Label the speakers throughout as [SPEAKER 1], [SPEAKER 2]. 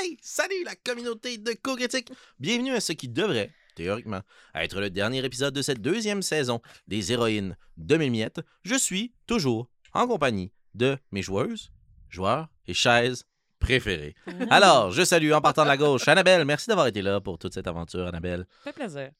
[SPEAKER 1] Hey, salut la communauté de co-critique! Bienvenue à ce qui devrait, théoriquement, être le dernier épisode de cette deuxième saison des héroïnes de mes miettes. Je suis toujours en compagnie de mes joueuses, joueurs et chaises préférées. Alors, je salue en partant de la gauche Annabelle. Merci d'avoir été là pour toute cette aventure, Annabelle.
[SPEAKER 2] Ça fait plaisir.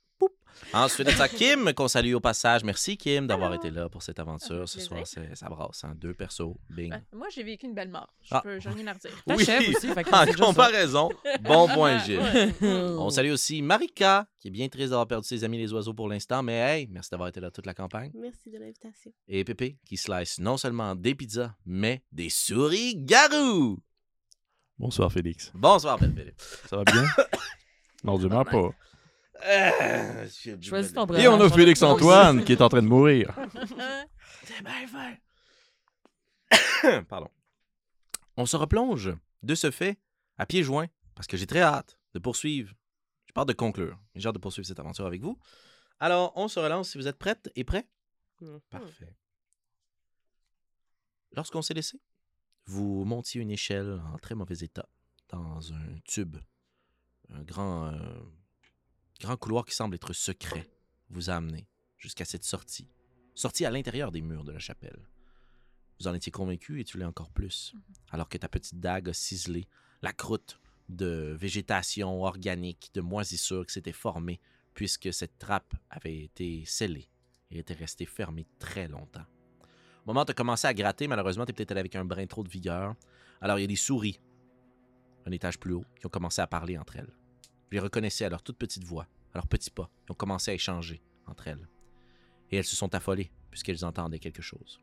[SPEAKER 1] Ensuite, ça, Kim, qu'on salue au passage. Merci, Kim, d'avoir été là pour cette aventure. Ce
[SPEAKER 3] plaisir.
[SPEAKER 1] soir, c'est- ça brasse. hein. Deux persos, bing.
[SPEAKER 3] Ben, moi, j'ai vécu une belle mort. Je
[SPEAKER 1] Ah.
[SPEAKER 3] peux, j'ai rien à redire.
[SPEAKER 1] Oui. Ah,
[SPEAKER 2] T'achèves aussi, fait que
[SPEAKER 1] En
[SPEAKER 2] Ah, c'est juste ça.
[SPEAKER 1] comparaison,
[SPEAKER 4] Ah,
[SPEAKER 1] bon point, Gilles.
[SPEAKER 3] Ouais.
[SPEAKER 1] On salue aussi Marika, qui est bien triste d'avoir perdu ses amis les oiseaux pour l'instant, mais hey, merci d'avoir été là toute la campagne.
[SPEAKER 4] Merci de l'invitation.
[SPEAKER 1] Et Pépé, qui slice non seulement des pizzas, mais des souris garous.
[SPEAKER 5] Bonsoir Félix.
[SPEAKER 1] Bonsoir, Pépé.
[SPEAKER 5] Ça va bien? non, du meurs pas.
[SPEAKER 1] Euh, j'ai-
[SPEAKER 2] Choisis ton
[SPEAKER 5] Et on a
[SPEAKER 2] Vraiment,
[SPEAKER 5] Félix
[SPEAKER 2] j'en ai-
[SPEAKER 5] Antoine qui est en train de mourir.
[SPEAKER 1] C'est bien fait. Pardon. On se replonge de ce fait à pieds joints parce que j'ai très hâte de poursuivre. Je parle de conclure. mais J'ai hâte de poursuivre cette aventure avec vous. Alors, on se relance si vous êtes prête et prêts.
[SPEAKER 2] Mmh.
[SPEAKER 1] Parfait. Lorsqu'on s'est laissé, vous montiez une échelle en très mauvais état dans un tube. Un grand, euh, grand couloir qui semble être secret vous a amené jusqu'à cette sortie. Sortie à l'intérieur des murs de la chapelle. Vous en étiez convaincu et tu l'es encore plus, alors que ta petite dague a ciselé la croûte de végétation organique, de moisissure qui s'était formée, puisque cette trappe avait été scellée. Il était resté fermé très longtemps. Au moment où tu as commencé à gratter, malheureusement, tu es peut-être allé avec un brin trop de vigueur. Alors, il y a des souris, un étage plus haut, qui ont commencé à parler entre elles. Je les reconnaissais à leur toute petite voix, à leurs petits pas. Ils ont commencé à échanger entre elles. Et elles se sont affolées, puisqu'elles entendaient quelque chose.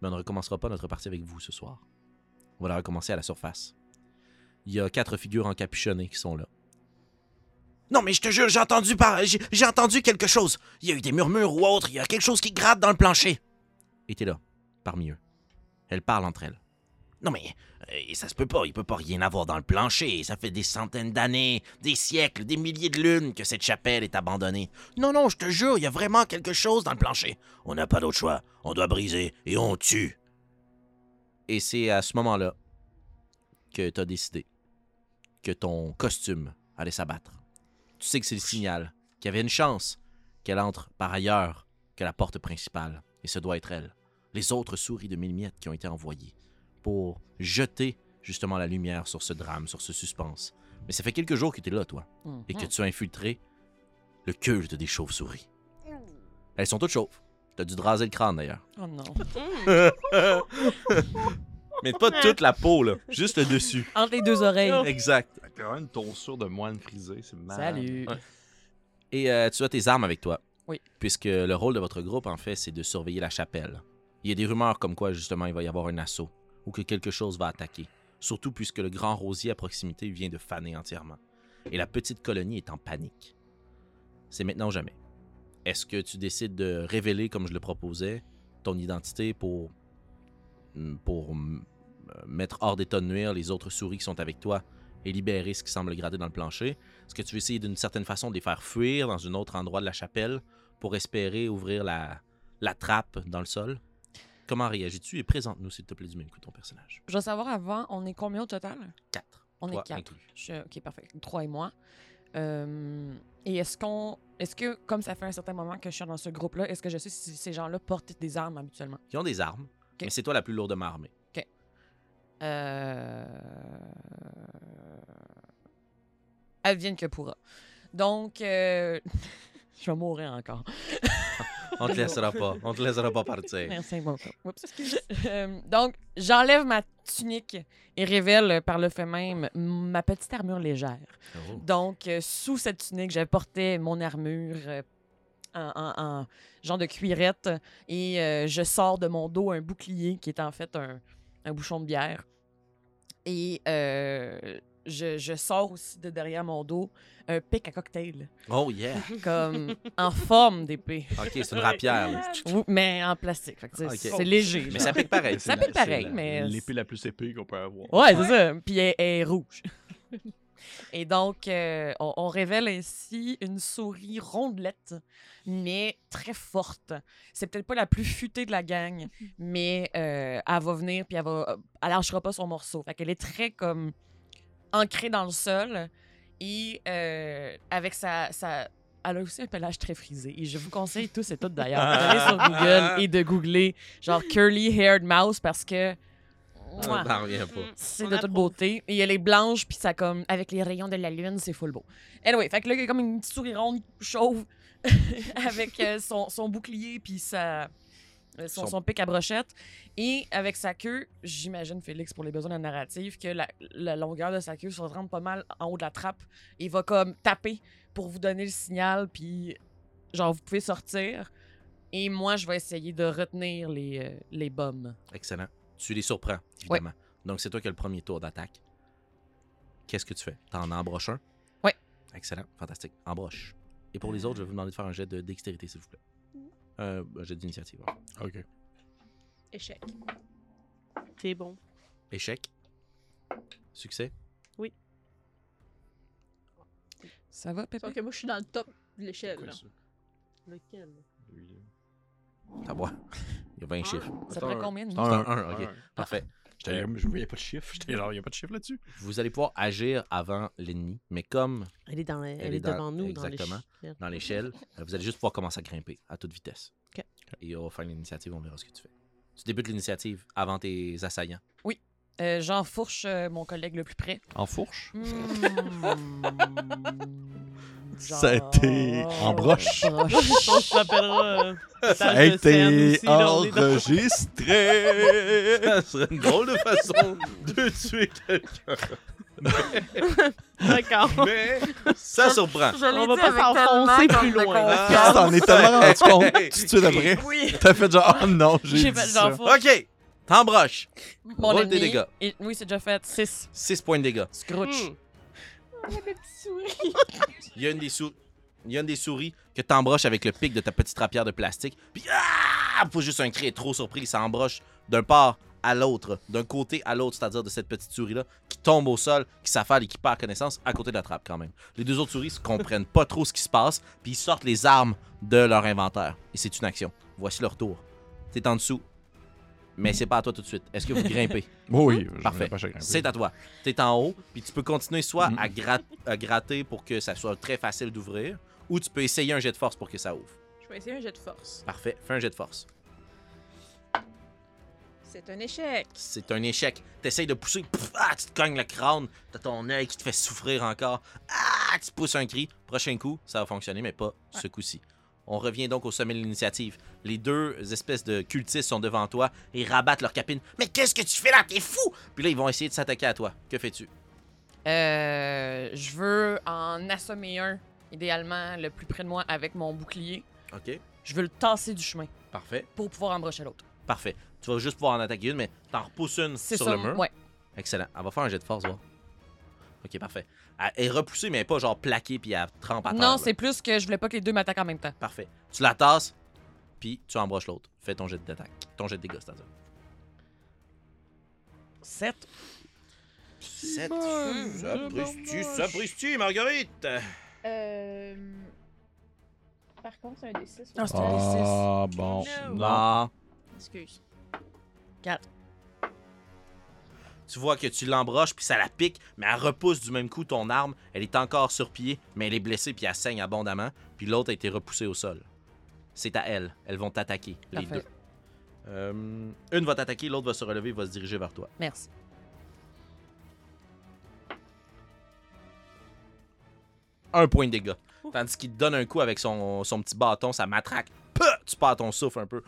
[SPEAKER 1] Mais on ne recommencera pas notre partie avec vous ce soir. On va la recommencer à la surface. Il y a quatre figures encapuchonnées qui sont là. Non, mais je te jure, j'ai entendu, par... j'ai j'ai entendu quelque chose. Il y a eu des murmures ou autre, il y a quelque chose qui gratte dans le plancher. Et t'es là, parmi eux. Elles parlent entre elles. Non mais, euh, ça se peut pas, il peut pas rien avoir dans le plancher. Ça fait des centaines d'années, des siècles, des milliers de lunes que cette chapelle est abandonnée. Non, non, je te jure, il y a vraiment quelque chose dans le plancher. On n'a pas d'autre choix, on doit briser et on tue. Et c'est à ce moment-là que t'as décidé que ton costume allait s'abattre. Tu sais que c'est le signal, qu'il y avait une chance qu'elle entre par ailleurs que la porte principale, et ce doit être elle. Les autres souris de mille miettes qui ont été envoyées pour jeter justement la lumière sur ce drame, sur ce suspense. Mais ça fait quelques jours que tu es là, toi,
[SPEAKER 2] Mhm.
[SPEAKER 1] et que tu as infiltré le culte des chauves-souris. Elles sont toutes chauves. T'as dû te raser le crâne d'ailleurs.
[SPEAKER 2] Oh non.
[SPEAKER 1] Mais pas toute la peau, là. Juste le dessus.
[SPEAKER 2] Entre les deux oreilles.
[SPEAKER 1] Exact.
[SPEAKER 5] Quand même, ton sourd de moine frisé, c'est mal.
[SPEAKER 2] Salut.
[SPEAKER 1] Ouais. Et euh, tu as tes armes avec toi.
[SPEAKER 2] Oui.
[SPEAKER 1] Puisque le rôle de votre groupe, en fait, c'est de surveiller la chapelle. Il y a des rumeurs comme quoi, justement, il va y avoir un assaut ou que quelque chose va attaquer. Surtout puisque le grand rosier à proximité vient de faner entièrement. Et la petite colonie est en panique. C'est maintenant ou jamais. Est-ce que tu décides de révéler, comme je le proposais, ton identité pour, pour mm, mettre hors d'état de nuire les autres souris qui sont avec toi et libérer ce qui semble gratter dans le plancher? Est-ce que tu veux essayer d'une certaine façon de les faire fuir dans un autre endroit de la chapelle pour espérer ouvrir la, la trappe dans le sol? Comment réagis-tu et présente-nous, s'il te plaît, du même coup ton personnage.
[SPEAKER 2] Je veux savoir avant, on est combien au total?
[SPEAKER 1] 4.
[SPEAKER 2] On est quatre. Je- Ok, parfait. Trois et moi. Euh, et est-ce qu'on. Est-ce que, comme ça fait un certain moment que je suis dans ce groupe-là, est-ce que je sais si ces gens-là portent des armes habituellement?
[SPEAKER 1] Ils ont des armes, mais c'est toi la plus lourde de ma armée.
[SPEAKER 2] Euh... Advienne que pourra. Donc, euh, je vais mourir encore.
[SPEAKER 1] On te laissera pas. On te laissera pas partir.
[SPEAKER 2] Merci, bon. Oups. Euh, donc, j'enlève ma tunique et révèle euh, par le fait même ma petite armure légère.
[SPEAKER 1] Oh.
[SPEAKER 2] Donc, euh, sous cette tunique, je portais mon armure euh, en, en- en genre de cuirette et euh, je sors de mon dos un bouclier qui est en fait un, un bouchon de bière. Et euh, je, je sors aussi de derrière mon dos un pic à cocktail,
[SPEAKER 1] Oh yeah!
[SPEAKER 2] comme en forme d'épée,
[SPEAKER 1] Ok, c'est une rapière.
[SPEAKER 2] Ou- mais en plastique. Fait que c'est-
[SPEAKER 1] Ok.
[SPEAKER 2] C'est léger.
[SPEAKER 1] Mais
[SPEAKER 2] genre.
[SPEAKER 1] ça pique pareil.
[SPEAKER 2] Ça pique pareil, mais-
[SPEAKER 5] L'épée la plus épée qu'on peut avoir.
[SPEAKER 2] Ouais, c'est ça. Puis elle, elle est rouge. Et donc, euh, on, on révèle ainsi une souris rondelette, mais très forte. C'est peut-être pas la plus futée de la gang, euh, mais euh, elle va venir, puis elle va, elle lâchera pas son morceau. Fait qu'elle est très comme ancrée dans le sol et euh, avec sa, sa- Elle a aussi un pelage très frisé. Et je vous conseille tous et toutes d'ailleurs d'aller sur Google et de googler genre curly haired mouse parce que. Mouah,
[SPEAKER 1] On n'en revient pas.
[SPEAKER 2] c'est
[SPEAKER 3] On
[SPEAKER 2] de toute
[SPEAKER 3] approuve.
[SPEAKER 2] beauté. Et elle est blanche, puis ça comme. Avec les rayons de la lune, c'est full beau. Anyway, fait que là, il y a comme une petite souris ronde chauve avec euh, son, son bouclier, puis sa. euh, Son,
[SPEAKER 5] Son-
[SPEAKER 2] son pic à brochette. Et avec sa queue, j'imagine, Félix, pour les besoins de la narrative, que la, la longueur de sa queue se rentre pas mal en haut de la trappe. Il va comme taper pour vous donner le signal, puis genre, vous pouvez sortir. Et moi, je vais essayer de retenir les, euh, les bombes.
[SPEAKER 1] Excellent. Tu les surprends, évidemment. Donc, c'est toi qui as le premier tour d'attaque. Qu'est-ce que tu fais? T'en embroches un?
[SPEAKER 2] Ouais.
[SPEAKER 1] Excellent. Fantastique. Embroche. Et pour les
[SPEAKER 3] Euh.
[SPEAKER 1] autres, je vais vous demander de faire un jet de dextérité, s'il vous plaît.
[SPEAKER 3] Mm.
[SPEAKER 1] Euh, un jet d'initiative. hein.
[SPEAKER 5] Ok.
[SPEAKER 3] Échec. T'es bon.
[SPEAKER 1] Échec. Succès.
[SPEAKER 2] Ça va, Pépé?
[SPEAKER 3] Sauf que moi, je suis dans le top de l'échelle. là.
[SPEAKER 5] Pourquoi ça?
[SPEAKER 3] Lequel?
[SPEAKER 5] Lui, là.
[SPEAKER 1] Ça va. Il y a 20
[SPEAKER 3] Ah.
[SPEAKER 1] chiffres.
[SPEAKER 2] Ça prend
[SPEAKER 5] un-
[SPEAKER 2] combien de
[SPEAKER 5] c'est
[SPEAKER 2] nous?
[SPEAKER 1] C'est un
[SPEAKER 5] Un,
[SPEAKER 1] 1, ok.
[SPEAKER 5] un.
[SPEAKER 1] Parfait.
[SPEAKER 5] J'étais comme, je voyais pas de chiffre. J'étais genre, y a pas de chiffre là-dessus.
[SPEAKER 1] Vous allez pouvoir agir avant l'ennemi, mais comme
[SPEAKER 3] Elle est, dans, elle
[SPEAKER 1] Elle est
[SPEAKER 3] est
[SPEAKER 1] dans-
[SPEAKER 3] devant nous, dans
[SPEAKER 1] exactement.
[SPEAKER 3] l'échelle.
[SPEAKER 1] dans l'échelle, euh, vous allez juste pouvoir commencer à grimper à toute vitesse.
[SPEAKER 3] Ok.
[SPEAKER 1] Et on va faire l'initiative, on verra ce que tu fais. Tu débutes l'initiative avant tes assaillants.
[SPEAKER 2] Euh, J'enfourche euh, mon collègue le plus près. Hmm.
[SPEAKER 5] En fourche?
[SPEAKER 2] Ça
[SPEAKER 5] Ça a été en broche.
[SPEAKER 3] On se rappellera. euh,
[SPEAKER 5] Ça a
[SPEAKER 3] tâche de scène
[SPEAKER 5] été
[SPEAKER 3] aussi, là, on est dans-
[SPEAKER 5] enregistré!
[SPEAKER 1] Ça serait une drôle de façon de tuer quelqu'un.
[SPEAKER 3] D'accord.
[SPEAKER 1] Mais ça surprend.
[SPEAKER 3] On va pas s'enfoncer plus
[SPEAKER 1] Ah,
[SPEAKER 3] loin.
[SPEAKER 5] Tu t'en es tellement rendu compte tout de suite après.
[SPEAKER 2] Oui.
[SPEAKER 5] T'as fait genre, oh non, j'ai
[SPEAKER 2] J'ai
[SPEAKER 5] dit
[SPEAKER 2] fait
[SPEAKER 5] ça.
[SPEAKER 2] j'enfourche.
[SPEAKER 1] OK. T'embroches.
[SPEAKER 2] Mon
[SPEAKER 1] Roll des
[SPEAKER 2] ennemi.
[SPEAKER 1] dégâts.
[SPEAKER 2] Et- oui, c'est déjà fait. 6.
[SPEAKER 1] 6 points de dégâts.
[SPEAKER 2] Scrooge.
[SPEAKER 1] Il y a une des, sou- il y a une des souris que t'embroches avec le pic de ta petite rapière de plastique. Puis, ah! Faut juste un cri elle est trop surpris. Ça embroche d'un part à l'autre, d'un côté à l'autre, c'est-à-dire de cette petite souris-là qui tombe au sol, qui s'affale et qui perd connaissance à côté de la trappe quand même. Les deux autres souris ne comprennent pas trop ce qui se passe, puis ils sortent les armes de leur inventaire. Et c'est une action. Voici leur tour. T'es en dessous, mais c'est pas à toi tout de suite. Est-ce que vous grimpez?
[SPEAKER 2] hmm,
[SPEAKER 5] Oui, oui,
[SPEAKER 1] Parfait.
[SPEAKER 5] Pas chagrin.
[SPEAKER 1] C'est à toi. Tu es en haut, puis tu peux continuer soit
[SPEAKER 5] Mhm.
[SPEAKER 1] à, grat- à gratter pour que ça soit très facile d'ouvrir, ou tu peux essayer un jet de force pour que ça ouvre.
[SPEAKER 4] Je vais essayer un jet de force.
[SPEAKER 1] Parfait, fais un jet de force.
[SPEAKER 4] C'est un échec.
[SPEAKER 1] C'est un échec. T'essayes de pousser, pff, ah, tu te cognes le crâne, t'as ton œil qui te fait souffrir encore. Ah, tu pousses un cri. Prochain coup, ça va fonctionner, mais pas ce coup-ci. On revient donc au sommet de l'initiative. Les deux espèces de cultistes sont devant toi et rabattent leur capine. Mais qu'est-ce que tu fais là? T'es fou! Puis là, ils vont essayer de s'attaquer à toi. Que fais-tu?
[SPEAKER 5] Hmm.
[SPEAKER 2] Euh, je veux en assommer un, idéalement le plus près de moi, avec mon bouclier.
[SPEAKER 1] Ok,
[SPEAKER 2] Je veux le tasser du chemin
[SPEAKER 1] parfait.
[SPEAKER 2] pour pouvoir embrocher l'autre.
[SPEAKER 1] Parfait. Tu vas juste pouvoir en attaquer une, mais t'en repousses une
[SPEAKER 2] C'est
[SPEAKER 1] Hmm. sur
[SPEAKER 2] ça.
[SPEAKER 1] le mur.
[SPEAKER 2] Ouais.
[SPEAKER 1] Excellent. Elle va faire un jet de force, voir. Ok, parfait. Elle elle est repoussée, mais elle est pas genre plaquée puis elle trempe à terre.
[SPEAKER 2] Non,
[SPEAKER 1] là.
[SPEAKER 2] c'est plus que je voulais pas que les deux m'attaquent en même temps.
[SPEAKER 1] Parfait. Tu la tasses, puis tu embroches l'autre. Fais ton jet d'attaque. Ton jet de dégâts, c'est-à-dire.
[SPEAKER 2] 7.
[SPEAKER 1] 7.
[SPEAKER 5] bon, Sapristi, bon,
[SPEAKER 1] sapristi, Marguerite!
[SPEAKER 4] Euh... Par contre, c'est un des 6.
[SPEAKER 2] Ah, c'est un des six.
[SPEAKER 5] Ah, bon.
[SPEAKER 3] No.
[SPEAKER 5] Non.
[SPEAKER 1] Non.
[SPEAKER 4] Excuse.
[SPEAKER 1] Tu vois que tu l'embroches, puis ça la pique, mais elle repousse du même coup ton arme. Elle est encore sur pied, mais elle est blessée, puis elle saigne abondamment. Puis l'autre a été repoussée au sol. C'est à elle. Elles vont t'attaquer, les
[SPEAKER 2] Parfait.
[SPEAKER 1] deux. Euh, une va t'attaquer, l'autre va se relever, va se diriger vers toi.
[SPEAKER 2] Merci.
[SPEAKER 1] Un point de dégâts. Tandis qu'il te donne un coup avec son, son petit bâton, ça matraque. Pouh! Tu perds ton souffle un peu.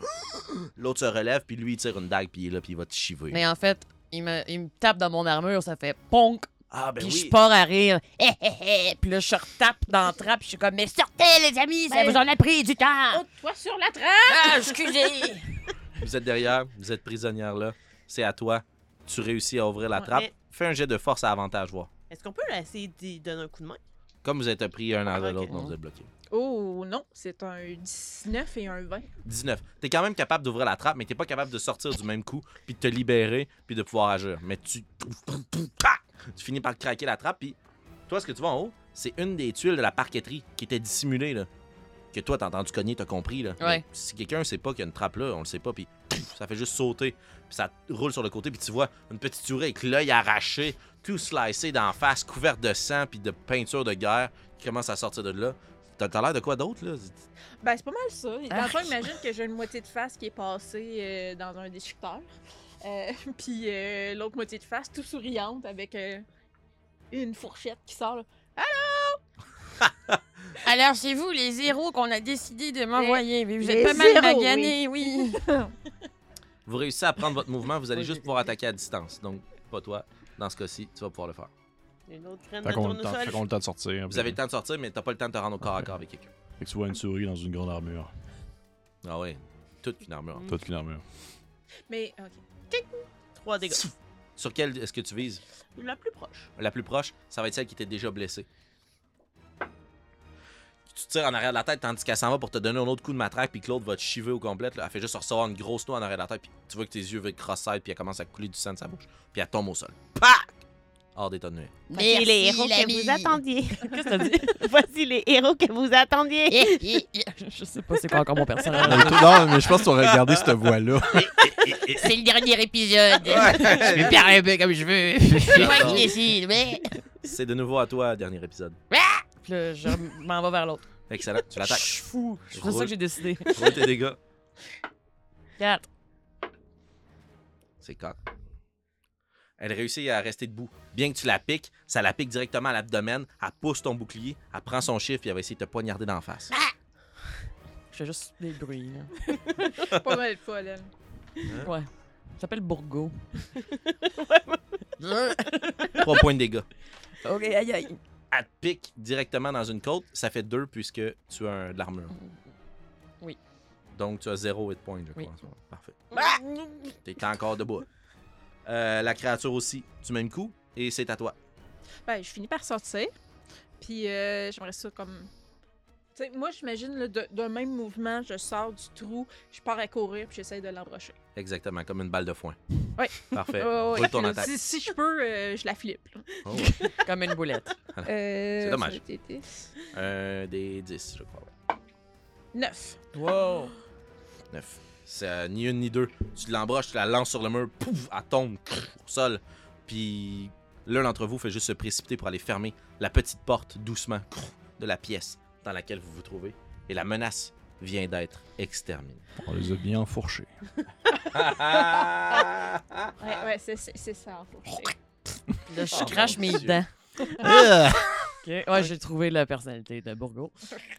[SPEAKER 1] L'autre se relève, puis lui, il tire une dague, puis il est là, puis il va te chiver.
[SPEAKER 2] Mais en fait, il me, il me tape dans mon armure, ça fait ponk,
[SPEAKER 1] Ah, ben
[SPEAKER 2] puis je
[SPEAKER 1] oui.
[SPEAKER 2] pars à rire. Hé, hé, hé. Puis là, je retape dans la trappe, puis je suis comme, mais sortez, les amis, ça
[SPEAKER 4] Ben-
[SPEAKER 2] vous en a pris du temps.
[SPEAKER 4] Oh, toi sur la trappe!
[SPEAKER 2] Ah, excusez.
[SPEAKER 1] Vous êtes derrière, vous êtes prisonnière là. C'est à toi. Tu réussis à ouvrir la
[SPEAKER 3] Ouais,
[SPEAKER 1] trappe.
[SPEAKER 3] mais-
[SPEAKER 1] Fais un jet de force à avantage, voir.
[SPEAKER 3] Est-ce qu'on peut essayer d'y donner un coup de main?
[SPEAKER 1] Comme vous êtes pris un dans
[SPEAKER 3] Ah, ok.
[SPEAKER 1] l'autre, non, vous êtes bloqué.
[SPEAKER 4] Oh non, c'est un 19 et un 20.
[SPEAKER 1] 19. T'es quand même capable d'ouvrir la trappe, mais t'es pas capable de sortir du même coup, puis de te libérer, puis de pouvoir agir. Mais tu. Ah! Tu finis par craquer la trappe, puis toi, ce que tu vois en haut, c'est une des tuiles de la parqueterie qui était dissimulée, là. Que toi, t'as entendu cogner, t'as compris, là.
[SPEAKER 2] Ouais.
[SPEAKER 1] Mais Si quelqu'un sait pas qu'il y a une trappe là, on le sait pas, puis ça fait juste sauter, puis ça roule sur le côté, puis tu vois une petite souris avec l'œil arraché, tout slicé d'en face, couverte de sang puis de peinture de guerre, qui commence à sortir de là. T'as t'as l'air de quoi d'autre, là?
[SPEAKER 4] Ben, c'est pas mal ça. Dans le fond,
[SPEAKER 2] Arc.
[SPEAKER 4] imagine que j'ai une moitié de face qui est passée euh, dans un déchiqueteur. Euh, puis euh, l'autre moitié de face, tout souriante, avec euh, une fourchette qui sort. là.
[SPEAKER 2] Alors, c'est vous, les héros qu'on a décidé de m'envoyer. mais Vous
[SPEAKER 4] les
[SPEAKER 2] êtes pas mal
[SPEAKER 4] héros,
[SPEAKER 2] maganés, oui.
[SPEAKER 1] Vous réussissez à prendre votre mouvement, vous allez
[SPEAKER 3] Oui,
[SPEAKER 1] juste
[SPEAKER 3] j'ai-
[SPEAKER 1] pouvoir attaquer à distance. Donc, pas toi. Dans ce cas-ci, tu vas pouvoir le faire.
[SPEAKER 3] Une autre graine de
[SPEAKER 5] Fait qu'on a le temps-
[SPEAKER 3] tournesol.
[SPEAKER 5] fait qu'on a le temps de sortir.
[SPEAKER 1] Vous
[SPEAKER 5] puis-
[SPEAKER 1] avez le temps de sortir, mais t'as pas le temps de te rendre au corps à corps avec quelqu'un.
[SPEAKER 5] Fait que tu vois une souris dans une grande armure.
[SPEAKER 1] Ah ouais, toute une armure.
[SPEAKER 5] Toi, tu une armure.
[SPEAKER 4] Mais, ok.
[SPEAKER 3] Trois dégâts.
[SPEAKER 1] Sur quelle est-ce que tu vises
[SPEAKER 3] La plus proche.
[SPEAKER 1] La plus proche, ça va être celle qui était déjà blessée. Tu tires en arrière de la tête tandis qu'elle s'en va pour te donner un autre coup de matraque, puis que l'autre va te chiver au complet. là. Elle fait juste recevoir une grosse noix en arrière de la tête, puis tu vois que tes yeux vont cross-side, puis elle commence à couler du sang de sa bouche, puis elle tombe au sol. Pac Hors d'état de nuit.
[SPEAKER 6] Voici les héros que vous attendiez.
[SPEAKER 2] Qu'est-ce que t'as dit?
[SPEAKER 6] Voici les héros que vous attendiez.
[SPEAKER 2] Je sais pas c'est quoi encore mon
[SPEAKER 1] Euh,
[SPEAKER 2] personnage.
[SPEAKER 5] non, mais je pense qu'on va regarder cette voix-là.
[SPEAKER 6] C'est le dernier épisode. je me perds un peu comme je veux. C'est moi qui décide, mais.
[SPEAKER 1] C'est de nouveau à toi, dernier épisode.
[SPEAKER 2] Puis là, je m'en vais vers l'autre.
[SPEAKER 1] Excellent, tu l'attaques.
[SPEAKER 2] Je suis fou. C'est pour ça
[SPEAKER 1] Roule.
[SPEAKER 2] que j'ai décidé.
[SPEAKER 1] Roule tes dégâts.
[SPEAKER 2] 4.
[SPEAKER 1] C'est coq. Elle réussit à rester debout. Bien que tu la piques, ça la pique directement à l'abdomen. Elle pousse ton bouclier, elle prend son chiffre et elle va essayer de te poignarder d'en face.
[SPEAKER 2] Je fais juste des bruits. Là.
[SPEAKER 4] pas mal de fois, là.
[SPEAKER 2] Ouais. Ça s'appelle Bourgo.
[SPEAKER 1] Hein? Trois points de dégâts.
[SPEAKER 2] Ok, aïe aïe.
[SPEAKER 1] Elle te pique directement dans une côte. Ça fait deux puisque tu as un- de l'armure.
[SPEAKER 2] Oui.
[SPEAKER 1] Donc tu as zéro hit point, je crois.
[SPEAKER 2] Oui.
[SPEAKER 1] en ce moment. Parfait. T'es encore debout. Euh, la créature aussi, du même coup. Et c'est à toi.
[SPEAKER 4] Ben, je finis par sortir. Puis euh, j'aimerais ça comme. Tu sais, moi, j'imagine, là, de- d'un même mouvement, je sors du trou, je pars à courir, puis j'essaie de l'embrocher.
[SPEAKER 1] Exactement, comme une balle de foin.
[SPEAKER 4] Oui.
[SPEAKER 1] Parfait.
[SPEAKER 4] Ouais, ouais,
[SPEAKER 1] Roule ton
[SPEAKER 4] ouais.
[SPEAKER 1] attaque.
[SPEAKER 4] Si, si je peux, euh, je la flippe. là.
[SPEAKER 1] Oh.
[SPEAKER 2] Comme une boulette.
[SPEAKER 4] Euh, ça
[SPEAKER 1] dommage.
[SPEAKER 4] va être été.
[SPEAKER 1] Un des 10, je crois.
[SPEAKER 4] Neuf.
[SPEAKER 2] Wow.
[SPEAKER 1] 9. C'est euh, ni une ni deux. Tu l'embroches, tu la lances sur le mur, pouf, elle tombe pff, au sol. Puis l'un d'entre vous fait juste se précipiter pour aller fermer la petite porte doucement crou, de la pièce dans laquelle vous vous trouvez. Et la menace vient d'être exterminée.
[SPEAKER 5] On les a bien enfourchés.
[SPEAKER 4] Ouais, ouais, c'est- c'est c'est ça. en fait.
[SPEAKER 2] Là, je
[SPEAKER 1] Oh,
[SPEAKER 2] crache
[SPEAKER 1] mon
[SPEAKER 2] mes
[SPEAKER 1] Dieu.
[SPEAKER 2] dents. Ok. Ouais, j'ai trouvé la personnalité de Bourgo.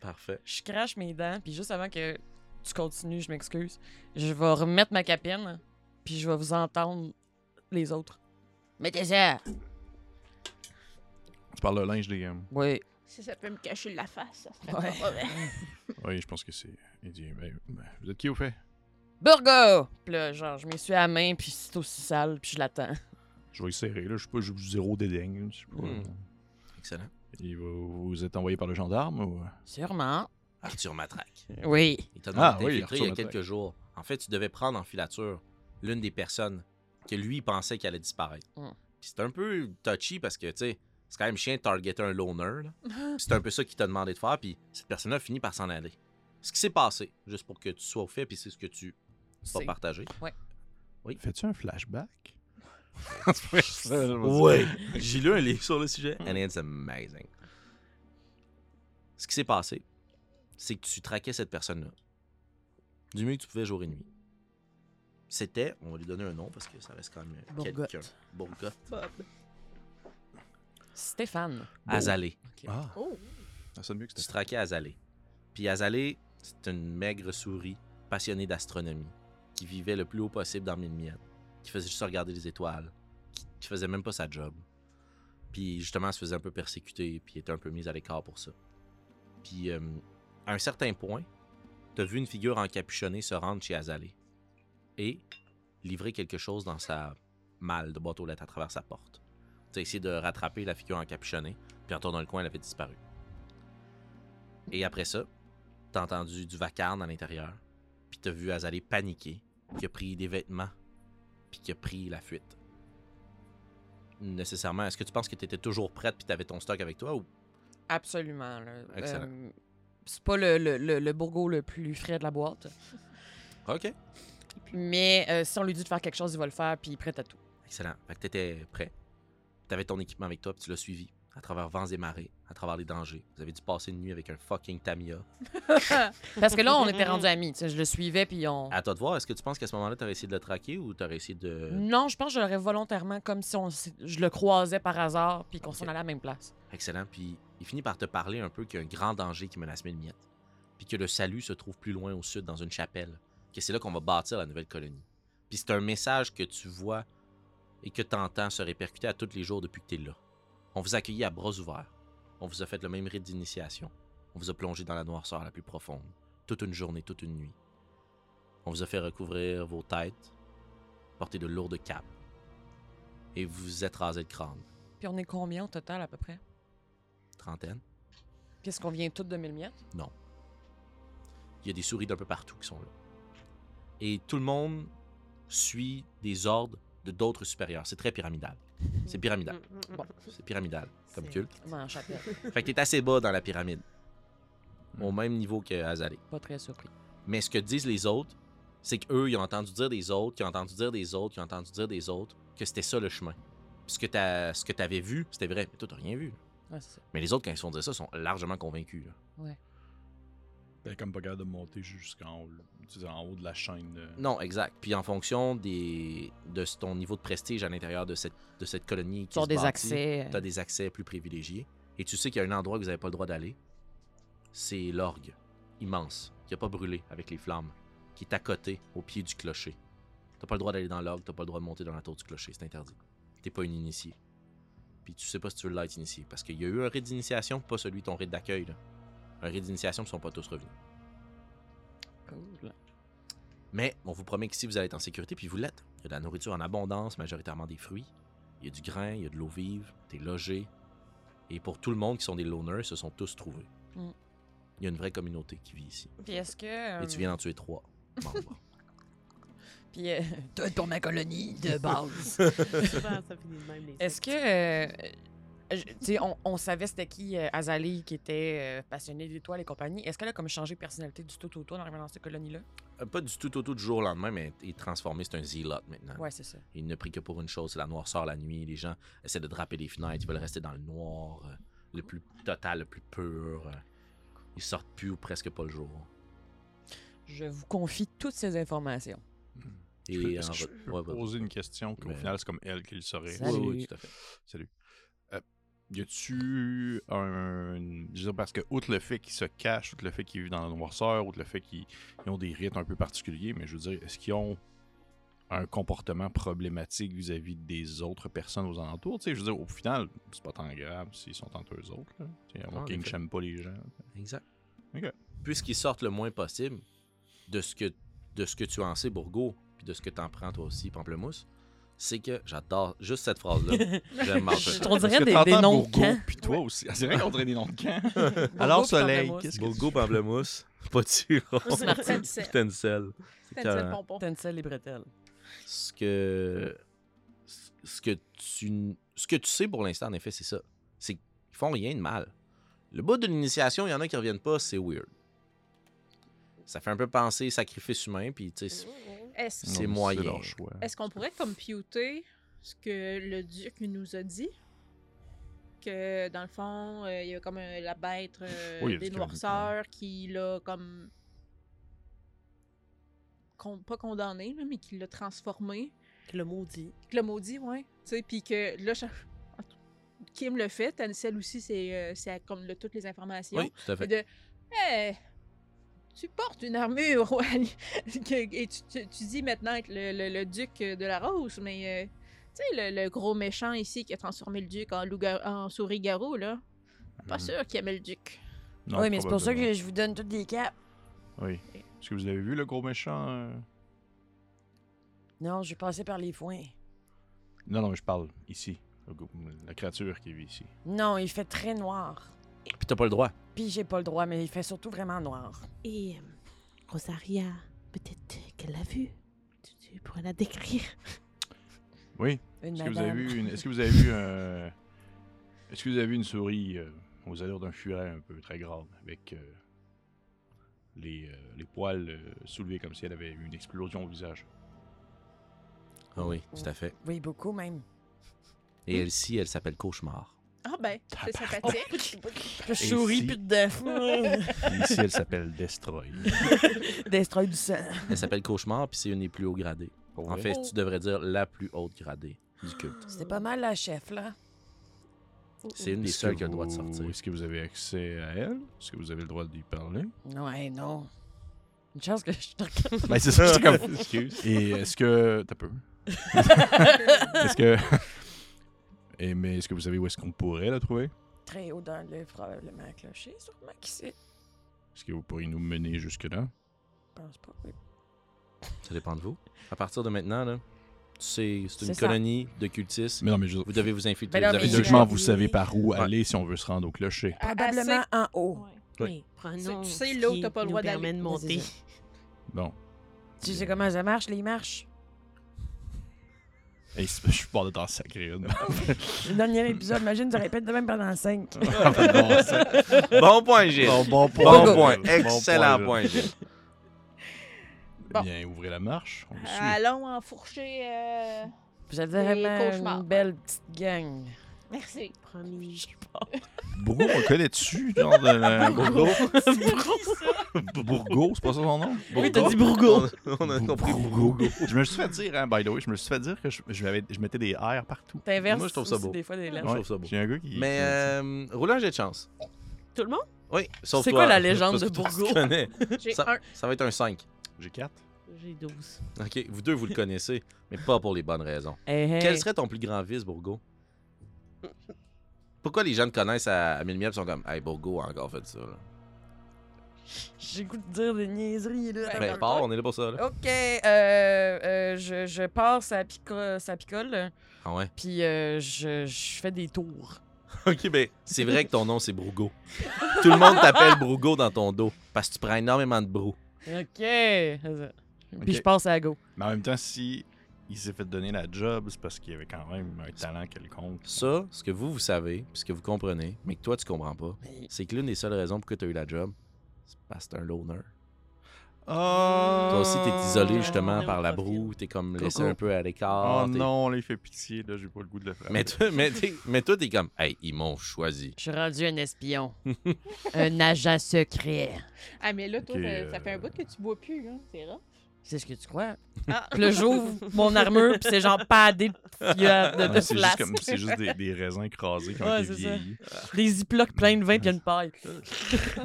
[SPEAKER 1] Parfait.
[SPEAKER 2] Je crache mes dents, puis juste avant que tu continues, je m'excuse. Je vais remettre ma capine, puis je vais vous entendre les autres.
[SPEAKER 6] Mettez ça.
[SPEAKER 5] Tu parles de linge des gammes.
[SPEAKER 2] Oui.
[SPEAKER 4] Si ça peut me cacher la face, ça serait
[SPEAKER 2] Ouais.
[SPEAKER 4] pas mauvais.
[SPEAKER 5] Oui, je pense que c'est. Il dit ben, ben, Vous êtes qui au fait
[SPEAKER 2] Bourgo! Puis là, genre, je m'essuie à la main, puis c'est aussi sale, puis je l'attends.
[SPEAKER 5] Je vais essayer, là. Je sais pas, j'ai zéro dédaigne. Je sais pas.
[SPEAKER 1] Hmm. Excellent.
[SPEAKER 5] Il va- vous êtes envoyé par le gendarme ou.
[SPEAKER 2] Sûrement.
[SPEAKER 1] Arthur Matraque.
[SPEAKER 2] Oui.
[SPEAKER 1] Il t'a demandé
[SPEAKER 5] Ah
[SPEAKER 1] de t'infiltrer
[SPEAKER 5] oui,
[SPEAKER 1] il y a
[SPEAKER 5] Arthur Matraque.
[SPEAKER 1] quelques jours. En fait, tu devais prendre en filature l'une des personnes que lui pensait qu'elle allait disparaître.
[SPEAKER 2] Mm.
[SPEAKER 1] Puis c'est un peu touchy parce que, tu sais, c'est quand même chien de targeter un loner. là. Puis c'est un peu ça qu'il t'a demandé de faire, puis cette personne-là finit par s'en aller. Ce qui s'est passé, juste pour que tu sois au fait, puis c'est ce que tu peux
[SPEAKER 2] C'est-
[SPEAKER 1] pas partager.
[SPEAKER 5] Fais-tu un flashback
[SPEAKER 1] Ouais, j'ai lu un livre sur le sujet. And it's amazing. Ce qui s'est passé, c'est que tu traquais cette personne-là. Du mieux que tu pouvais jour et nuit. C'était, on va lui donner un nom parce que ça reste quand même
[SPEAKER 2] Bourgotte.
[SPEAKER 1] quelqu'un. Bourgotte.
[SPEAKER 3] Bob.
[SPEAKER 2] Stéphane.
[SPEAKER 1] Azalée.
[SPEAKER 5] Ah,
[SPEAKER 4] Oh.
[SPEAKER 5] ça sonne mieux que
[SPEAKER 1] Tu
[SPEAKER 5] c'était.
[SPEAKER 1] traquais Azalée. Puis Azalée, c'est une maigre souris passionnée d'astronomie qui vivait le plus haut possible dans mille miettes, qui faisait juste regarder les étoiles, qui, qui faisait même pas sa job. Puis justement, elle se faisait un peu persécuter, puis était un peu mise à l'écart pour ça. Puis euh, à un certain point, t'as vu une figure encapuchonnée se rendre chez Azalée et livrer quelque chose dans sa malle de boîte aux lettres à travers sa porte. T'as essayé de rattraper la figure encapuchonnée, puis en tournant le coin, elle avait disparu. Et après ça, t'as entendu du vacarme à l'intérieur, puis t'as vu Azalée paniquer, qui a pris des vêtements, puis qui a pris la fuite. Nécessairement, est-ce que tu penses que t'étais toujours prête puis t'avais ton stock avec toi ou
[SPEAKER 2] Absolument. là.
[SPEAKER 1] Excellent.
[SPEAKER 2] Euh, c'est pas le, le, le, le bourgo le plus frais de la boîte.
[SPEAKER 1] Ok.
[SPEAKER 2] Mais euh, si on lui dit de faire quelque chose, il va le faire, puis il est prêt à tout.
[SPEAKER 1] Excellent. Fait que t'étais prêt. T'avais ton équipement avec toi, puis tu l'as suivi à travers vents et marées, à travers les dangers. Vous avez dû passer une nuit avec un fucking Tamiya.
[SPEAKER 2] Parce que là, on était rendus amis. tu sais, Je le suivais, puis on.
[SPEAKER 1] À toi de voir, est-ce que tu penses qu'à ce moment-là, t'aurais essayé de le traquer ou t'aurais essayé de.
[SPEAKER 2] Non, je pense que j'aurais volontairement, comme si on, s- je le croisais par hasard, puis qu'on s'en
[SPEAKER 1] Ok.
[SPEAKER 2] allait à la même place.
[SPEAKER 1] Excellent. Puis il finit par te parler un peu qu'il y a un grand danger qui menace mille miettes. Puis que le salut se trouve plus loin au sud, dans une chapelle. Que c'est là qu'on va bâtir la nouvelle colonie. Puis c'est un message que tu vois et que t'entends se répercuter à tous les jours depuis que t'es là. On vous a accueilli à bras ouverts. On vous a fait le même rite d'initiation. On vous a plongé dans la noirceur la plus profonde. Toute une journée, toute une nuit. On vous a fait recouvrir vos têtes, porter de lourdes capes. Et vous vous êtes rasé le crâne.
[SPEAKER 2] Puis on est combien au total, à peu près?
[SPEAKER 1] Trentaine.
[SPEAKER 2] Qu'est-ce qu'on vient toutes de mille miettes?
[SPEAKER 1] Il y a des souris d'un peu partout qui sont là. Et tout le monde suit des ordres de d'autres supérieurs. C'est très pyramidal. C'est pyramidal.
[SPEAKER 4] Mm,
[SPEAKER 3] Bon.
[SPEAKER 1] C'est pyramidal comme
[SPEAKER 3] C'est-
[SPEAKER 1] culte.
[SPEAKER 2] Moi, en chapelle.
[SPEAKER 1] Fait que t'es assez bas dans la pyramide. Au même niveau que Azalé.
[SPEAKER 2] Pas très surpris.
[SPEAKER 1] Mais ce que disent les autres, c'est qu'eux, ils ont entendu dire des autres, qui ont entendu dire des autres, qui ont entendu dire des autres, que c'était ça le chemin. Puis ce que t'as- ce que t'avais vu, c'était vrai. Mais toi, t'as rien vu. là.
[SPEAKER 2] Ouais, c'est ça.
[SPEAKER 1] Mais les autres, quand ils se font dire ça, sont largement convaincus. là.
[SPEAKER 5] T'es Ben, comme pas capable de monter jusqu'en haut, là. Tu sais, en haut de la chaîne. euh,
[SPEAKER 1] Non, exact. Puis en fonction des, de ton niveau de prestige à l'intérieur de cette, de cette colonie qui
[SPEAKER 2] Sur
[SPEAKER 1] se
[SPEAKER 2] des
[SPEAKER 1] bâtit,
[SPEAKER 2] accès. euh,
[SPEAKER 1] t'as des accès plus privilégiés. Et tu sais qu'il y a un endroit que vous n'avez pas le droit d'aller. C'est l'orgue, immense, qui n'a pas brûlé avec les flammes, qui est à côté, au pied du clocher. T'as pas le droit d'aller dans l'orgue, t'as pas le droit de monter dans la tour du clocher, c'est interdit. T'es pas une initiée. Puis tu sais pas si tu veux l'être initié, parce qu'il y a eu un rite d'initiation, pas celui de ton rite d'accueil. là. Un rite d'initiation, ils sont pas tous revenus.
[SPEAKER 2] Cool.
[SPEAKER 1] Mais on vous promet qu'ici, vous allez être en sécurité, puis vous l'êtes. Il y a de la nourriture en abondance, majoritairement des fruits. Il y a du grain, il y a de l'eau vive, t'es logé. Et pour tout le monde qui sont des loners, ils se sont tous trouvés.
[SPEAKER 2] Mm. Ah
[SPEAKER 1] Il y a une vraie communauté qui vit ici.
[SPEAKER 2] Puis est-ce que. euh,
[SPEAKER 1] Et tu viens d'en tuer trois membres.
[SPEAKER 2] Puis. euh,
[SPEAKER 6] Tout pour ma colonie de base.
[SPEAKER 3] Souvent, ça finit de même, les
[SPEAKER 2] Est-ce que. euh, je- tu sais, on, on savait c'était qui euh, Azali qui était euh, passionnée d'étoiles et compagnie. Est-ce qu'elle a comme changé de personnalité du tout au tout en arrivant dans cette colonie-là?
[SPEAKER 1] Euh, Pas du tout au tout du jour au lendemain, mais il est transformé, c'est un zealot
[SPEAKER 5] Ah.
[SPEAKER 1] maintenant.
[SPEAKER 2] Ouais, c'est ça.
[SPEAKER 1] Il ne prie que pour une chose, c'est la noirceur la nuit. Les gens essaient de draper les fenêtres, ils veulent rester dans le noir, euh, le plus total, le plus pur. euh. Ils sortent plus ou presque pas le jour.
[SPEAKER 2] Je vous confie toutes ces informations.
[SPEAKER 5] Je peux-
[SPEAKER 1] Et
[SPEAKER 5] Est-ce
[SPEAKER 1] en
[SPEAKER 5] que je
[SPEAKER 1] re-
[SPEAKER 5] peux
[SPEAKER 1] ouais, ouais, ouais.
[SPEAKER 5] poser une question qu'au
[SPEAKER 1] Mais-
[SPEAKER 5] final, c'est comme elle qui le saurait?
[SPEAKER 1] Oui,
[SPEAKER 2] Salut.
[SPEAKER 1] oui, tout à fait.
[SPEAKER 5] Salut. Euh, y a-tu un. Je veux dire, parce que, outre le fait qu'ils se cachent, outre le fait qu'ils vivent dans la noirceur, outre le fait qu'ils ils ont des rites un peu particuliers, mais je veux dire, est-ce qu'ils ont un comportement problématique vis-à-vis des autres personnes aux alentours? Tu sais, je veux dire, au final, c'est pas tant grave s'ils sont entre eux autres. Là. Tu sais, à
[SPEAKER 1] Ah,
[SPEAKER 5] moins
[SPEAKER 1] en
[SPEAKER 5] qu'ils ne
[SPEAKER 1] effet.
[SPEAKER 5] chiment pas les gens.
[SPEAKER 1] Exact.
[SPEAKER 5] Ok.
[SPEAKER 1] Puisqu'ils sortent le moins possible de ce que, de ce que tu en sais, Bourgo, puis de ce que t'en prends toi aussi, Pamplemousse, c'est que j'adore juste cette phrase-là. J'aime m'en faire.
[SPEAKER 2] On dirait
[SPEAKER 5] Parce que
[SPEAKER 2] des, des
[SPEAKER 5] t'entends
[SPEAKER 2] noms de
[SPEAKER 5] Bourgo,
[SPEAKER 2] camp.
[SPEAKER 5] Puis toi aussi. Ah, c'est vrai qu'on dirait des noms de camp.
[SPEAKER 1] Alors,
[SPEAKER 2] Bourgo, puis
[SPEAKER 5] Soleil,
[SPEAKER 2] Pamplemousse.
[SPEAKER 5] qu'est-ce que
[SPEAKER 1] Bourgo, Pamplemousse, pas tu.
[SPEAKER 4] C'est Martin Ducel.
[SPEAKER 1] Putain de sel.
[SPEAKER 4] C'était une seule
[SPEAKER 1] carrément.
[SPEAKER 4] pompon.
[SPEAKER 2] Tencel et Bretel.
[SPEAKER 1] ce que ce que tu ce que tu sais pour l'instant en effet c'est ça c'est qu'ils font rien de mal le bout de l'initiation il y en a qui reviennent pas c'est weird ça fait un peu penser sacrifice humain puis tu sais
[SPEAKER 4] Est-ce
[SPEAKER 1] C'est
[SPEAKER 5] Non,
[SPEAKER 1] moyen.
[SPEAKER 5] C'est leur choix.
[SPEAKER 4] Est-ce qu'on pourrait computer ce que le duc nous a dit? Que dans le fond, euh, il y a comme euh, la bête euh,
[SPEAKER 5] Oui, il y a
[SPEAKER 4] des
[SPEAKER 5] du calme,
[SPEAKER 4] noirceurs qui l'a comme. con- pas condamné, là, mais qui l'a transformé.
[SPEAKER 2] Le maudit.
[SPEAKER 4] Que le maudit, ouais. Tu sais, puis que là, cha- Kim le fait, Ansel aussi, c'est euh, c'est à- comme le- toutes les informations.
[SPEAKER 1] oui tout à
[SPEAKER 4] Et
[SPEAKER 1] fait
[SPEAKER 4] de. Hey, tu portes une armure, ouais. Que- Et tu, tu- tu dis maintenant que le, le- le duc de la Rose, mais. euh, tu sais, le, le gros méchant ici qui a transformé le duc en, loup-gar- en souris-garou, là. Pas sûr qu'il aimait le duc.
[SPEAKER 5] Non,
[SPEAKER 2] oui, mais c'est pour ça
[SPEAKER 5] probablement.
[SPEAKER 2] que je vous donne toutes des capes.
[SPEAKER 5] Oui. Est-ce que vous avez vu le gros méchant euh,
[SPEAKER 2] Non, je vais passer par les foins.
[SPEAKER 5] Non, non, mais je parle ici. Le gros- La créature qui vit ici.
[SPEAKER 2] Non, il fait très noir.
[SPEAKER 1] puis t'as pas le droit
[SPEAKER 2] Puis j'ai pas le droit, mais il fait surtout vraiment noir.
[SPEAKER 3] Et euh, Rosaria, peut-être qu'elle l'a vue. Tu, tu pourrais la décrire.
[SPEAKER 5] Oui.
[SPEAKER 2] Une
[SPEAKER 5] Est-ce que vous
[SPEAKER 2] madame.
[SPEAKER 5] avez vu une. Est-ce que vous avez vu un. Est-ce que vous avez vu une souris euh, aux allures d'un furet un peu très grande, avec euh, les, euh, les poils euh, soulevés comme si elle avait eu une explosion au visage.
[SPEAKER 1] ah oui tout à fait
[SPEAKER 2] Oui, beaucoup même.
[SPEAKER 1] Et elle-ci, elle s'appelle Cauchemar.
[SPEAKER 4] Ah ben, c'est sympathique.
[SPEAKER 2] Je souris,
[SPEAKER 5] si-
[SPEAKER 2] puis de
[SPEAKER 5] Ici, elle s'appelle Destroy.
[SPEAKER 2] Destroy du sang.
[SPEAKER 1] Elle s'appelle Cauchemar, puis c'est une des plus hauts gradées. En fait,
[SPEAKER 2] Oh.
[SPEAKER 1] tu devrais dire la plus haute gradée du culte.
[SPEAKER 2] C'était pas mal la chef, là.
[SPEAKER 1] C'est une des seules qui a le droit de sortir.
[SPEAKER 5] Est-ce que vous avez accès à elle? Est-ce que vous avez le droit d'y parler?
[SPEAKER 2] Ouais, non. Une chance que je te regarde.
[SPEAKER 5] Ben, c'est ça, c'est comme. Excuse. Et est-ce que. T'as peu. est-ce que. Et, mais est-ce que vous savez où est-ce qu'on pourrait la trouver?
[SPEAKER 2] Très haut dans le probablement clocher, sûrement qui sait.
[SPEAKER 5] Est-ce que vous pourriez nous mener jusque-là?
[SPEAKER 2] Je pense pas. oui.
[SPEAKER 1] Ça dépend de vous. À partir de maintenant, là, tu sais, c'est
[SPEAKER 2] C'est
[SPEAKER 1] une
[SPEAKER 2] ça.
[SPEAKER 1] colonie de cultistes.
[SPEAKER 5] Mais non, mais je.
[SPEAKER 1] Vous devez vous infiltrer.
[SPEAKER 2] Ben non,
[SPEAKER 1] vous avez
[SPEAKER 2] mais-
[SPEAKER 1] deux
[SPEAKER 2] je-
[SPEAKER 5] Logiquement,
[SPEAKER 1] choix.
[SPEAKER 5] vous savez par où aller si on veut se rendre au clocher.
[SPEAKER 4] À-
[SPEAKER 2] Probablement
[SPEAKER 4] assez-
[SPEAKER 2] en haut.
[SPEAKER 3] Oui, prenons
[SPEAKER 4] Tu sais,
[SPEAKER 3] ce
[SPEAKER 4] l'eau,
[SPEAKER 3] qui
[SPEAKER 4] t'as pas le
[SPEAKER 3] nous
[SPEAKER 4] droit
[SPEAKER 3] permet
[SPEAKER 4] d'aller.
[SPEAKER 3] de
[SPEAKER 2] Mais c'est
[SPEAKER 3] monter.
[SPEAKER 2] ça.
[SPEAKER 5] Bon.
[SPEAKER 2] Tu sais comment ça marche, les marches?
[SPEAKER 5] Hey, c'est- je suis pas de temps sacré. là.
[SPEAKER 2] Le dernier épisode, imagine, tu répètes de même pendant 5.
[SPEAKER 5] Bon, ben ça-
[SPEAKER 7] Bon point, Gilles.
[SPEAKER 5] bon, bon point.
[SPEAKER 7] Bon
[SPEAKER 5] Gilles.
[SPEAKER 7] point.
[SPEAKER 5] Bon
[SPEAKER 7] Excellent
[SPEAKER 5] Gilles.
[SPEAKER 7] point, Gilles.
[SPEAKER 4] Bon.
[SPEAKER 5] Bien, ouvrez la marche. On le suit.
[SPEAKER 4] Allons enfourcher. euh,
[SPEAKER 2] Vous êtes
[SPEAKER 4] Des
[SPEAKER 2] vraiment
[SPEAKER 4] cauchemars.
[SPEAKER 2] une belle petite gang.
[SPEAKER 4] Merci.
[SPEAKER 3] Promis.
[SPEAKER 5] Bourgo, on le connaît-tu? Genre de la- Bourgo? Bourgo, c'est pas ça son nom?
[SPEAKER 7] Oui,
[SPEAKER 2] t'as dit
[SPEAKER 7] Bourgo. On a compris Bourgo.
[SPEAKER 5] Je me suis fait dire, hein, by the way, je me suis fait dire que je, je m'avais- je mettais des R partout.
[SPEAKER 2] T'inverses.
[SPEAKER 1] Moi, je trouve ça
[SPEAKER 2] aussi
[SPEAKER 1] beau.
[SPEAKER 2] Des fois, des lettres.
[SPEAKER 1] Je trouve ça beau.
[SPEAKER 5] J'ai un gars qui.
[SPEAKER 1] Mais euh, roule un jet de chance.
[SPEAKER 3] Tout le monde?
[SPEAKER 1] Oui, sauf
[SPEAKER 2] C'est
[SPEAKER 1] toi,
[SPEAKER 2] quoi la légende
[SPEAKER 1] parce
[SPEAKER 2] de
[SPEAKER 1] que toi, tu
[SPEAKER 2] Bourgo?
[SPEAKER 1] connais.
[SPEAKER 4] J'ai
[SPEAKER 1] Ça,
[SPEAKER 4] un.
[SPEAKER 1] ça va être un 5.
[SPEAKER 5] J'ai 4.
[SPEAKER 3] J'ai 12.
[SPEAKER 1] OK, vous deux, vous le connaissez, mais pas pour les bonnes raisons.
[SPEAKER 2] Hey, hey.
[SPEAKER 1] Quel serait ton plus grand vice, Bourgo? Pourquoi les gens te connaissent à, à mille miels et sont comme « Hey, Bourgo a encore fait ça. là.
[SPEAKER 2] J'ai le goût de dire des niaiseries, là.
[SPEAKER 1] Ben, part, on est là pour ça. Là.
[SPEAKER 2] Ok, euh, euh, je, je passe à picole, ça picole
[SPEAKER 1] Ah ouais?
[SPEAKER 2] puis euh, je, je fais des tours.
[SPEAKER 1] OK, ben, c'est vrai que ton nom, c'est Bourgo. Tout le monde t'appelle Bourgo dans ton dos parce que tu prends énormément de brou.
[SPEAKER 2] Ok. Puis
[SPEAKER 5] Ok.
[SPEAKER 2] je passe à go.
[SPEAKER 5] Mais en même temps, si il s'est fait donner la job, c'est parce qu'il avait quand même un talent quelconque.
[SPEAKER 1] Ça, ce que vous, vous savez, puis ce que vous comprenez, mais que toi, tu comprends pas, c'est que l'une des seules raisons pour que tu as eu la job, c'est parce que t'es un loner.
[SPEAKER 5] Oh!
[SPEAKER 1] Toi aussi, t'es isolé justement
[SPEAKER 3] Ah,
[SPEAKER 1] par la
[SPEAKER 3] profil.
[SPEAKER 1] broue, t'es comme
[SPEAKER 5] Coco.
[SPEAKER 1] laissé un peu à
[SPEAKER 5] Oh
[SPEAKER 1] l'écart. t'es-
[SPEAKER 5] non, là, il fait pitié, là, j'ai pas le goût de le faire.
[SPEAKER 1] Mais toi, mais t'es- mais toi, t'es comme, hey, ils m'ont choisi.
[SPEAKER 2] Je suis rendu un espion. un agent secret.
[SPEAKER 4] Ah, mais là, toi,
[SPEAKER 5] Ok,
[SPEAKER 4] ça- ça,
[SPEAKER 5] euh,
[SPEAKER 4] fait un bout que tu bois plus, là. C'est rare.
[SPEAKER 2] C'est ce que tu crois?
[SPEAKER 4] Ah.
[SPEAKER 2] Puis là, j'ouvre mon armure, puis c'est genre padé de, de, de,
[SPEAKER 5] Ah, c'est juste
[SPEAKER 2] flasques.
[SPEAKER 5] comme c'est juste des, des raisins écrasés qui ont
[SPEAKER 2] Ouais,
[SPEAKER 5] été
[SPEAKER 2] c'est ça.
[SPEAKER 5] vieillis.
[SPEAKER 2] Des ziplocs pleins de vin, puis une
[SPEAKER 5] Ah,
[SPEAKER 2] paille.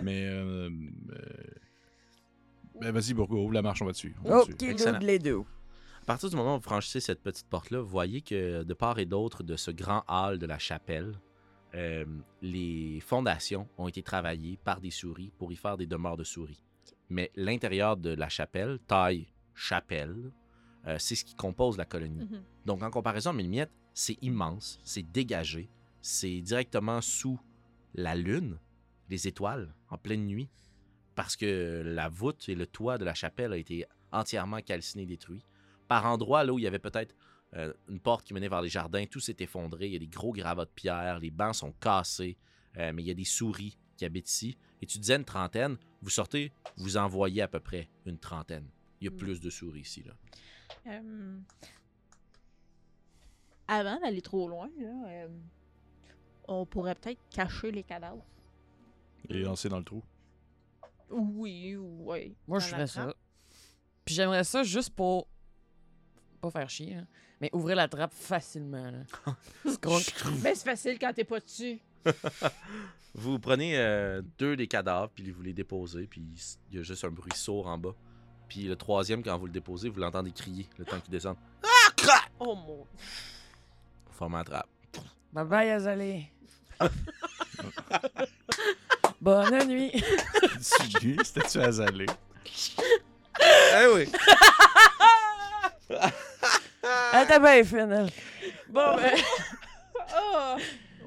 [SPEAKER 5] Mais euh, euh, ben, vas-y Bourgo, ouvre la marche, on va dessus. On va
[SPEAKER 2] Ok,
[SPEAKER 5] dessus.
[SPEAKER 1] Excellent.
[SPEAKER 2] de les deux.
[SPEAKER 1] À partir du moment où vous franchissez cette petite porte-là, vous voyez que de part et d'autre de ce grand hall de la chapelle, euh, les fondations ont été travaillées par des souris pour y faire des demeures de souris. Mais l'intérieur de la chapelle, taille chapelle, euh, c'est ce qui compose la colonie.
[SPEAKER 4] Mhm.
[SPEAKER 1] Donc, en comparaison à Mille Miettes, c'est immense, c'est dégagé, c'est directement sous la lune, les étoiles, en pleine nuit, parce que la voûte et le toit de la chapelle a été entièrement calciné, détruit. Par endroits, là où il y avait peut-être euh, une porte qui menait vers les jardins, tout s'est effondré, il y a des gros gravats de pierre, les bancs sont cassés, euh, mais il y a des souris qui habitent ici. Et tu disais une trentaine, vous sortez, vous envoyez à peu près une trentaine. Il y a
[SPEAKER 4] Mm.
[SPEAKER 1] plus de souris ici, là.
[SPEAKER 4] Euh, Avant d'aller trop loin, là, euh, on pourrait peut-être cacher les cadavres.
[SPEAKER 5] Et lancer dans le trou.
[SPEAKER 4] Oui, oui.
[SPEAKER 2] Moi,
[SPEAKER 4] Dans
[SPEAKER 2] je
[SPEAKER 4] la
[SPEAKER 2] ferais
[SPEAKER 4] trappe.
[SPEAKER 2] ça. Puis j'aimerais ça juste pour. Pas faire chier, hein, mais ouvrir la trappe facilement. Là. Scrunch.
[SPEAKER 4] Mais c'est facile quand t'es pas dessus.
[SPEAKER 1] Vous prenez euh, deux des cadavres, puis vous les déposez, puis il y a juste un bruit sourd en bas. Puis le troisième, quand vous le déposez, vous l'entendez crier le temps qu'il descende. Ah, crac!
[SPEAKER 3] Oh mon.
[SPEAKER 1] Vous formez la trappe.
[SPEAKER 2] Bye bye, Azalée. Bonne nuit.
[SPEAKER 5] C'était-tu lui? C'était-tu Azalé?
[SPEAKER 1] Eh oui!
[SPEAKER 2] Elle était bien fine, elle.
[SPEAKER 4] Bon, ben.
[SPEAKER 2] euh,
[SPEAKER 4] oh!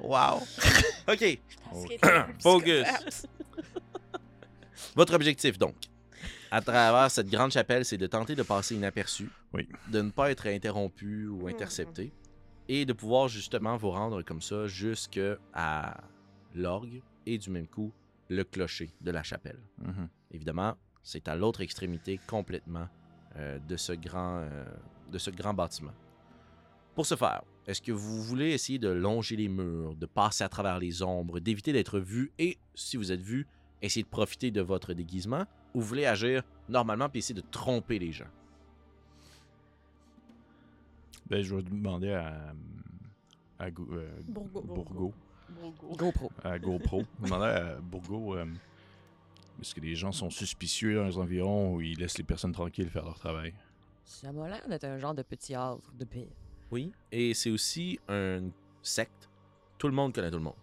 [SPEAKER 1] Wow! OK,
[SPEAKER 4] Parce qu'il
[SPEAKER 5] Oh.
[SPEAKER 4] était un peu
[SPEAKER 1] Focus.
[SPEAKER 4] psychopathe.
[SPEAKER 1] votre objectif donc, à travers cette grande chapelle, c'est de tenter de passer inaperçu,
[SPEAKER 5] Oui.
[SPEAKER 1] de ne pas être interrompu ou intercepté, et de pouvoir justement vous rendre comme ça jusqu'à l'orgue et du même coup le clocher de la chapelle.
[SPEAKER 5] Mhm.
[SPEAKER 1] Évidemment, c'est à l'autre extrémité complètement euh, de, ce grand, euh, de ce grand bâtiment. Pour ce faire, est-ce que vous voulez essayer de longer les murs, de passer à travers les ombres, d'éviter d'être vu et, si vous êtes vu, essayer de profiter de votre déguisement ou vous voulez agir normalement puis essayer de tromper les gens?
[SPEAKER 5] Ben, je vais demander à. à Go- euh,
[SPEAKER 4] Bourgo.
[SPEAKER 5] Bourgo.
[SPEAKER 2] GoPro.
[SPEAKER 5] à GoPro. Je demandais à Bourgo euh, est-ce que les gens sont suspicieux dans les environs où ils laissent les personnes tranquilles faire leur travail
[SPEAKER 2] Ça m'a l'air d'être un genre de petit havre de paix.
[SPEAKER 1] Oui. Et c'est aussi une secte. Tout le monde connaît tout le monde.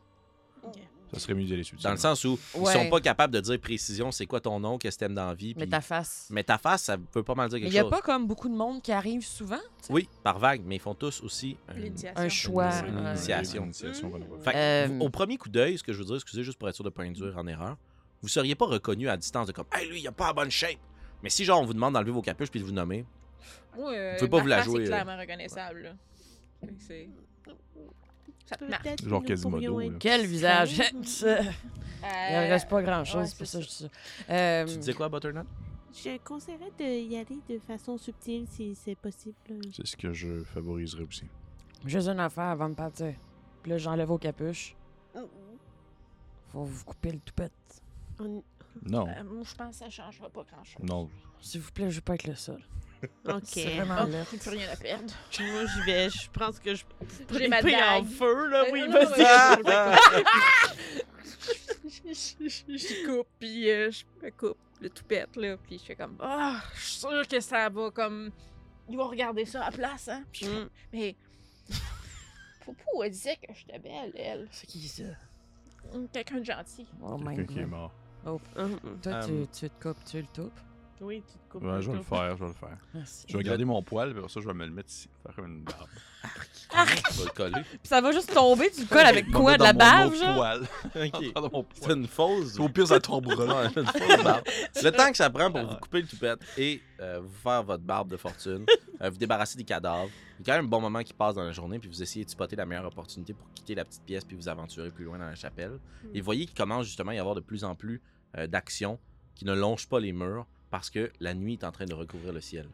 [SPEAKER 5] Ça serait mieux de hein. les suivre.
[SPEAKER 1] Dans le sens où ils
[SPEAKER 2] Ouais.
[SPEAKER 1] sont pas capables de dire précision c'est quoi ton nom, qu'est-ce que t'aimes dans la vie.
[SPEAKER 2] Mais
[SPEAKER 1] puis-
[SPEAKER 2] ta face.
[SPEAKER 1] mais ta face, ça peut pas mal dire
[SPEAKER 2] Mais
[SPEAKER 1] quelque
[SPEAKER 2] il n'y a
[SPEAKER 1] chose.
[SPEAKER 2] pas comme beaucoup de monde qui arrive souvent.
[SPEAKER 1] Oui, par vague, mais ils font tous aussi une-
[SPEAKER 4] L'initiation.
[SPEAKER 2] Un choix.
[SPEAKER 1] c'est une
[SPEAKER 2] euh,
[SPEAKER 1] initiation.
[SPEAKER 5] Initiation, voilà.
[SPEAKER 1] Fait que,
[SPEAKER 2] Euh,
[SPEAKER 1] vous- au premier coup d'œil, ce que je veux dire, excusez, juste pour être sûr de ne pas induire en erreur, vous seriez pas reconnu à distance de comme Hey, lui, il a pas la bonne shape. Mais si, genre, on vous demande d'enlever vos capuches puis de vous nommer,
[SPEAKER 4] Moi, euh,
[SPEAKER 1] Vous pouvez pas
[SPEAKER 4] ma
[SPEAKER 1] vous la
[SPEAKER 4] face
[SPEAKER 1] jouer,
[SPEAKER 4] est
[SPEAKER 1] là.
[SPEAKER 4] clairement reconnaissable. là. Fait que c'est- Ça te marque.
[SPEAKER 3] Peut-être
[SPEAKER 5] Genre
[SPEAKER 3] que nous pourrions
[SPEAKER 5] Quasimodo,
[SPEAKER 3] être
[SPEAKER 5] là.
[SPEAKER 2] Quel visage! Il ne
[SPEAKER 4] Euh,
[SPEAKER 2] reste pas grand-chose,
[SPEAKER 4] ouais,
[SPEAKER 2] c'est pour ça
[SPEAKER 4] c'est
[SPEAKER 2] que je dis ça. Euh,
[SPEAKER 1] tu disais quoi, Butternut
[SPEAKER 3] Je conseillerais d'y aller de façon subtile si c'est possible.
[SPEAKER 5] C'est ce que je favoriserais aussi.
[SPEAKER 2] Juste une affaire avant de partir. Puis là, j'enlève vos capuches. Faut vous couper le toupette.
[SPEAKER 3] On-
[SPEAKER 5] Non.
[SPEAKER 2] Ah,
[SPEAKER 4] euh, moi, je pense que ça changera pas grand-chose.
[SPEAKER 5] Non.
[SPEAKER 2] S'il vous plaît, je veux pas être le seul.
[SPEAKER 3] Ok.
[SPEAKER 2] C'est vraiment
[SPEAKER 4] Oh,
[SPEAKER 2] alerte.
[SPEAKER 4] j'ai plus rien à perdre.
[SPEAKER 3] Moi, je vais, je pense que je
[SPEAKER 4] J'ai ma
[SPEAKER 3] Prépé en
[SPEAKER 4] dague.
[SPEAKER 3] feu, là,
[SPEAKER 4] Euh,
[SPEAKER 3] oui,
[SPEAKER 4] non,
[SPEAKER 3] vas-y.
[SPEAKER 4] non, mais- Je je coupe, puis euh, je me coupe le toupette, là, puis je fais comme, ah, je suis sûre que ça va comme. Ils vont regarder ça à place, hein. Puis je fais,
[SPEAKER 3] Mm.
[SPEAKER 4] mais. Poupou, elle disait que j'étais belle, elle.
[SPEAKER 2] C'est qui ça?
[SPEAKER 4] Hum, Quelqu'un de gentil.
[SPEAKER 2] Oh my
[SPEAKER 5] Quelqu'un qui est
[SPEAKER 2] god.
[SPEAKER 5] mort.
[SPEAKER 3] Hum, hum.
[SPEAKER 2] Toi,
[SPEAKER 1] Euh,
[SPEAKER 2] tu, tu te coupes, tu le toupes.
[SPEAKER 3] Oui, tu te coupes.
[SPEAKER 5] Ouais,
[SPEAKER 3] le
[SPEAKER 5] je vais le
[SPEAKER 3] tour.
[SPEAKER 5] faire, je vais le faire.
[SPEAKER 2] Merci.
[SPEAKER 5] Je vais garder mon poil, puis après ça, je vais me le mettre ici. Faire comme une barbe.
[SPEAKER 1] Tu vas le coller.
[SPEAKER 2] Puis ça va juste tomber, tu le colles avec
[SPEAKER 5] Je vais
[SPEAKER 2] quoi? De
[SPEAKER 5] mettre
[SPEAKER 2] la
[SPEAKER 5] dans mon
[SPEAKER 2] bave,
[SPEAKER 5] autre
[SPEAKER 2] genre?
[SPEAKER 5] poil.
[SPEAKER 1] ok.
[SPEAKER 5] Dans mon
[SPEAKER 1] C'est
[SPEAKER 5] poil.
[SPEAKER 1] une fausse.
[SPEAKER 5] Au pire, ça tombera.
[SPEAKER 1] Ouais, une fausse barbe. Le temps que ça prend
[SPEAKER 5] Euh.
[SPEAKER 1] pour vous couper le toupette et euh, vous faire votre barbe de fortune, euh, vous débarrasser des cadavres, il y a quand même un bon moment qui passe dans la journée, puis vous essayez de spotter la meilleure opportunité pour quitter la petite pièce puis vous aventurer plus loin dans la chapelle. Et vous voyez qu'il commence justement à y avoir de plus en plus euh, d'actions qui ne longent pas les murs parce que la nuit est en train de recouvrir le ciel.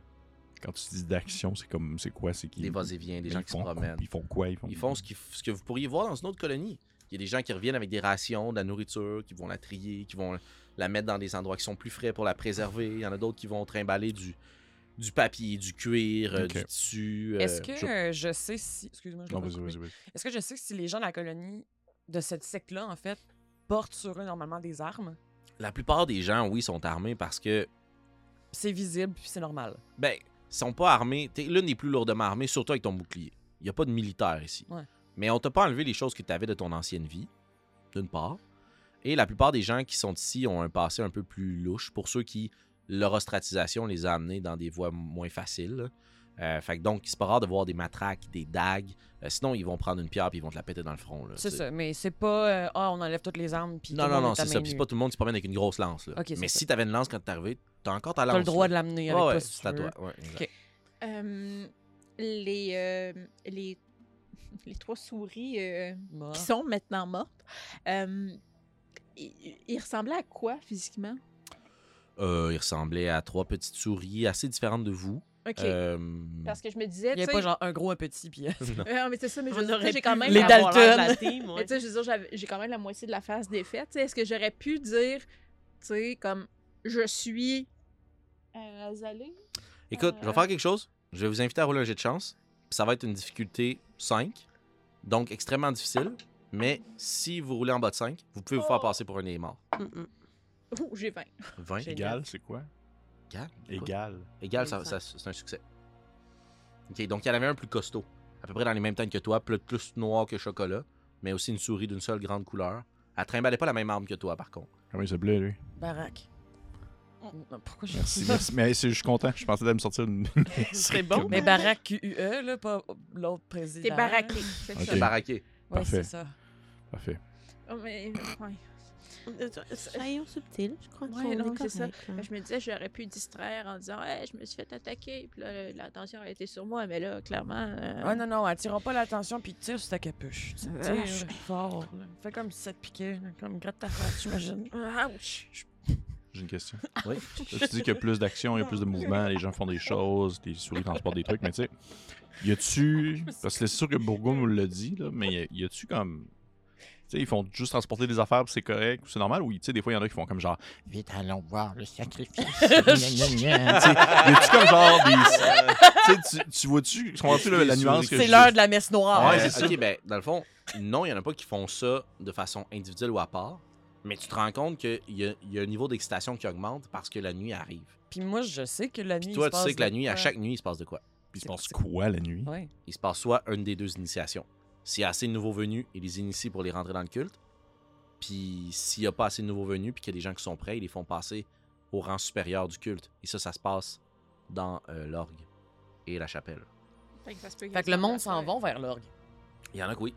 [SPEAKER 5] Quand tu dis d'action, c'est comme. C'est quoi C'est qui
[SPEAKER 1] Des vas-et-vient, des
[SPEAKER 5] Ils
[SPEAKER 1] gens qui se
[SPEAKER 5] font-
[SPEAKER 1] promènent.
[SPEAKER 5] Ils font quoi Ils font,
[SPEAKER 1] Ils font ce, qu'ils- ce que vous pourriez voir dans une autre colonie. Il y a des gens qui reviennent avec des rations, de la nourriture, qui vont la trier, qui vont la mettre dans des endroits qui sont plus frais pour la préserver. Il y en a d'autres qui vont trimballer du, du papier, du cuir, euh,
[SPEAKER 5] Ok.
[SPEAKER 1] du tissu. euh,
[SPEAKER 2] Est-ce que
[SPEAKER 1] je-
[SPEAKER 2] euh, je sais si. Excuse-moi, je l'ai
[SPEAKER 5] Non,
[SPEAKER 2] pas
[SPEAKER 5] vas-y,
[SPEAKER 2] coupé.
[SPEAKER 5] vas-y, vas-y.
[SPEAKER 2] Est-ce que je sais si les gens de la colonie de cette secte-là, en fait, portent sur eux normalement des armes?
[SPEAKER 1] La plupart des gens, oui, sont armés parce que,
[SPEAKER 2] C'est visible, puis c'est normal.
[SPEAKER 1] ben, ils sont pas armés. T'es l'une des plus lourdement armées, surtout avec ton bouclier. Il n'y a pas de militaire ici.
[SPEAKER 2] Ouais.
[SPEAKER 1] Mais on t'a pas enlevé les choses que tu avais de ton ancienne vie, d'une part. Et la plupart des gens qui sont ici ont un passé un peu plus louche. Pour ceux qui, leur ostratisation les a amenés dans des voies moins faciles. là. Euh, fait que donc, c'est pas rare de voir des matraques, des dagues. Euh, sinon, ils vont prendre une pierre puis ils vont te la péter dans le front. là,
[SPEAKER 2] C'est
[SPEAKER 1] tu sais.
[SPEAKER 2] ça, mais c'est pas. euh, Ah, on enlève toutes les armes, puis.
[SPEAKER 1] Non,
[SPEAKER 2] tout le
[SPEAKER 1] non,
[SPEAKER 2] monde
[SPEAKER 1] non,
[SPEAKER 2] est à
[SPEAKER 1] c'est
[SPEAKER 2] main
[SPEAKER 1] ça. Puis c'est
[SPEAKER 2] nue.
[SPEAKER 1] pas tout le monde qui se promène avec une grosse lance. là.
[SPEAKER 2] Ok, c'est
[SPEAKER 1] Mais
[SPEAKER 2] ça.
[SPEAKER 1] si t'avais une lance quand t'es arrivé, t'as encore ta lance.
[SPEAKER 2] T'as le droit
[SPEAKER 1] là.
[SPEAKER 2] de l'amener
[SPEAKER 1] Ouais,
[SPEAKER 2] avec
[SPEAKER 1] ouais,
[SPEAKER 2] toi si
[SPEAKER 1] c'est
[SPEAKER 2] tu
[SPEAKER 1] à
[SPEAKER 2] veux.
[SPEAKER 1] toi. ouais, exact.
[SPEAKER 2] Ok.
[SPEAKER 4] Euh, les, euh, les, les trois souris euh,
[SPEAKER 2] Moi.
[SPEAKER 4] qui sont maintenant mortes, euh, ils, ils ressemblaient à quoi physiquement?
[SPEAKER 1] Euh, il ressemblait à trois petites souris assez différentes de vous.
[SPEAKER 4] Ok.
[SPEAKER 1] Euh,
[SPEAKER 4] Parce que je me disais,
[SPEAKER 2] Il y
[SPEAKER 4] tu
[SPEAKER 2] avait
[SPEAKER 4] sais.
[SPEAKER 2] pas genre un gros, un petit, puis. euh,
[SPEAKER 4] Ouais, non, mais c'est ça, mais je
[SPEAKER 3] On
[SPEAKER 4] veux dire,
[SPEAKER 3] aurait
[SPEAKER 4] j'ai
[SPEAKER 3] pu
[SPEAKER 4] quand même
[SPEAKER 2] les
[SPEAKER 4] la-
[SPEAKER 2] Dalton.
[SPEAKER 3] avoir l'air de la team, ouais.
[SPEAKER 4] Mais tu sais, je veux dire, j'avais- j'ai quand même la moitié de la face défaite. tu sais. Est-ce que j'aurais pu dire, tu sais, comme je suis euh, Azalée?
[SPEAKER 1] Écoute,
[SPEAKER 4] euh,
[SPEAKER 1] je vais faire quelque chose. Je vais vous inviter à rouler un jet de chance. Puis Ça va être une difficulté 5. Donc extrêmement difficile. Mais si vous roulez en bas de 5, vous pouvez
[SPEAKER 4] Oh!
[SPEAKER 1] vous faire passer pour un des morts.
[SPEAKER 3] Hum, hum.
[SPEAKER 4] Ouh, j'ai 20.
[SPEAKER 1] 20.
[SPEAKER 3] Génial.
[SPEAKER 5] Égal, c'est quoi
[SPEAKER 1] Égal.
[SPEAKER 5] Égal.
[SPEAKER 1] Égal, ça, ça- c'est un succès. Ok, donc il y en avait un plus costaud. À peu près dans les mêmes teintes que toi, plus, plus noir que chocolat. Mais aussi une souris d'une seule grande couleur. Elle trimballait pas la même arme que toi, par contre.
[SPEAKER 5] Comment il s'appelait, lui
[SPEAKER 2] Baraque.
[SPEAKER 4] Oh.
[SPEAKER 2] Non, Pourquoi je
[SPEAKER 5] Merci, merci. Mais hey, c'est- je suis content. Je pensais de me sortir une.
[SPEAKER 3] C'est bon.
[SPEAKER 2] Mais Baraque QUE, E, là, pas l'autre président.
[SPEAKER 4] T'es baraqué. c'est
[SPEAKER 5] Ok.
[SPEAKER 4] ça.
[SPEAKER 1] C'est baraqué.
[SPEAKER 2] Ouais,
[SPEAKER 5] Parfait.
[SPEAKER 2] c'est ça.
[SPEAKER 5] Parfait.
[SPEAKER 4] Oh, mais, ouais.
[SPEAKER 3] Soyons subtils, je crois
[SPEAKER 4] Ouais,
[SPEAKER 3] qu'on
[SPEAKER 4] non,
[SPEAKER 3] est
[SPEAKER 4] c'est ça.
[SPEAKER 3] correct. hein.
[SPEAKER 4] Ben, Je me disais, j'aurais pu distraire en disant, hey, je me suis fait attaquer. Puis là, l'attention a été sur moi, mais là, clairement. euh,
[SPEAKER 2] Ah non, non, attirons pas l'attention, puis tire sur ta capuche. Tu
[SPEAKER 4] Ah,
[SPEAKER 2] Tire fort. là. Fais comme si ça te piquait, là, comme gratte ta face, j'imagine.
[SPEAKER 4] ouch.
[SPEAKER 5] J'ai une question.
[SPEAKER 1] Oui.
[SPEAKER 5] Là, tu dis qu'il y a plus d'action, il y a plus de mouvement, les gens font des choses, les souris transportent des trucs, mais tu sais, Y a-tu.
[SPEAKER 2] me suis
[SPEAKER 5] Parce que c'est sûr que Bourgogne nous l'a dit, là, mais y a- y a-tu comme. Tu sais, ils font juste transporter des affaires, puis c'est correct, ou c'est normal, ou tu sais, des fois, il y en a qui font comme genre.
[SPEAKER 6] Vite, allons voir le sacrifice. Gna, gna, gna.
[SPEAKER 5] Tu sais, y a-tu comme genre des. tu sais, tu- tu vois-tu. Tu comprends-tu là, la
[SPEAKER 7] Des
[SPEAKER 5] nuance
[SPEAKER 7] souris.
[SPEAKER 5] que
[SPEAKER 2] C'est
[SPEAKER 5] je-
[SPEAKER 2] l'heure de la messe noire.
[SPEAKER 5] Ouais,
[SPEAKER 1] Euh,
[SPEAKER 5] c'est ça.
[SPEAKER 1] Ok, ben, dans le fond, non, il n'y en a pas qui font ça de façon individuelle ou à part, mais tu te rends compte qu'il y, a- il y a un niveau d'excitation qui augmente parce que la nuit arrive.
[SPEAKER 2] Puis moi, je sais que la nuit.
[SPEAKER 1] Puis
[SPEAKER 2] il
[SPEAKER 1] toi,
[SPEAKER 2] se
[SPEAKER 1] tu
[SPEAKER 2] passe
[SPEAKER 1] sais que la
[SPEAKER 2] de
[SPEAKER 1] nuit, à
[SPEAKER 2] quoi.
[SPEAKER 1] chaque nuit, il se passe de quoi
[SPEAKER 5] Puis il se passe quoi la nuit?
[SPEAKER 2] Ouais.
[SPEAKER 1] Il se passe soit une des deux initiations. S'il y a assez de nouveaux venus, il les initie pour les rentrer dans le culte. Puis s'il n'y a pas assez de nouveaux venus, puis qu'il y a des gens qui sont prêts, ils les font passer au rang supérieur du culte. Et ça, ça se passe dans euh, l'orgue et la chapelle.
[SPEAKER 4] Fait que, ça se peut
[SPEAKER 2] Fait que le monde s'en va vers l'orgue.
[SPEAKER 1] Il y en a que oui.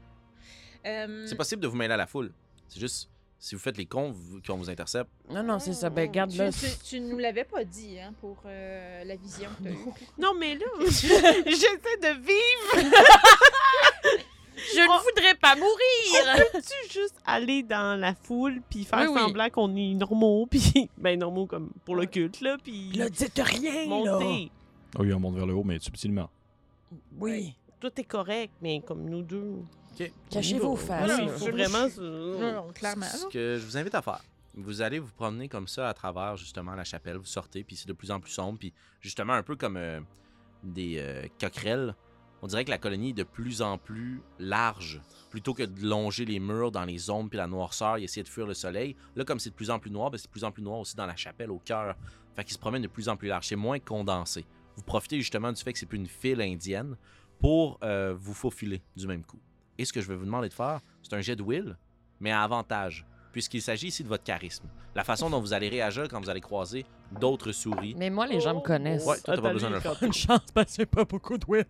[SPEAKER 4] Euh,
[SPEAKER 1] C'est possible de vous mêler à la foule. C'est juste, si vous faites les cons, vous- qu'on vous intercepte.
[SPEAKER 2] Non, non, c'est ça. Ben, garde
[SPEAKER 4] tu,
[SPEAKER 2] là.
[SPEAKER 4] oh, tu- tu nous l'avais pas dit hein, pour euh, la vision que t'as eue.
[SPEAKER 3] Non, mais là, j'essaie de vivre.
[SPEAKER 2] Je ne voudrais pas mourir.
[SPEAKER 3] Peux-tu juste aller dans la foule puis faire
[SPEAKER 2] Oui, oui.
[SPEAKER 3] semblant qu'on est normaux, puis ben normaux comme pour le culte là, puis
[SPEAKER 2] Là, dites rien, là.
[SPEAKER 3] monter.
[SPEAKER 5] Oh, oui, on monte vers le haut, mais subtilement.
[SPEAKER 2] Oui.
[SPEAKER 3] Tout est correct, mais comme nous deux.
[SPEAKER 2] Cachez vos
[SPEAKER 3] Voilà,
[SPEAKER 2] faces.
[SPEAKER 3] il
[SPEAKER 2] là.
[SPEAKER 3] faut vraiment. se-
[SPEAKER 4] Non, clairement.
[SPEAKER 1] Ce que je vous invite à faire, vous allez vous promener comme ça à travers justement la chapelle, vous sortez, puis c'est de plus en plus sombre, puis justement un peu comme euh, des euh, coquerelles, on dirait que la colonie est de plus en plus large. Plutôt que de longer les murs dans les ombres puis la noirceur et essayer de fuir le soleil, là comme c'est de plus en plus noir, ben, c'est de plus en plus noir aussi dans la chapelle au cœur. Fait qu'ils se promènent de plus en plus large, c'est moins condensé. Vous profitez justement du fait que c'est plus une file indienne pour euh, vous faufiler du même coup. Et ce que je vais vous demander de faire, c'est un jet de will, mais à avantage, puisqu'il s'agit ici de votre charisme. La façon dont vous allez réagir quand vous allez croiser d'autres souris.
[SPEAKER 2] Mais moi, les gens me connaissent.
[SPEAKER 1] Oh, Ouais, toi, t'as pas besoin de le
[SPEAKER 3] Attends,
[SPEAKER 2] Une chance, parce que j'ai pas beaucoup de will.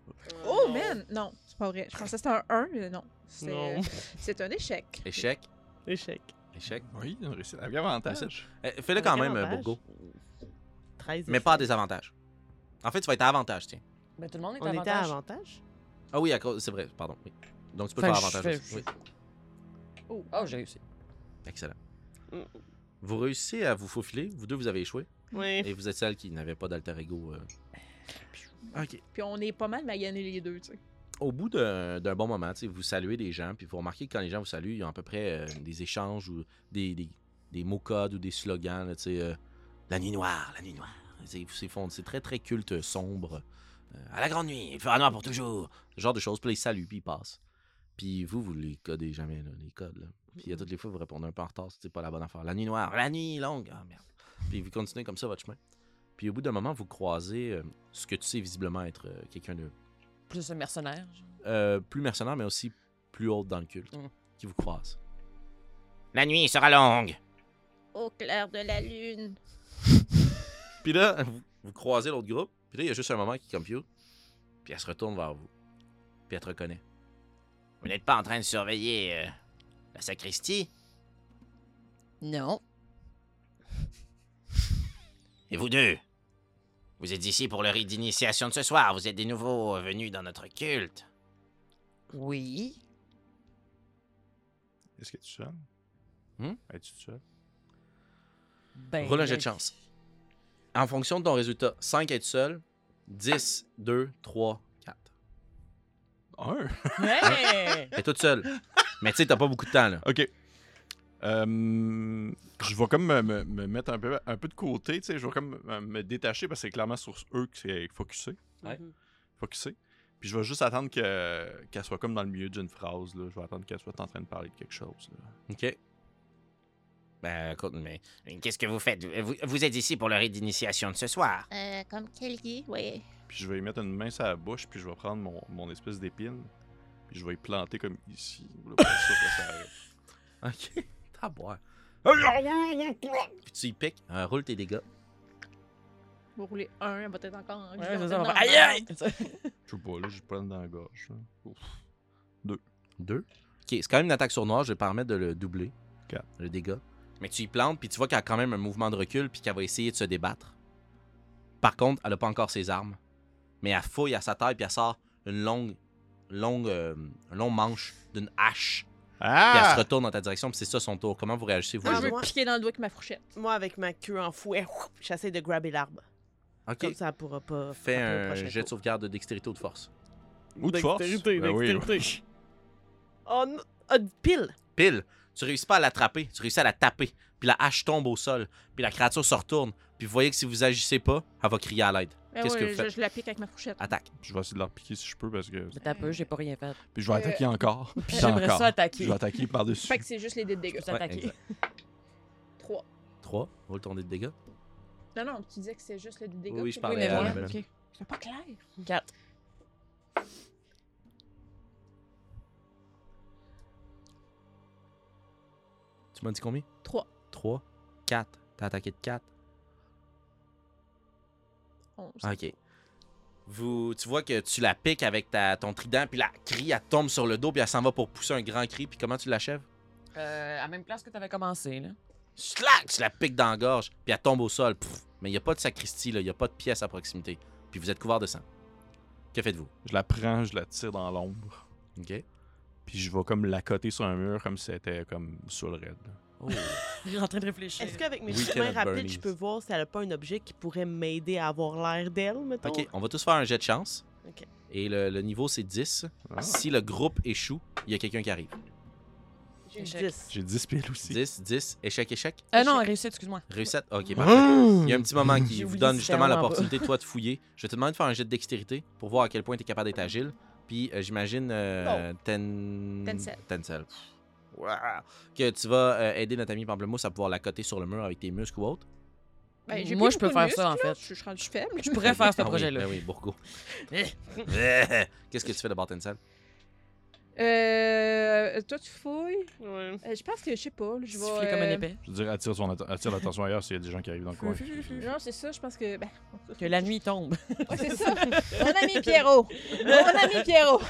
[SPEAKER 4] Oh man! Non, c'est pas vrai. Je pensais que c'était un 1, mais non. C'est- euh,
[SPEAKER 3] Non.
[SPEAKER 4] C'est un échec.
[SPEAKER 1] Échec,
[SPEAKER 3] Échec.
[SPEAKER 1] échec.
[SPEAKER 5] Oui, on réussit. Avec avantage.
[SPEAKER 1] Euh, Fais-le quand
[SPEAKER 3] Avec
[SPEAKER 1] même,
[SPEAKER 3] avantage.
[SPEAKER 1] Bourgo,
[SPEAKER 3] 13
[SPEAKER 1] mais
[SPEAKER 3] échecs.
[SPEAKER 1] pas à désavantage. En fait, tu vas être à avantage, tiens.
[SPEAKER 2] Mais Ben, tout le monde est
[SPEAKER 3] On était à
[SPEAKER 2] avantage.
[SPEAKER 3] avantage.
[SPEAKER 1] Ah oui, à cause- c'est vrai, pardon. oui. Donc tu peux
[SPEAKER 2] Enfin,
[SPEAKER 1] faire
[SPEAKER 2] je
[SPEAKER 1] avantage
[SPEAKER 2] fais-
[SPEAKER 1] aussi. Oui.
[SPEAKER 4] Oh.
[SPEAKER 2] Oh, j'ai réussi.
[SPEAKER 1] Excellent.
[SPEAKER 3] Mm.
[SPEAKER 1] Vous réussissez à vous faufiler, vous deux vous avez échoué,
[SPEAKER 3] Oui.
[SPEAKER 1] et vous êtes celle qui n'avait pas d'alter ego. euh. Ok.
[SPEAKER 4] Puis on est pas mal maganés les deux, tu sais.
[SPEAKER 1] au bout d'un d'un bon moment, tu sais, vous saluez des gens, puis vous remarquez que quand les gens vous saluent, ils ont à peu près euh, des échanges ou des, des- des mots codes ou des slogans, là, tu sais, euh, la nuit noire, la nuit noire. C'est c'est fond- c'est très, très culte, euh, sombre. Euh, à la grande nuit, il fera noir pour toujours. Ce genre de choses. Puis là, ils saluent, puis ils passent. Puis vous, vous les codez jamais, là, les codes. là. Puis à toutes les fois, vous répondez un peu en retard, c'est pas la bonne affaire. La nuit noire, la nuit longue. Ah, merde. Puis vous continuez comme ça votre chemin. Puis au bout d'un moment, vous croisez euh, ce que tu sais visiblement être euh, quelqu'un de
[SPEAKER 2] Plus un mercenaire.
[SPEAKER 1] euh, plus mercenaires, mais aussi plus hautes dans le culte,
[SPEAKER 2] Mm.
[SPEAKER 1] qui vous croisent.
[SPEAKER 6] La nuit sera longue.
[SPEAKER 4] Au clair de la lune.
[SPEAKER 1] Puis là, vous, vous croisez l'autre groupe, puis là, il y a juste un moment qui compute, puis elle se retourne vers vous, puis elle te reconnaît.
[SPEAKER 6] Vous n'êtes pas en train de surveiller euh, la sacristie
[SPEAKER 2] Non.
[SPEAKER 6] Et vous deux Vous êtes ici pour le rite d'initiation de ce soir. Vous êtes des nouveaux euh, venus dans notre culte.
[SPEAKER 2] Oui.
[SPEAKER 5] Est-ce que tu sonnes?
[SPEAKER 1] Hmm?
[SPEAKER 5] Es-tu seul?
[SPEAKER 2] Ben.
[SPEAKER 1] Roule un jet de chance. En fonction de ton résultat, 5 être seul, 10, 2, 3, 4.
[SPEAKER 5] Un.
[SPEAKER 2] Hey!
[SPEAKER 1] T'es toute seule. Mais tu sais, t'as pas beaucoup de temps, là.
[SPEAKER 5] Ok. Euh, je vais comme me, me- me mettre un peu, un peu de côté, tu sais. Je vais comme me, me détacher parce que c'est clairement sur eux que c'est focusé.
[SPEAKER 1] Ouais.
[SPEAKER 3] Mhm.
[SPEAKER 5] focusé. Puis je vais juste attendre que- qu'elle soit comme dans le milieu d'une phrase. Là. Je vais attendre qu'elle soit en train de parler de quelque chose. là.
[SPEAKER 1] OK.
[SPEAKER 6] Ben, écoute, mais qu'est-ce que vous faites vous, vous êtes ici pour le rite d'initiation de ce soir.
[SPEAKER 4] Euh, comme Kelly, ouais.
[SPEAKER 5] Puis je vais y mettre une main sur la bouche, puis je vais prendre mon, mon espèce d'épine. Puis je vais y planter comme ici. là, pour être sûr que ça arrête.
[SPEAKER 1] OK. T'as boire. Puis tu y piques, euh, roule tes dégâts.
[SPEAKER 4] Vous roulez un, elle va être encore en vie.
[SPEAKER 2] Ouais, c'est
[SPEAKER 4] Elle
[SPEAKER 2] ça, on
[SPEAKER 4] va
[SPEAKER 2] va
[SPEAKER 4] être
[SPEAKER 2] faire- Aïe, aïe!
[SPEAKER 5] je sais pas, là, je prends dans la gorge. là. Ouf.
[SPEAKER 1] 2. OK, c'est quand même une attaque sournoise, je vais permettre de le doubler.
[SPEAKER 5] Quatre.
[SPEAKER 1] Le dégât. Mais tu y plantes, puis tu vois qu'elle a quand même un mouvement de recul, puis qu'elle va essayer de se débattre. Par contre, elle a pas encore ses armes. Mais elle fouille à sa taille, puis elle sort une longue, longue, euh, un long manche d'une hache. Puis elle se
[SPEAKER 5] Ah!
[SPEAKER 1] retourne dans ta direction, puis c'est ça son tour. Comment vous réagissez,
[SPEAKER 3] Ah,
[SPEAKER 1] vous
[SPEAKER 4] Moi,
[SPEAKER 1] les
[SPEAKER 4] je
[SPEAKER 1] deux?
[SPEAKER 4] veux piquer dans le doigt avec ma fourchette.
[SPEAKER 3] Moi, avec ma queue en fouet, whoop, j'essaie de grabber l'arbre.
[SPEAKER 1] Ok.
[SPEAKER 3] Comme ça, elle pourra pas.
[SPEAKER 1] Fais
[SPEAKER 3] frapper au
[SPEAKER 1] un
[SPEAKER 3] prochain
[SPEAKER 1] jet de
[SPEAKER 3] tour.
[SPEAKER 1] sauvegarde de dextérité ou de force.
[SPEAKER 5] Ou de force.
[SPEAKER 7] Dextérité,
[SPEAKER 5] Ben oui,
[SPEAKER 7] dextérité.
[SPEAKER 2] Oh, non. Ah, pile!
[SPEAKER 1] Pile, tu réussis pas à l'attraper, tu réussis à la taper. Puis la hache tombe au sol, puis la créature se retourne. Puis vous voyez que si vous agissez pas, elle va crier à l'aide.
[SPEAKER 4] Ben
[SPEAKER 1] Qu'est-ce
[SPEAKER 4] ouais,
[SPEAKER 1] que vous
[SPEAKER 4] je-
[SPEAKER 1] faites?
[SPEAKER 4] Je la pique avec ma fourchette.
[SPEAKER 1] Attaque.
[SPEAKER 5] Je vais essayer de leur piquer si je peux parce que.
[SPEAKER 2] T'as peu, j'ai pas rien fait.
[SPEAKER 5] Puis je vais
[SPEAKER 4] Euh,
[SPEAKER 5] attaquer encore. Puis
[SPEAKER 2] J'aimerais
[SPEAKER 5] encore.
[SPEAKER 2] ça attaquer.
[SPEAKER 5] Je vais attaquer par-dessus.
[SPEAKER 4] Fait que c'est juste les dés de dégâts.
[SPEAKER 2] Je vous attaquer.
[SPEAKER 1] exact.
[SPEAKER 4] 3.
[SPEAKER 1] 3, roule ton dé de dégâts.
[SPEAKER 4] Non, non, tu disais que c'est juste les dés de dégâts.
[SPEAKER 1] Oui, oui, je
[SPEAKER 4] Ok.
[SPEAKER 1] parlais
[SPEAKER 2] mais
[SPEAKER 1] à
[SPEAKER 2] voilà,
[SPEAKER 1] la madame.
[SPEAKER 4] Ok. C'est pas clair.
[SPEAKER 2] 4.
[SPEAKER 1] Tu m'as dit combien
[SPEAKER 4] 3.
[SPEAKER 1] 3, 4. T'as attaqué de 4.
[SPEAKER 4] 11.
[SPEAKER 1] Ok. Vous, tu vois que tu la piques avec ta, ton trident, puis la crie, elle tombe sur le dos, puis elle s'en va pour pousser un grand cri, puis comment tu l'achèves?
[SPEAKER 2] Euh, à même place que t'avais commencé, là.
[SPEAKER 1] Slack! Tu la piques dans la gorge, puis elle tombe au sol. Pff, mais il n'y a pas de sacristie, là, il n'y a pas de pièce à proximité. Puis vous êtes couvert de sang. Que faites-vous?
[SPEAKER 5] Je la prends, je la tire dans l'ombre.
[SPEAKER 1] Ok.
[SPEAKER 5] Puis je vais comme la coter sur un mur comme si c'était comme sur le raid. là.
[SPEAKER 2] Il est en train de réfléchir.
[SPEAKER 3] Est-ce qu'avec mes
[SPEAKER 1] Weekend
[SPEAKER 3] chemins
[SPEAKER 1] at
[SPEAKER 3] rapides,
[SPEAKER 1] Bernie's.
[SPEAKER 3] je peux voir si elle a pas un objet qui pourrait m'aider à avoir l'air d'elle, mettons?
[SPEAKER 1] Ok, on va tous faire un jet de chance.
[SPEAKER 3] Oh. Ok.
[SPEAKER 1] Et le, le niveau, c'est 10.
[SPEAKER 5] Ah.
[SPEAKER 1] Si le groupe échoue, il y a quelqu'un qui arrive.
[SPEAKER 3] J'ai
[SPEAKER 2] Échec.
[SPEAKER 3] 10.
[SPEAKER 5] J'ai 10 piles aussi.
[SPEAKER 1] 10, 10, échec, échec.
[SPEAKER 2] Euh, non, réussite, excuse-moi.
[SPEAKER 1] Réussite.
[SPEAKER 6] Ah.
[SPEAKER 1] Ok, parfait. Il y a
[SPEAKER 7] Mmh.
[SPEAKER 1] un petit moment
[SPEAKER 2] J'ai
[SPEAKER 1] qui vous
[SPEAKER 2] oublié
[SPEAKER 1] donne
[SPEAKER 2] si
[SPEAKER 1] justement
[SPEAKER 2] j'étais en bas.
[SPEAKER 1] l'opportunité, toi, de fouiller. Je vais te demander de faire un jet de dextérité pour voir à quel point tu es capable d'être agile. Puis euh, j'imagine. Euh, ten...
[SPEAKER 4] Tencel.
[SPEAKER 1] Tencel. Ouah. Que tu vas euh, aider notre ami Pamplemousse à pouvoir la coter sur le mur avec tes muscles ou autre.
[SPEAKER 4] Ben, j'ai
[SPEAKER 2] Moi,
[SPEAKER 4] plus
[SPEAKER 2] je peux
[SPEAKER 4] beaucoup de
[SPEAKER 2] faire ça, en
[SPEAKER 4] muscles, là.
[SPEAKER 2] fait.
[SPEAKER 4] Je, je suis rendu faible.
[SPEAKER 2] Je pourrais faire ce
[SPEAKER 1] Ah oui,
[SPEAKER 2] projet-là.
[SPEAKER 1] ben oui, Bourgo. Qu'est-ce que tu fais d'abord, Tencel
[SPEAKER 4] Euh, toi, tu fouilles.
[SPEAKER 3] Ouais.
[SPEAKER 4] Euh, je pense que, je sais pas, là, je vais...
[SPEAKER 2] Siffler comme un
[SPEAKER 4] euh,
[SPEAKER 2] épée.
[SPEAKER 5] Je veux dire, attire, son atten- attire l'attention ailleurs s'il y a des gens qui arrivent dans le coin.
[SPEAKER 4] Non, c'est ça, je pense que... Ben,
[SPEAKER 2] Que la nuit tombe.
[SPEAKER 4] ouais, c'est ça. Mon ami Pierrot. Mon ami Pierrot.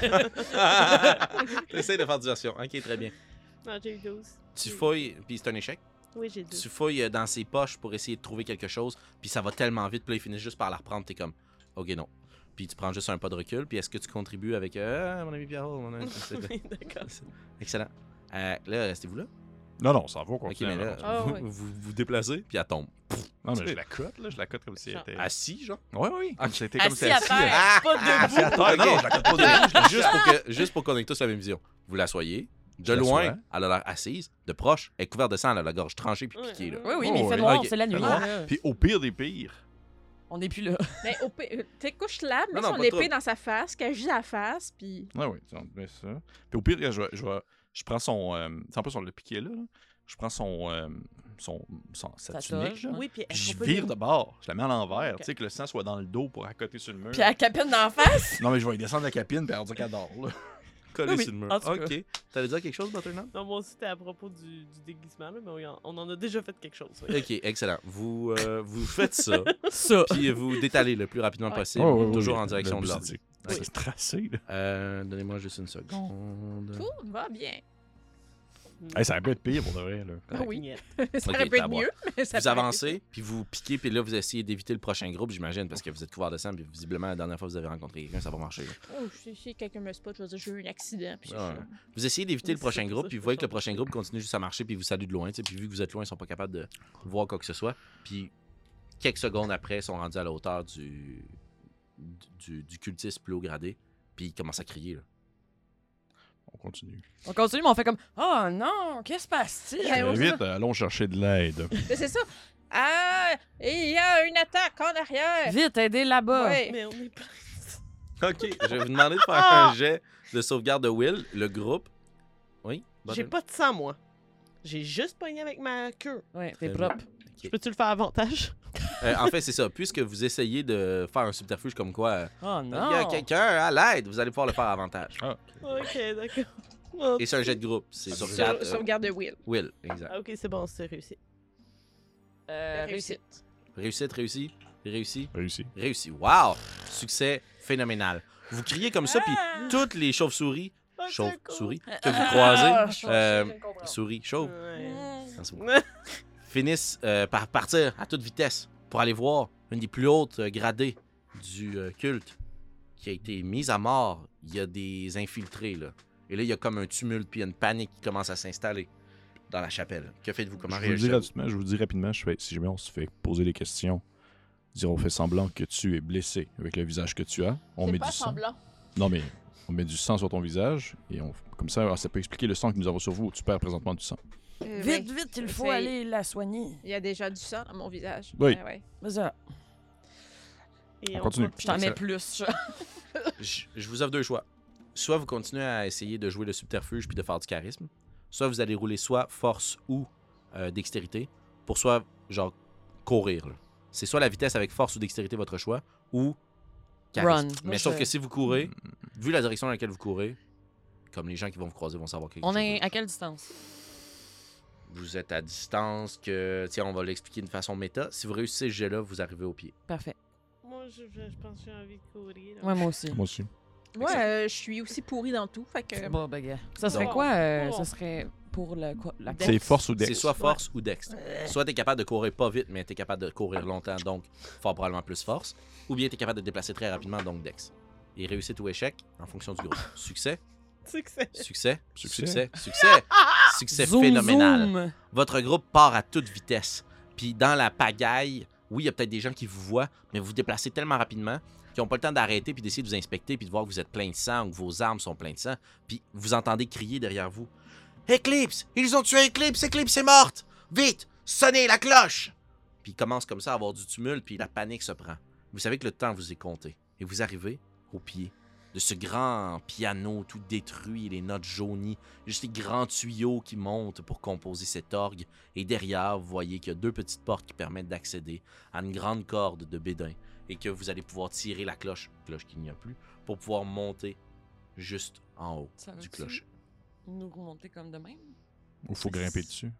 [SPEAKER 1] Essaye de faire diversion. Ok, très bien.
[SPEAKER 3] Non, Ah, j'ai eu 12.
[SPEAKER 1] Tu fouilles, puis c'est un échec.
[SPEAKER 3] Oui, j'ai 12.
[SPEAKER 1] Tu fouilles euh, dans ses poches pour essayer de trouver quelque chose, puis ça va tellement vite, puis là, ils finissent juste par la reprendre. T'es comme, ok, non. Puis tu prends juste un pas de recul, puis est-ce que tu contribues avec, euh, Ah, mon ami Pierrot, mon ami. c'est- c'est-
[SPEAKER 3] D'accord.
[SPEAKER 1] c'est- Excellent. Euh, là, restez-vous là.
[SPEAKER 5] Non, non, ça va, quoi.
[SPEAKER 1] Ok, mais là,
[SPEAKER 4] Ah,
[SPEAKER 1] vous,
[SPEAKER 4] ouais.
[SPEAKER 1] vous vous déplacez, puis elle tombe.
[SPEAKER 5] Non, mais je la cote, là. Je la cote comme si elle
[SPEAKER 3] Genre.
[SPEAKER 5] était.
[SPEAKER 1] Assis, genre. ah,
[SPEAKER 5] Ouais, oui.
[SPEAKER 1] Ok.
[SPEAKER 5] C'était comme
[SPEAKER 2] Assis
[SPEAKER 5] si
[SPEAKER 2] à
[SPEAKER 5] elle
[SPEAKER 2] terre, pas debout.
[SPEAKER 5] Assis à terre. Non, non, je la cote pas de
[SPEAKER 1] juste pour que- juste pour qu'on ait tous la même vision. Vous la soyez. De
[SPEAKER 5] Je l'assois.
[SPEAKER 1] loin, elle a l'air assise. De proche, elle est couverte de sang, elle a la gorge tranchée puis
[SPEAKER 3] Ouais.
[SPEAKER 1] piquée. Là.
[SPEAKER 2] Oui, oui,
[SPEAKER 5] Oh,
[SPEAKER 2] mais il fait
[SPEAKER 5] ouais.
[SPEAKER 2] noir,
[SPEAKER 1] Ok. Ah
[SPEAKER 2] c'est la nuit.
[SPEAKER 5] Fait noir.
[SPEAKER 2] là.
[SPEAKER 5] Puis au pire des pires,
[SPEAKER 2] On n'est plus là.
[SPEAKER 4] Mais au pire, euh, t'sais, couche-la, mets
[SPEAKER 1] Non, non,
[SPEAKER 4] son
[SPEAKER 1] pas
[SPEAKER 4] épée
[SPEAKER 1] trop.
[SPEAKER 4] dans sa face, qu'elle gît la face, puis...
[SPEAKER 5] Ouais, oui, on met ça. Puis au pire, regarde, je, vais- je, vais- je prends son. Euh, tu sais, en plus, on l'a piqué là. là. Je prends son. euh, son, son sa
[SPEAKER 2] Sa
[SPEAKER 5] tunique,
[SPEAKER 2] toge,
[SPEAKER 5] là.
[SPEAKER 2] ouais.
[SPEAKER 3] Oui, puis
[SPEAKER 5] Puis
[SPEAKER 3] est-ce
[SPEAKER 5] je
[SPEAKER 3] qu'on peut
[SPEAKER 5] vire
[SPEAKER 3] lui-
[SPEAKER 5] de bord. Je la mets à l'envers.
[SPEAKER 3] Ok.
[SPEAKER 5] Tu sais, que le sang soit dans le dos pour accoter sur le mur.
[SPEAKER 2] Puis à la capine d'en face.
[SPEAKER 5] Non, mais je vais lui descendre la capine puis elle va dire qu'elle dort, là.
[SPEAKER 1] Collée
[SPEAKER 2] Oui,
[SPEAKER 1] sur le mur.
[SPEAKER 2] en tout cas.
[SPEAKER 1] Ok. T'allais dire quelque chose, Butternut?
[SPEAKER 3] Non, moi aussi, c'était à propos du, du déguisement, là, mais oui, on, on en a déjà fait quelque chose. oui.
[SPEAKER 1] Ok, excellent. Vous, euh, vous faites ça,
[SPEAKER 2] Ça.
[SPEAKER 1] puis vous détalez le plus rapidement possible, toujours en direction de
[SPEAKER 5] là.
[SPEAKER 1] l'ordi.
[SPEAKER 5] C'est c'est tracé, là.
[SPEAKER 1] Euh, Donnez-moi juste une seconde.
[SPEAKER 4] Tout va bien.
[SPEAKER 5] Hey, ça peut être pire pour de vrai, là.
[SPEAKER 4] Ah oui.
[SPEAKER 3] Yeah.
[SPEAKER 4] ça
[SPEAKER 1] Ok,
[SPEAKER 4] aurait pu
[SPEAKER 1] t'as à
[SPEAKER 4] être
[SPEAKER 1] voir.
[SPEAKER 4] mieux, mais ça
[SPEAKER 1] vous
[SPEAKER 4] peut-
[SPEAKER 1] avancez, puis vous piquez, puis là, vous essayez d'éviter le prochain groupe, j'imagine, parce que vous êtes couvert de sang, puis visiblement, la dernière fois que vous avez rencontré quelqu'un, ça va marcher. là.
[SPEAKER 4] Oh, si, si quelqu'un me spot, je vais dire j'ai eu un accident. Puis c'est
[SPEAKER 1] Ouais.
[SPEAKER 4] ça.
[SPEAKER 1] Vous essayez d'éviter
[SPEAKER 3] Oui,
[SPEAKER 1] le
[SPEAKER 3] c'est
[SPEAKER 1] prochain
[SPEAKER 3] ça,
[SPEAKER 1] groupe,
[SPEAKER 3] ça,
[SPEAKER 1] puis
[SPEAKER 3] je
[SPEAKER 1] vous voyez que le
[SPEAKER 3] comprends.
[SPEAKER 1] prochain groupe continue juste à marcher, puis vous salue de loin, tu sais, puis vu que vous êtes loin, ils sont pas capables de voir quoi que ce soit. Puis quelques secondes après, ils sont rendus à la hauteur du, du, du cultiste plus haut gradé, puis ils commencent à crier. là.
[SPEAKER 5] On continue.
[SPEAKER 2] On continue, mais on fait comme Oh non, qu'est-ce qui se passe-t-il?
[SPEAKER 4] Ouais.
[SPEAKER 5] Mais
[SPEAKER 4] on-
[SPEAKER 5] vite, euh, allons chercher de l'aide.
[SPEAKER 4] Mais c'est ça. Ah, il y a une attaque en arrière.
[SPEAKER 2] Vite, aidez là-bas.
[SPEAKER 4] Ouais.
[SPEAKER 3] Mais on est plein.
[SPEAKER 1] Ok, je vais vous demander de faire un jet de sauvegarde de Will, le groupe. Oui?
[SPEAKER 3] J'ai
[SPEAKER 1] Button-
[SPEAKER 3] pas de sang, moi. J'ai juste pogné avec ma queue.
[SPEAKER 2] Ouais,
[SPEAKER 1] Très
[SPEAKER 2] t'es
[SPEAKER 1] bien.
[SPEAKER 2] propre.
[SPEAKER 1] Ok.
[SPEAKER 3] Je peux-tu le faire avantage?
[SPEAKER 1] Euh, en fait, c'est ça. Puisque vous essayez de faire un subterfuge comme quoi euh,
[SPEAKER 2] Oh
[SPEAKER 1] il
[SPEAKER 2] non.
[SPEAKER 1] y a quelqu'un à l'aide, vous allez pouvoir le faire à avantage.
[SPEAKER 3] Ok, d'accord. Oh,
[SPEAKER 1] Et c'est un jet de groupe. C'est sur
[SPEAKER 4] Sur-
[SPEAKER 1] quatre, euh,
[SPEAKER 4] Sauvegarde de Will.
[SPEAKER 1] Will, exact.
[SPEAKER 3] ah, ok, c'est bon, c'est réussi.
[SPEAKER 2] Euh, réussite.
[SPEAKER 1] Réussite, réussi, réussi,
[SPEAKER 5] Réussi.
[SPEAKER 1] réussi. Wow! Succès phénoménal. Vous criez comme ça, puis toutes les chauves-souris,
[SPEAKER 3] Ah, c'est
[SPEAKER 1] chauves-souris
[SPEAKER 2] cool.
[SPEAKER 1] que vous croisez,
[SPEAKER 2] je
[SPEAKER 1] euh,
[SPEAKER 2] comprends.
[SPEAKER 1] souris,
[SPEAKER 3] cool.
[SPEAKER 1] chauve,
[SPEAKER 3] Ouais.
[SPEAKER 1] merci beaucoup, finissent euh, par partir à toute vitesse pour aller voir une des plus hautes euh, gradées du euh, culte qui a été mise à mort. Il y a des infiltrés, là. Et là, il y a comme un tumulte, puis une panique qui commence à s'installer dans la chapelle. Que faites-vous? Comment
[SPEAKER 5] je, vous le dis
[SPEAKER 1] réagissez-vous?
[SPEAKER 5] rapidement, je vous le dis rapidement, je fais, si jamais on se fait poser des questions, dire on fait semblant que tu es blessé avec le visage que tu as, on met du sang. Non mais on met du sang sur ton visage, et on, comme ça, ça peut expliquer le sang que nous avons sur vous. Tu perds présentement du sang.
[SPEAKER 4] Euh, ouais.
[SPEAKER 2] Vite, vite, il faut
[SPEAKER 4] c'est-
[SPEAKER 2] aller la soigner.
[SPEAKER 4] Il y a déjà du sang à mon visage.
[SPEAKER 5] Oui.
[SPEAKER 4] Ouais, ouais.
[SPEAKER 2] Vas-y, là.
[SPEAKER 3] Et
[SPEAKER 5] On continue.
[SPEAKER 2] Je t'en mets
[SPEAKER 5] Excellent.
[SPEAKER 2] plus.
[SPEAKER 1] Je, je vous offre deux choix. Soit vous continuez à essayer de jouer le subterfuge puis de faire du charisme, soit vous allez rouler soit force ou euh, dextérité pour soit genre courir. là. C'est soit la vitesse avec force ou dextérité votre choix ou charisme.
[SPEAKER 2] Run.
[SPEAKER 1] Mais
[SPEAKER 2] Moi,
[SPEAKER 1] sauf
[SPEAKER 2] je- Hmm.
[SPEAKER 1] que si vous courez, vu la direction dans laquelle vous courez, comme les gens qui vont vous croiser vont savoir quelque
[SPEAKER 2] On
[SPEAKER 1] chose
[SPEAKER 2] est
[SPEAKER 1] d'autre.
[SPEAKER 2] à quelle distance?
[SPEAKER 1] Vous êtes à distance que tiens, on va l'expliquer d'une façon méta. Si vous réussissez ce jet-là, vous arrivez au pied.
[SPEAKER 2] Parfait.
[SPEAKER 3] Moi, je, je pense que j'ai envie de courir. là.
[SPEAKER 2] Ouais, moi aussi.
[SPEAKER 5] Moi aussi.
[SPEAKER 4] Moi, euh, je suis aussi pourrie dans tout. Fait que. euh,
[SPEAKER 2] Bon, ben, gars. Ça serait
[SPEAKER 1] Donc-
[SPEAKER 2] quoi? euh,
[SPEAKER 3] Bon.
[SPEAKER 2] Ça serait pour le, quoi, la
[SPEAKER 5] C'est force ou dex.
[SPEAKER 1] C'est soit force ou dex. Soit t'es capable de courir pas vite, mais t'es capable de courir longtemps, donc fort probablement plus force. Ou bien t'es capable de te déplacer très rapidement, donc dex. Et réussite ou échec en fonction du groupe. Succès,
[SPEAKER 3] Tu sais que c'est-
[SPEAKER 1] succès,
[SPEAKER 5] Succès.
[SPEAKER 1] succès, succès, succès
[SPEAKER 2] Zoom,
[SPEAKER 1] phénoménal.
[SPEAKER 2] zoom.
[SPEAKER 1] Votre groupe part à toute vitesse. Puis dans la pagaille, oui, il y a peut-être des gens qui vous voient, mais vous vous déplacez tellement rapidement qu'ils n'ont pas le temps d'arrêter puis d'essayer de vous inspecter puis de voir que vous êtes plein de sang ou que vos armes sont pleines de sang. Puis vous entendez crier derrière vous Eclipse Ils ont tué Eclipse Eclipse est morte Vite Sonnez la cloche Puis il commence comme ça à avoir du tumulte puis la panique se prend. Vous savez que le temps vous est compté et vous arrivez au pied de ce grand piano tout détruit, les notes jaunies juste les grands tuyaux qui montent pour composer cet orgue. Et derrière, vous voyez qu'il y a deux petites portes qui permettent d'accéder à une grande corde de bédin et que vous allez pouvoir tirer la cloche, cloche qu'il n'y a plus, pour pouvoir monter juste en haut
[SPEAKER 2] Ça
[SPEAKER 1] du
[SPEAKER 2] va-tu
[SPEAKER 1] cloche.
[SPEAKER 2] Nous remonter comme de même?
[SPEAKER 5] Ou faut grimper dessus.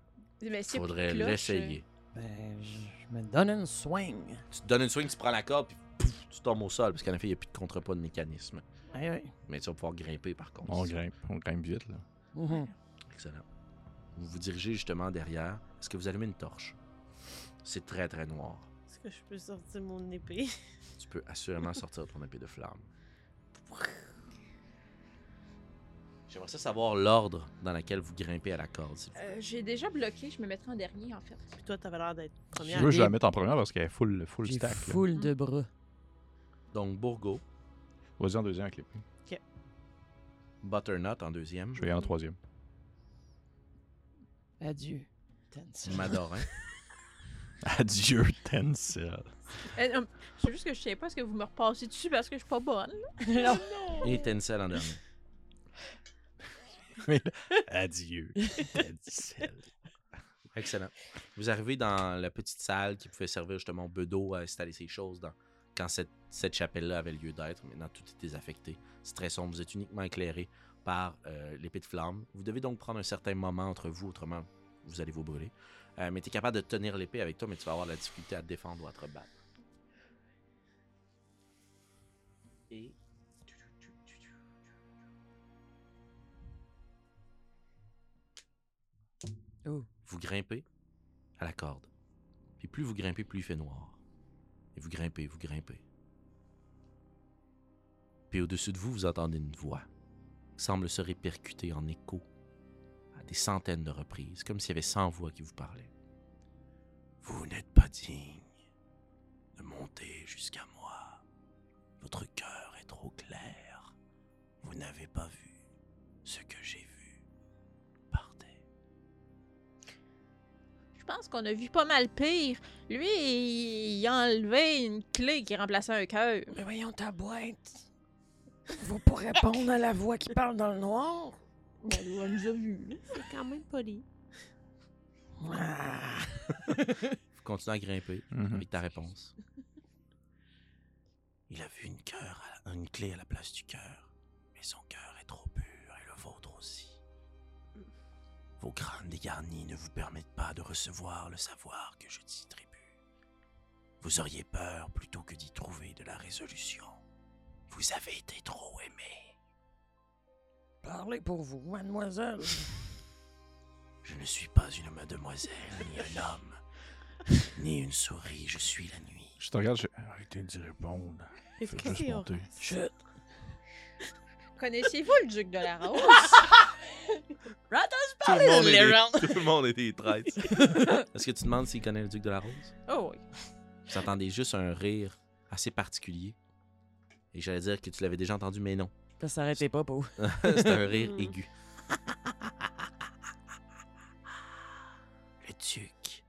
[SPEAKER 4] Mais s'il y a plus de
[SPEAKER 1] Faudrait
[SPEAKER 4] cloche, euh,
[SPEAKER 1] l'essayer.
[SPEAKER 2] Ben, je je me donne une swing.
[SPEAKER 1] Tu te donnes une swing, tu prends la corde, puis pouf, tu tombes au sol, parce qu'en effet, il n'y a plus de contrepoids de mécanisme.
[SPEAKER 2] Aïe, aïe.
[SPEAKER 1] Mais tu vas pouvoir grimper par contre.
[SPEAKER 5] On grimpe. On grimpe vite, là.
[SPEAKER 2] Mhm.
[SPEAKER 1] Excellent. Vous vous dirigez justement derrière. Est-ce que vous allumez une torche? C'est très très noir.
[SPEAKER 3] Est-ce que je peux sortir mon épée?
[SPEAKER 1] Tu peux assurément sortir ton épée de flamme. J'aimerais ça savoir l'ordre dans lequel vous grimpez à la corde. s'il vous plaît.
[SPEAKER 4] euh, J'ai déjà bloqué, je me mettrai en dernier en fait.
[SPEAKER 3] Puis toi, t'avais l'air d'être
[SPEAKER 5] Tu
[SPEAKER 3] première.
[SPEAKER 5] veux, je
[SPEAKER 2] idée.
[SPEAKER 5] la mette en première parce qu'elle est full, full
[SPEAKER 2] J'ai
[SPEAKER 5] stack. là.
[SPEAKER 2] full de bras.
[SPEAKER 1] Donc, Bourgo,
[SPEAKER 5] Vas-y en deuxième avec l'épée.
[SPEAKER 1] Butternut en deuxième,
[SPEAKER 5] Je vais y aller en troisième.
[SPEAKER 2] Adieu. Tense.
[SPEAKER 1] Madorin.
[SPEAKER 5] Adieu, Tencel.
[SPEAKER 4] Euh, non, c'est juste que je sais pas, est-ce que vous me repassez dessus parce que je suis pas bonne?
[SPEAKER 1] et Tencel en dernier.
[SPEAKER 5] Adieu, Tencel.
[SPEAKER 1] Excellent. Vous arrivez dans la petite salle qui pouvait servir justement au bedeau à installer ses choses dans, quand cette, cette chapelle-là avait lieu d'être. Maintenant, tout est désaffecté. C'est très sombre. Vous êtes uniquement éclairé par euh, l'épée de flamme. Vous devez donc prendre un certain moment entre vous, autrement, vous allez vous brûler. Euh, mais tu es capable de tenir l'épée avec toi, mais tu vas avoir de la difficulté à te défendre ou à te battre. Et.
[SPEAKER 2] Oh.
[SPEAKER 1] Vous grimpez à la corde. Puis plus vous grimpez, plus il fait noir. Et vous grimpez, vous grimpez. Puis au-dessus de vous, vous entendez une voix qui semble se répercuter en écho à des centaines de reprises, comme s'il y avait 100 voix qui vous parlaient. Vous n'êtes pas digne de monter jusqu'à moi. Votre cœur est trop clair. Vous n'avez pas vu ce que j'ai vu. Partez.
[SPEAKER 4] Je pense qu'on a vu pas mal pire. Lui, il, il a enlevé une clé qui remplaçait un cœur.
[SPEAKER 2] Mais voyons ta boîte. Vous pour répondre à la voix qui parle dans le noir.
[SPEAKER 4] On nous a vus.
[SPEAKER 3] C'est quand même poli.
[SPEAKER 2] Ah.
[SPEAKER 1] Vous continuez à grimper
[SPEAKER 5] Mhm.
[SPEAKER 1] avec ta réponse. Il a vu une, cœur à la- une clé à la place du cœur, mais son cœur est trop pur et le vôtre aussi. Vos crânes dégarnis ne vous permettent pas de recevoir le savoir que je distribue. Vous auriez peur plutôt que d'y trouver de la résolution. Vous avez été trop aimé.
[SPEAKER 2] Parlez pour vous, mademoiselle.
[SPEAKER 1] Je ne suis pas une mademoiselle, ni un homme, ni une souris, je suis la nuit.
[SPEAKER 5] Je te regarde, je... Arrêtez d'y répondre.
[SPEAKER 3] Est-ce
[SPEAKER 5] Faites
[SPEAKER 3] que
[SPEAKER 5] juste
[SPEAKER 3] c'est
[SPEAKER 5] monter.
[SPEAKER 2] Chut.
[SPEAKER 4] Connaissez-vous le duc de la Rose?
[SPEAKER 7] Tout le monde est des- tout le monde est des traîtres.
[SPEAKER 1] Est-ce que tu demandes s'il connaît le duc de la Rose?
[SPEAKER 4] oh oui.
[SPEAKER 1] Vous entendez juste un rire assez particulier. Et j'allais dire que tu l'avais déjà entendu, mais non.
[SPEAKER 2] Ça s'arrêtait pas, Pau.
[SPEAKER 1] C'était un rire
[SPEAKER 4] Hmm.
[SPEAKER 1] aigu. Le duc,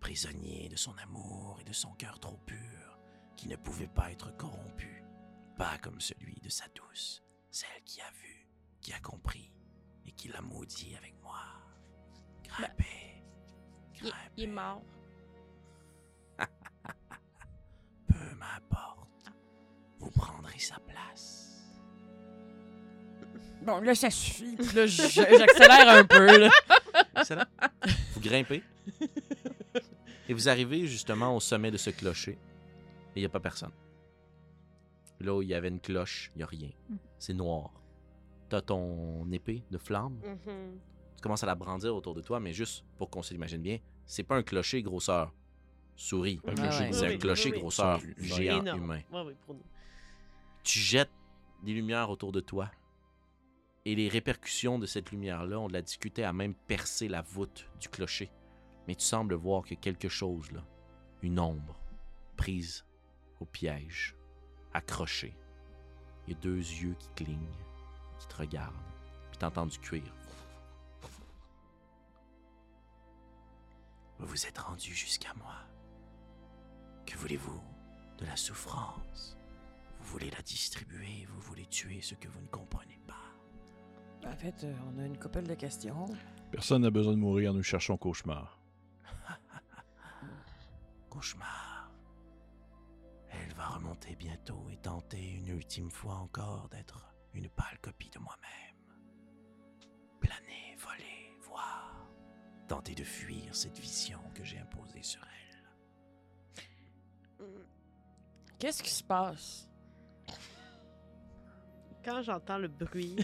[SPEAKER 1] prisonnier de son amour et de son cœur trop pur, qui ne pouvait pas être corrompu, pas comme celui de sa douce, celle qui a vu, qui a compris et qui l'a maudit avec moi. Grimpez,
[SPEAKER 4] Bah, Il,
[SPEAKER 1] grimpez,
[SPEAKER 4] il est mort.
[SPEAKER 1] peu m'importe, vous prendrez sa place.
[SPEAKER 2] Bon, là, ça suffit. Puis Là, je- j'accélère un peu. là.
[SPEAKER 1] Excellent. Vous grimpez. Et vous arrivez justement au sommet de ce clocher. Et il n'y a pas personne. Là où il y avait une cloche, il n'y a rien. C'est noir. T'as ton épée de flamme.
[SPEAKER 3] Mhm.
[SPEAKER 1] Tu commences à la brandir autour de toi, mais juste pour qu'on s'imagine bien, c'est pas un clocher grosseur. Souris.
[SPEAKER 5] Un
[SPEAKER 2] Ah
[SPEAKER 5] clocher.
[SPEAKER 2] ouais.
[SPEAKER 1] C'est
[SPEAKER 3] Oui,
[SPEAKER 1] un
[SPEAKER 3] oui,
[SPEAKER 1] clocher
[SPEAKER 3] oui, oui.
[SPEAKER 1] grosseur
[SPEAKER 5] Souris.
[SPEAKER 1] géant
[SPEAKER 3] Énorme.
[SPEAKER 1] humain.
[SPEAKER 3] Ouais, oui, pour nous.
[SPEAKER 1] Tu jettes des lumières autour de toi. Et les répercussions de cette lumière-là, on la discutait à même percer la voûte du clocher. Mais tu sembles voir que quelque chose, là, une ombre, prise au piège, accrochée. Il y a deux yeux qui clignent, qui te regardent. Puis t'entends du cuir. Vous vous êtes rendu jusqu'à moi. Que voulez-vous de la souffrance vous voulez la distribuer, vous voulez tuer ce que vous ne comprenez pas.
[SPEAKER 2] En fait, euh, on a une couple de questions.
[SPEAKER 5] Personne n'a besoin de mourir, nous cherchons cauchemar.
[SPEAKER 1] Cauchemar. Elle va remonter bientôt et tenter une ultime fois encore d'être une pâle copie de moi-même. Planer, voler, voir. Tenter de fuir cette vision que j'ai imposée sur elle.
[SPEAKER 2] Qu'est-ce qui se passe?
[SPEAKER 3] Quand j'entends le bruit,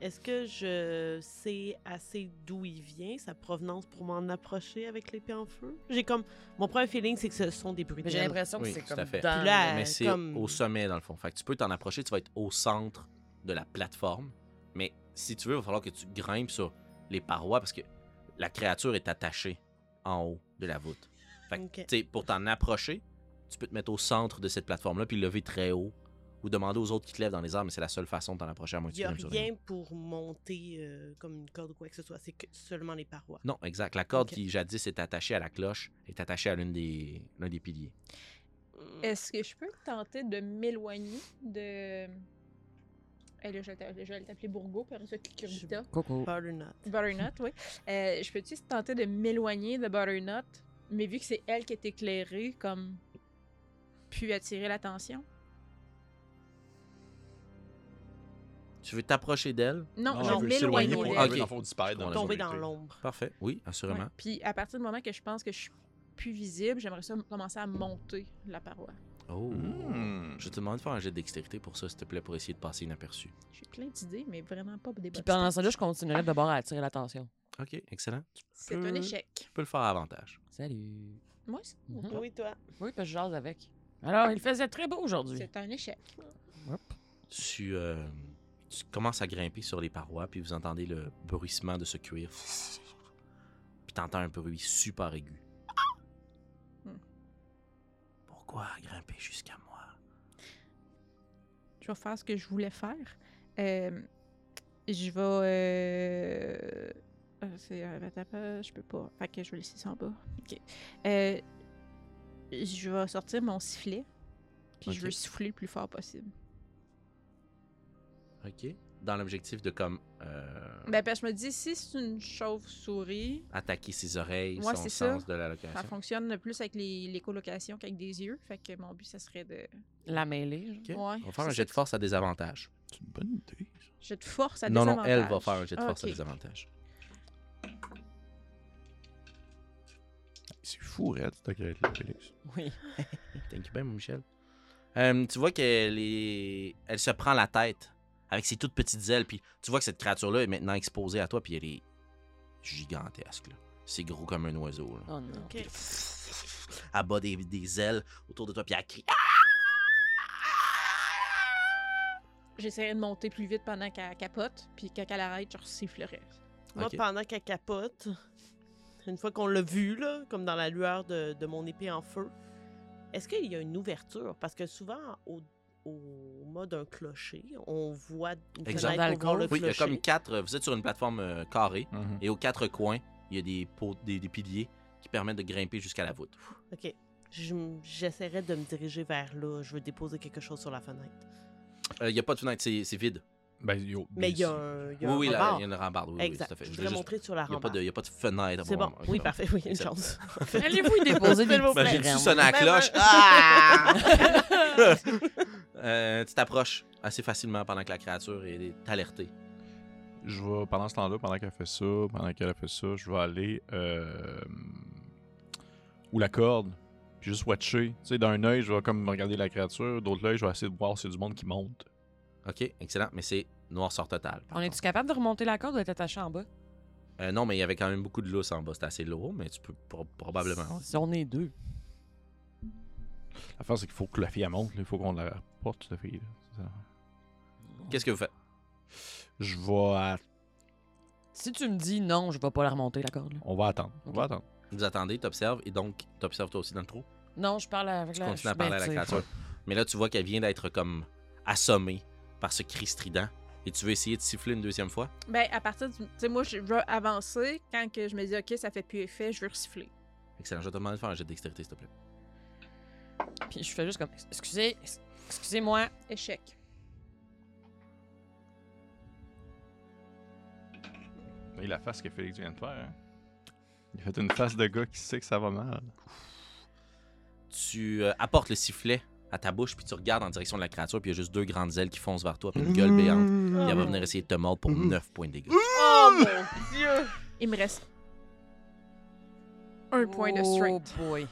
[SPEAKER 3] est-ce que je sais assez d'où il vient, sa provenance, pour m'en approcher avec l'épée en feu? J'ai comme... Mon premier feeling, c'est que ce sont des bruits
[SPEAKER 2] Mais J'ai
[SPEAKER 3] d'ailes.
[SPEAKER 2] l'impression que
[SPEAKER 1] Oui,
[SPEAKER 2] c'est
[SPEAKER 1] tout
[SPEAKER 2] comme
[SPEAKER 1] à fait.
[SPEAKER 2] dans
[SPEAKER 3] Puis là,
[SPEAKER 2] le-
[SPEAKER 1] Mais
[SPEAKER 3] Euh,
[SPEAKER 1] c'est
[SPEAKER 3] comme-
[SPEAKER 1] au sommet, dans le fond. Fait que tu peux t'en approcher, tu vas être au centre de la plateforme. Mais si tu veux, il va falloir que tu grimpes sur les parois parce que la créature est attachée en haut de la voûte. Fait que,
[SPEAKER 3] Ok.
[SPEAKER 1] tu sais, pour t'en approcher, tu peux te mettre au centre de cette plateforme-là puis lever très haut ou demander aux autres qui te lèvent dans les airs, mais c'est la seule façon de t'en approcher à moins que
[SPEAKER 3] Il
[SPEAKER 1] tu
[SPEAKER 3] n'y a
[SPEAKER 1] grimpes sur les-
[SPEAKER 3] rien pour monter euh, comme une corde ou quoi que ce soit. C'est que seulement les parois.
[SPEAKER 1] Non, exact. La corde
[SPEAKER 3] Ok.
[SPEAKER 1] qui jadis est attachée à la cloche est attachée à l'une des, l'un des piliers.
[SPEAKER 3] Mm.
[SPEAKER 2] Mm.
[SPEAKER 4] Est-ce que je peux tenter de m'éloigner de. Eh, là, je vais t'a- je vais l'appeler Bourgo, par exemple, Cucurita.
[SPEAKER 2] Coco.
[SPEAKER 3] Butternut.
[SPEAKER 4] Butternut, oui. Euh, je peux-tu tenter de m'éloigner de Butternut, mais vu que c'est elle qui est éclairée, comme. puis attirer l'attention?
[SPEAKER 1] Tu veux t'approcher d'elle?
[SPEAKER 4] Non,
[SPEAKER 5] Non,
[SPEAKER 4] je
[SPEAKER 5] elle
[SPEAKER 4] vais
[SPEAKER 5] veut s'éloigner
[SPEAKER 4] m'éloigner
[SPEAKER 5] pour
[SPEAKER 1] Ok.
[SPEAKER 4] d'elle.
[SPEAKER 5] arriver dans le fond du spire, dans la
[SPEAKER 3] Tomber dans
[SPEAKER 5] obscurité.
[SPEAKER 3] l'ombre.
[SPEAKER 1] Parfait. Oui, assurément.
[SPEAKER 4] Ouais. Puis à partir du moment que je pense que je suis plus visible, j'aimerais ça m- commencer à monter la paroi.
[SPEAKER 1] Oh.
[SPEAKER 5] Hmm.
[SPEAKER 1] Je te demande de faire un jet de dextérité pour ça, s'il te plaît, pour essayer de passer inaperçu.
[SPEAKER 4] J'ai plein d'idées, mais vraiment pas des
[SPEAKER 2] Puis
[SPEAKER 4] bonnes
[SPEAKER 2] pendant
[SPEAKER 4] idées.
[SPEAKER 2] ça, là, je continuerai d'abord à attirer l'attention.
[SPEAKER 1] Ok, excellent. Tu
[SPEAKER 4] C'est un
[SPEAKER 1] peux-
[SPEAKER 4] échec.
[SPEAKER 1] peux le faire à avantage.
[SPEAKER 2] Salut.
[SPEAKER 4] Moi, c'est-
[SPEAKER 2] Mhm.
[SPEAKER 3] Oui, toi.
[SPEAKER 2] Oui, parce que je jase avec. Alors, il faisait très beau aujourd'hui.
[SPEAKER 4] c'est un échec.
[SPEAKER 1] Tu, euh, tu commences à grimper sur les parois, puis vous entendez le bruissement de ce cuir. Puis t'entends un bruit super aigu.
[SPEAKER 4] Hmm.
[SPEAKER 1] Pourquoi grimper jusqu'à moi?
[SPEAKER 4] je vais faire ce que je voulais faire. Euh, je vais. euh, euh, c'est- euh, attends, euh, je peux pas. Fait que je vais laisser ça en bas. Ok. Euh, je vais sortir mon sifflet. Puis je
[SPEAKER 1] Ok.
[SPEAKER 4] veux souffler le plus fort possible.
[SPEAKER 1] Ok. Dans l'objectif de comme euh,
[SPEAKER 4] Ben, parce que je me dis, si c'est une chauve-souris,
[SPEAKER 1] attaquer ses oreilles,
[SPEAKER 4] Ouais,
[SPEAKER 1] son
[SPEAKER 4] c'est ça.
[SPEAKER 1] sens de la
[SPEAKER 4] ça
[SPEAKER 1] location.
[SPEAKER 4] fonctionne plus avec les, les colocations qu'avec des yeux. Fait que mon but, ça serait de.
[SPEAKER 2] La mêlée.
[SPEAKER 1] Ok.
[SPEAKER 2] genre.
[SPEAKER 4] Ouais,
[SPEAKER 1] On va faire un
[SPEAKER 4] c'est
[SPEAKER 1] jet
[SPEAKER 4] ça.
[SPEAKER 1] de force à désavantage.
[SPEAKER 5] C'est une bonne idée. ça.
[SPEAKER 4] J'ai de force à
[SPEAKER 1] non, non, elle va
[SPEAKER 4] désavantage.
[SPEAKER 1] faire un jet de force
[SPEAKER 4] Ok.
[SPEAKER 1] à désavantage.
[SPEAKER 5] C'est fou, Red, cette crête-là, Félix.
[SPEAKER 2] Oui.
[SPEAKER 1] Thank you bien, mon Michel. Euh, tu vois qu'elle est... elle se prend la tête avec ses toutes petites ailes, puis tu vois que cette créature-là est maintenant exposée à toi, puis elle est gigantesque. là. C'est gros comme un oiseau. Là.
[SPEAKER 2] Oh non.
[SPEAKER 3] OK.
[SPEAKER 1] Elle bat des, des ailes autour de toi, puis elle crie. Ah!
[SPEAKER 4] J'essaierai de monter plus vite pendant qu'elle capote. Puis quand elle arrête, je sifflerai.
[SPEAKER 3] Moi,
[SPEAKER 1] Ok.
[SPEAKER 3] pendant qu'elle capote, une fois qu'on l'a vu, là, comme dans la lueur de, de mon épée en feu, est-ce qu'il y a une ouverture? Parce que souvent, au- au mât d'un clocher. On voit une
[SPEAKER 1] Exact.
[SPEAKER 3] fenêtre pour voir le
[SPEAKER 1] Oui, il y a
[SPEAKER 3] clocher.
[SPEAKER 1] comme quatre. Vous êtes sur une plateforme euh, carrée
[SPEAKER 5] Mhm.
[SPEAKER 1] et aux quatre coins, il y a des, pots- des, des piliers qui permettent de grimper jusqu'à la voûte.
[SPEAKER 3] OK. Je m- J'essaierai de me diriger vers là. Je veux déposer quelque chose sur la fenêtre.
[SPEAKER 1] Euh, il n'y a pas de fenêtre, c'est c'est vide.
[SPEAKER 5] Ben, yo,
[SPEAKER 3] Mais il y a
[SPEAKER 5] c'est-
[SPEAKER 3] un, il y a
[SPEAKER 1] Oui,
[SPEAKER 3] un
[SPEAKER 1] oui, là,
[SPEAKER 3] rebord.
[SPEAKER 1] il y a une rambarde. Oui, oui,
[SPEAKER 3] exact.
[SPEAKER 1] tout à fait.
[SPEAKER 3] je
[SPEAKER 1] Je
[SPEAKER 3] voudrais
[SPEAKER 1] voudrais
[SPEAKER 3] montrer sur la
[SPEAKER 1] juste- Il n'y a, pas
[SPEAKER 3] rambarde.
[SPEAKER 1] de- il y a pas de fenêtre.
[SPEAKER 3] C'est
[SPEAKER 1] pour
[SPEAKER 3] bon.
[SPEAKER 1] le moment.
[SPEAKER 3] Oui,
[SPEAKER 1] Ok,
[SPEAKER 3] parfait. Oui, une
[SPEAKER 1] Exact.
[SPEAKER 3] chance.
[SPEAKER 2] Allez-vous y déposer des petites
[SPEAKER 3] Faites-vous
[SPEAKER 1] Imagine, tu
[SPEAKER 2] graines?
[SPEAKER 1] sonnes à la
[SPEAKER 3] Ben,
[SPEAKER 1] cloche.
[SPEAKER 3] ben.
[SPEAKER 1] Ah! Euh, tu t'approches assez facilement pendant que la créature est alertée.
[SPEAKER 5] Je vais, pendant ce temps-là, pendant qu'elle fait ça, pendant qu'elle a fait ça, je vais aller euh, où la corde, puis juste watcher. Tu sais, d'un œil, je vais comme regarder la créature, d'autre œil, je vais essayer de voir s'il y a du monde qui monte.
[SPEAKER 1] OK, excellent. Mais c'est noirceur total. par
[SPEAKER 2] On
[SPEAKER 1] contre.
[SPEAKER 2] est-tu capable de remonter la corde ou d'être attaché en bas?
[SPEAKER 1] Euh, non, mais il y avait quand même beaucoup de lousse en bas. C'était assez lourd, mais tu peux pro- probablement. ouais.
[SPEAKER 2] Si on est deux.
[SPEAKER 5] L'affaire, c'est qu'il faut que la fille elle monte, là. il faut qu'on la porte, la fille. là. C'est ça.
[SPEAKER 1] Qu'est-ce que vous faites?
[SPEAKER 5] Je vais. à-
[SPEAKER 2] Si tu me dis non, je vais pas la remonter la corde. là.
[SPEAKER 5] On va attendre. On
[SPEAKER 2] Ok.
[SPEAKER 5] va attendre.
[SPEAKER 1] Vous attendez, t'observes, et donc t'observes toi aussi dans le trou.
[SPEAKER 2] Non, je parle avec
[SPEAKER 1] Tu
[SPEAKER 2] la
[SPEAKER 1] continues à
[SPEAKER 2] je-
[SPEAKER 1] parler à
[SPEAKER 2] ben,
[SPEAKER 1] la
[SPEAKER 2] tu sais.
[SPEAKER 1] créature. Mais là, tu vois qu'elle vient d'être comme assommée par ce cri strident. Et tu veux essayer de siffler une deuxième fois?
[SPEAKER 4] Ben, à partir du. Tu sais, moi, je veux avancer. Quand que je me dis, OK, ça fait plus effet, je veux siffler.
[SPEAKER 1] Excellent. Je vais te demander de faire un jet de dextérité, s'il te plaît.
[SPEAKER 2] Puis je fais juste comme excusez, excusez-moi.
[SPEAKER 4] Échec.
[SPEAKER 5] Et la face que Félix vient de faire, hein. il a fait une face de gars qui sait que ça va mal.
[SPEAKER 1] tu euh, apportes le sifflet à ta bouche, puis tu regardes en direction de la créature, puis il y a juste deux grandes ailes qui foncent vers toi, puis une
[SPEAKER 6] Mm.
[SPEAKER 1] gueule béante. Puis elle va venir essayer de te mordre pour 9 points de dégâts.
[SPEAKER 3] Oh mon dieu!
[SPEAKER 4] Il me reste un point de strength.
[SPEAKER 2] Oh boy.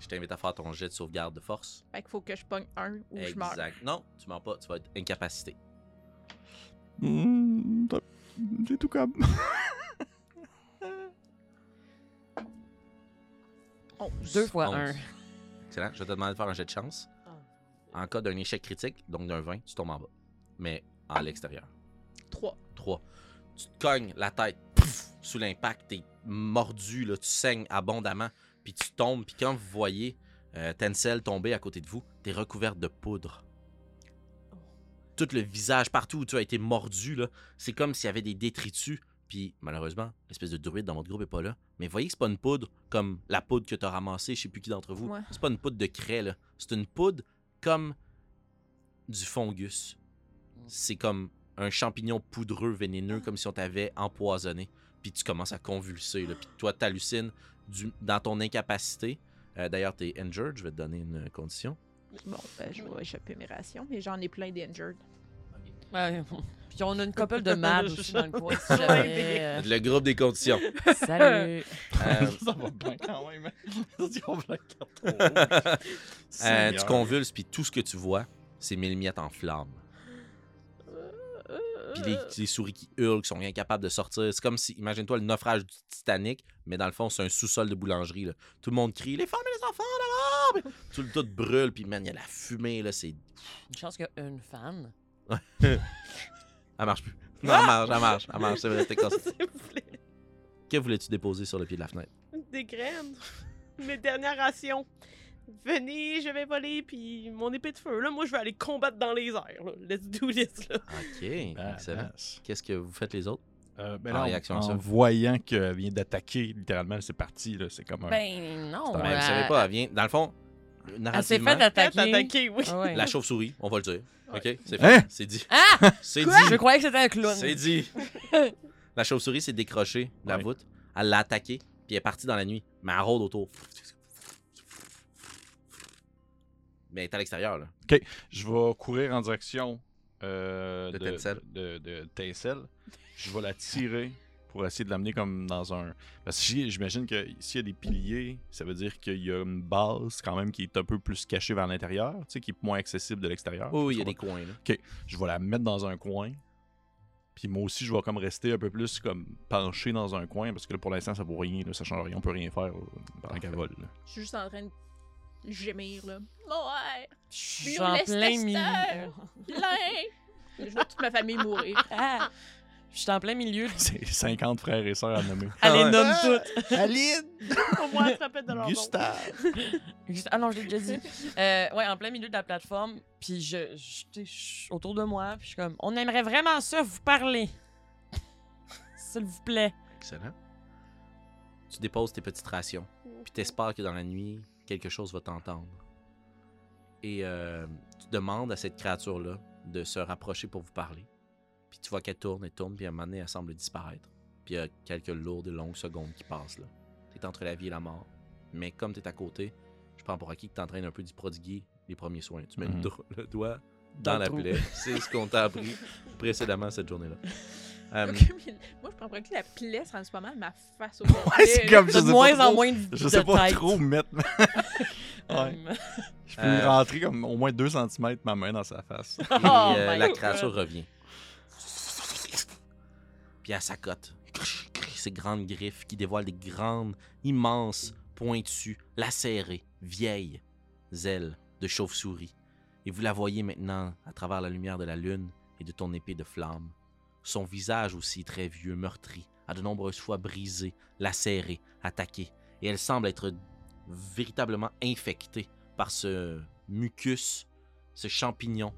[SPEAKER 1] Je t'invite à faire ton jet de sauvegarde de force.
[SPEAKER 4] Fait qu'il faut que je pogne un ou je meurs.
[SPEAKER 1] Oh. Exact. Non, tu mens pas, tu vas être incapacité. Mmh,
[SPEAKER 5] c'est tout comme.
[SPEAKER 4] 11.
[SPEAKER 2] Deux fois
[SPEAKER 1] Onze.
[SPEAKER 2] un.
[SPEAKER 1] Excellent. Je vais te demander de faire un jet de chance. En cas d'un échec critique, donc d'un 20, tu tombes en bas. Mais à l'extérieur.
[SPEAKER 4] 3.
[SPEAKER 1] 3. Tu te cognes la tête pouf, sous l'impact, t'es mordu, là, tu saignes abondamment, puis tu tombes, puis quand vous voyez euh, Tencel tomber à côté de vous, t'es recouverte de poudre. Tout le visage, partout où tu as été mordu, là, c'est comme s'il y avait des détritus. Puis malheureusement, l'espèce de druide dans votre groupe est pas là. Mais voyez que c'est pas une poudre comme la poudre que t'as ramassée, je sais plus qui d'entre vous.
[SPEAKER 4] Ouais.
[SPEAKER 1] C'est pas une poudre de craie, là. C'est une poudre comme du fungus. C'est comme un champignon poudreux, vénéneux, comme si on t'avait empoisonné. Puis tu commences à convulser. Là. Puis toi, t'hallucines du- dans ton incapacité. Euh, D'ailleurs, t'es injured, je vais te donner une condition.
[SPEAKER 4] Bon, ben, je vais échapper mes rations, mais j'en ai plein d'injured.
[SPEAKER 2] Ouais. Puis on a une couple de mabs aussi dans le coin. Si jamais, euh,
[SPEAKER 1] Le groupe des conditions.
[SPEAKER 2] Salut.
[SPEAKER 1] Euh,
[SPEAKER 5] ça va bien quand même. hein.
[SPEAKER 1] euh, tu convulses, puis tout ce que tu vois, c'est mille miettes en flammes. Puis les, les souris qui hurlent, qui sont incapables de sortir. C'est comme si, imagine-toi le naufrage du Titanic, mais dans le fond, c'est un sous-sol de boulangerie. là. Tout le monde crie Les femmes et les enfants, là Tout, tout brûle, puis man, il y a la fumée, là, c'est
[SPEAKER 2] Une chance qu'il y a une fan.
[SPEAKER 1] Elle marche plus. Non, elle marche, elle marche, elle marche, c'est vrai, c'était cassé.
[SPEAKER 3] S'il vous plaît.
[SPEAKER 1] Que voulais-tu déposer sur le pied de la fenêtre?
[SPEAKER 3] Des graines. Mes dernières rations. Venez, je vais voler, puis mon épée de feu. Là, moi, je vais aller combattre dans les airs. Là. Let's do this, là.
[SPEAKER 1] Ok,
[SPEAKER 5] Ah,
[SPEAKER 1] excellent. Ah, Qu'est-ce que vous faites les autres?
[SPEAKER 5] ben
[SPEAKER 1] En
[SPEAKER 5] là, en,
[SPEAKER 1] réaction à
[SPEAKER 5] en
[SPEAKER 1] ça.
[SPEAKER 5] voyant qu'elle vient d'attaquer, littéralement, c'est parti. là, C'est comme un.
[SPEAKER 2] Ben non.
[SPEAKER 5] Ouais,
[SPEAKER 1] Ben, vous savez pas, elle vient. Dans le fond,
[SPEAKER 2] Elle s'est
[SPEAKER 1] narrativement,
[SPEAKER 2] faite attaquer.
[SPEAKER 3] Attaquer, oui.
[SPEAKER 2] Ah ouais.
[SPEAKER 1] la chauve-souris, on va le dire. Ok, c'est fait.
[SPEAKER 5] Hein?
[SPEAKER 1] C'est dit.
[SPEAKER 2] Ah!
[SPEAKER 1] C'est dit.
[SPEAKER 2] Je croyais que c'était un clown.
[SPEAKER 1] C'est dit. la chauve-souris s'est décrochée de la
[SPEAKER 5] Ouais.
[SPEAKER 1] voûte. Elle l'a attaquée, puis elle est partie dans la nuit. Mais elle rôde autour. Mais elle est à l'extérieur, là.
[SPEAKER 5] Ah, Je vais courir en direction euh,
[SPEAKER 1] De Tencel.
[SPEAKER 5] De, de Tencel. Je vais la tirer pour essayer de l'amener comme dans un. Parce que si- j'imagine que s'il y a des piliers, ça veut dire qu'il y a une base quand même qui est un peu plus cachée vers l'intérieur, tu sais, qui est moins accessible de l'extérieur.
[SPEAKER 1] Oh, il y
[SPEAKER 5] Je
[SPEAKER 1] a des coins, là.
[SPEAKER 5] je vais la mettre dans un coin. Puis moi aussi, je vais comme rester un peu plus comme penché dans un coin parce que là, pour l'instant, ça vaut rien, là, ça change rien, on peut rien faire là, pendant qu'elle vole. là.
[SPEAKER 4] Je suis juste en train de gémir, là. Ouais!
[SPEAKER 2] Je suis en
[SPEAKER 4] Laisse
[SPEAKER 2] plein
[SPEAKER 4] tester.
[SPEAKER 2] milieu.
[SPEAKER 4] Plein! je vois toute ma famille mourir.
[SPEAKER 2] Ah. Je suis en plein milieu. de-
[SPEAKER 5] C'est 50 frères et sœurs à nommer.
[SPEAKER 2] Allez,
[SPEAKER 1] ouais.
[SPEAKER 2] nomme toutes.
[SPEAKER 1] Aline!
[SPEAKER 3] Au moins, frappé de leur
[SPEAKER 5] Gustave!
[SPEAKER 2] Juste- Ah non, je l'ai déjà dit. Euh, ouais, en plein milieu de la plateforme. Puis je, je, tu sais, je suis autour de moi. Puis je suis comme, on aimerait vraiment ça vous parler. S'il vous plaît.
[SPEAKER 1] Excellent. Tu déposes tes petites rations, puis t'espères que dans la nuit, quelque chose va t'entendre. Et euh, tu demandes à cette créature-là de se rapprocher pour vous parler. Puis tu vois qu'elle tourne, elle tourne, puis à un moment donné, elle semble disparaître. Puis il y a quelques lourdes et longues secondes qui passent là. T'es entre la vie et la mort. Mais comme t'es à côté, je prends pour acquis que t'entraînes un peu du prodiguer les premiers soins. Tu mets le
[SPEAKER 5] Mhm.
[SPEAKER 1] do- le doigt
[SPEAKER 2] Dans
[SPEAKER 1] dans,
[SPEAKER 2] le
[SPEAKER 1] la
[SPEAKER 2] trou.
[SPEAKER 1] plaie. C'est ce qu'on t'a appris précédemment cette journée-là. Euh,
[SPEAKER 4] Moi, je prendrais que la plaie, ça rend pas mal ma face au Ouais,
[SPEAKER 5] c'est comme
[SPEAKER 2] De
[SPEAKER 5] Je sais pas
[SPEAKER 2] moins en
[SPEAKER 5] trop.
[SPEAKER 2] moins de
[SPEAKER 5] Je sais
[SPEAKER 2] de
[SPEAKER 5] pas
[SPEAKER 2] tête.
[SPEAKER 5] trop où mettre. mais Ouais.
[SPEAKER 2] Euh,
[SPEAKER 5] Je peux
[SPEAKER 1] Euh.
[SPEAKER 5] rentrer comme au moins 2 cm ma main dans sa face.
[SPEAKER 1] Et
[SPEAKER 2] Oh
[SPEAKER 1] euh,
[SPEAKER 2] my
[SPEAKER 1] la
[SPEAKER 2] God.
[SPEAKER 1] créature revient. Puis elle s'accote. Ses grandes griffes qui dévoilent des grandes, immenses, pointues, lacérées, vieilles ailes de chauve-souris. Et vous la voyez maintenant à travers la lumière de la lune et de ton épée de flamme. Son visage aussi très vieux, meurtri, a de nombreuses fois brisé, lacéré, attaqué. Et elle semble être véritablement infectée par ce mucus, ce champignon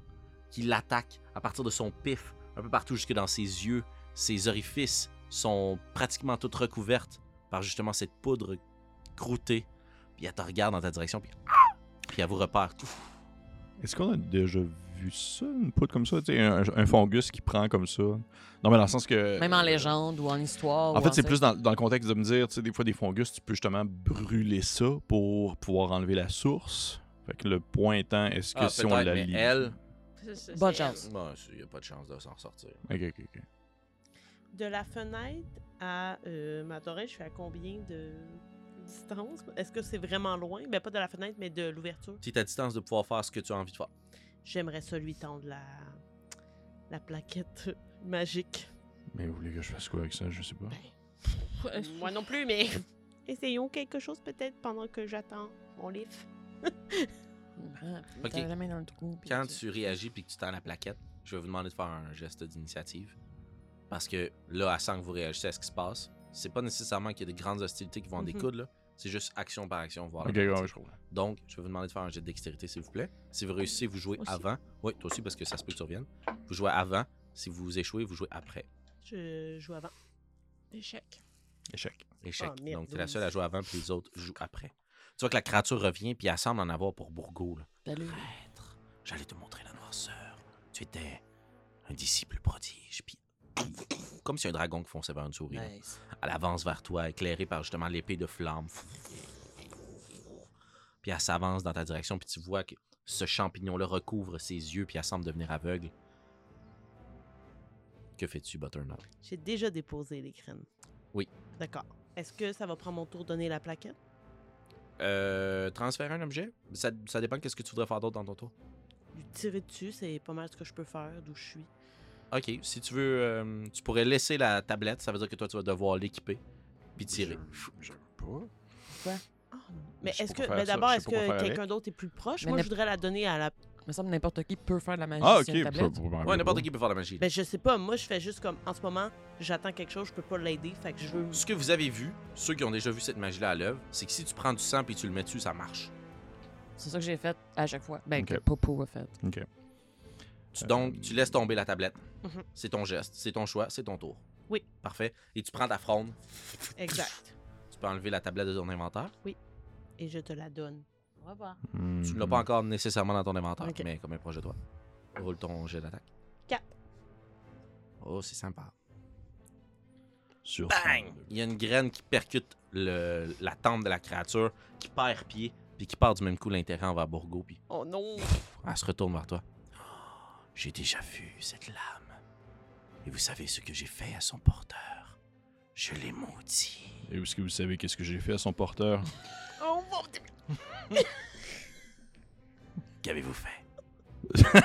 [SPEAKER 1] qui l'attaque à partir de son pif, un peu partout jusque dans ses yeux. Ses orifices sont pratiquement toutes recouvertes par justement cette poudre croûtée. Puis elle te regarde dans ta direction, puis, puis elle vous repère.
[SPEAKER 5] Est-ce qu'on a déjà vu ça, une poudre comme ça? Tu sais, un, un fungus qui prend comme ça? Non, mais dans le sens que.
[SPEAKER 2] Même en légende ou en histoire.
[SPEAKER 5] En
[SPEAKER 2] ou
[SPEAKER 5] fait, c'est
[SPEAKER 2] ça.
[SPEAKER 5] plus dans, dans le contexte de me dire, tu sais, des fois, des fungus, tu peux justement brûler ça pour pouvoir enlever la source. Fait que le point étant, est-ce que
[SPEAKER 2] Ah,
[SPEAKER 1] Ah,
[SPEAKER 5] si on la lit.
[SPEAKER 2] Bonne chance.
[SPEAKER 1] il n'y a pas de chance de s'en sortir.
[SPEAKER 5] Ok, ok, ok.
[SPEAKER 3] De la fenêtre à euh, ma torrette, je suis à combien de distance? Est-ce que c'est vraiment loin? Ben, pas de la fenêtre, mais de l'ouverture.
[SPEAKER 1] Tu es à distance de pouvoir faire ce que tu as envie de faire.
[SPEAKER 3] J'aimerais ça lui tendre la, la plaquette magique.
[SPEAKER 5] Mais vous voulez que je fasse quoi avec ça? Je sais pas.
[SPEAKER 2] Euh,
[SPEAKER 3] Moi non plus, mais... Essayons quelque chose peut-être pendant que j'attends mon livre.
[SPEAKER 2] Ah,
[SPEAKER 1] Ok.
[SPEAKER 2] t'as la main dans le trou, puis
[SPEAKER 1] Quand
[SPEAKER 2] tu-
[SPEAKER 1] tu réagis puis que tu tends la plaquette, je vais vous demander de faire un geste d'initiative. Parce que là, à sent que vous réagissez à ce qui se passe, c'est pas nécessairement qu'il y a de grandes hostilités qui vont en
[SPEAKER 3] Mhm.
[SPEAKER 1] découdre, là. C'est juste action par action, voir. la
[SPEAKER 5] Ok, ouais,
[SPEAKER 1] partie.
[SPEAKER 5] ouais, je comprends.
[SPEAKER 1] Donc, je vais vous demander de faire un jet de dextérité, s'il vous plaît. Si vous réussissez, vous jouez
[SPEAKER 4] Aussi.
[SPEAKER 1] avant. Oui, toi aussi, parce que ça se peut que tu reviennes. Vous jouez avant. Si vous échouez, vous jouez après.
[SPEAKER 3] Je joue avant.
[SPEAKER 4] Échec.
[SPEAKER 5] Échec.
[SPEAKER 1] Échec.
[SPEAKER 3] Ah, merde,
[SPEAKER 1] Donc, t'es la seule
[SPEAKER 3] douze.
[SPEAKER 1] à jouer avant, puis les autres jouent après. Tu vois que la créature revient, puis elle semble en avoir pour Bourgo. là.
[SPEAKER 2] Salut.
[SPEAKER 1] Maître, j'allais te montrer la noirceur. Tu étais un disciple prodige, puis... Comme si un dragon qui fonçait vers une souris. là.
[SPEAKER 2] Nice.
[SPEAKER 1] Elle avance vers toi, éclairée par justement l'épée de flamme. Puis elle s'avance dans ta direction, puis tu vois que ce champignon-là recouvre ses yeux, puis elle semble devenir aveugle. Que fais-tu, Butternut?
[SPEAKER 3] J'ai déjà déposé les graines.
[SPEAKER 1] Oui.
[SPEAKER 3] D'accord. Est-ce que ça va prendre mon tour de donner la plaquette?
[SPEAKER 1] Euh, transférer un objet? Ça, ça dépend de ce que tu voudrais faire d'autre dans ton tour.
[SPEAKER 3] Lui tirer dessus, c'est pas mal ce que je peux faire d'où je suis.
[SPEAKER 1] Ok, si tu veux, euh, tu pourrais laisser la tablette, ça veut dire que toi, tu vas devoir l'équiper, puis tirer.
[SPEAKER 5] Je veux pas.
[SPEAKER 3] Mais
[SPEAKER 5] Je sais
[SPEAKER 3] est-ce
[SPEAKER 5] pas
[SPEAKER 3] que.
[SPEAKER 5] quoi
[SPEAKER 3] Mais
[SPEAKER 5] faire ça,
[SPEAKER 3] d'abord,
[SPEAKER 5] je sais
[SPEAKER 3] est-ce
[SPEAKER 5] pas quoi faire
[SPEAKER 3] que
[SPEAKER 5] avec.
[SPEAKER 3] quelqu'un d'autre est plus proche?
[SPEAKER 2] Mais
[SPEAKER 3] Moi,
[SPEAKER 2] ne-
[SPEAKER 3] je voudrais la donner à la.
[SPEAKER 2] Il me semble que n'importe qui peut faire de la magie
[SPEAKER 5] Ah, ok.
[SPEAKER 2] sur une tablette.
[SPEAKER 1] Ouais, n'importe qui peut faire la magie.
[SPEAKER 3] Ben, je sais pas. Moi, je fais juste comme. En ce moment, j'attends quelque chose, je peux pas l'aider. Fait que je veux.
[SPEAKER 1] Ce que vous avez vu, ceux qui ont déjà vu cette magie-là à l'œuvre, c'est que si tu prends du sang puis tu le mets dessus, ça marche.
[SPEAKER 2] C'est ça que j'ai fait à chaque fois. Ben, que
[SPEAKER 5] Ok.
[SPEAKER 2] Popo a fait.
[SPEAKER 1] Tu, donc, tu laisses tomber la tablette.
[SPEAKER 3] Mhm.
[SPEAKER 1] C'est ton geste, c'est ton choix, c'est ton tour.
[SPEAKER 3] Oui.
[SPEAKER 1] Parfait. Et tu prends ta fronde,
[SPEAKER 3] Exact.
[SPEAKER 1] tu peux enlever la tablette de ton inventaire.
[SPEAKER 3] Et je te la donne. On va voir.
[SPEAKER 5] Hmm.
[SPEAKER 1] Tu ne
[SPEAKER 5] Mhm.
[SPEAKER 1] l'as pas encore nécessairement dans ton inventaire,
[SPEAKER 3] Ok.
[SPEAKER 1] mais comme un proche de toi. Roule ton jet d'attaque.
[SPEAKER 3] Quatre.
[SPEAKER 1] Oh, c'est sympa.
[SPEAKER 5] Sur
[SPEAKER 1] Bang! Il y a une graine qui percute le- la tempe de la créature, qui perd pied, puis qui part du même coup l'intérêt envers Bourgo, puis
[SPEAKER 3] Oh non!
[SPEAKER 1] Elle se retourne vers toi. Oh, J'ai déjà vu cette lame. Et vous savez ce que j'ai fait à son porteur. Je l'ai maudit.
[SPEAKER 5] Et est-ce que vous savez qu'est-ce que j'ai fait à son porteur?
[SPEAKER 4] Oh mon dieu!
[SPEAKER 1] Qu'avez-vous fait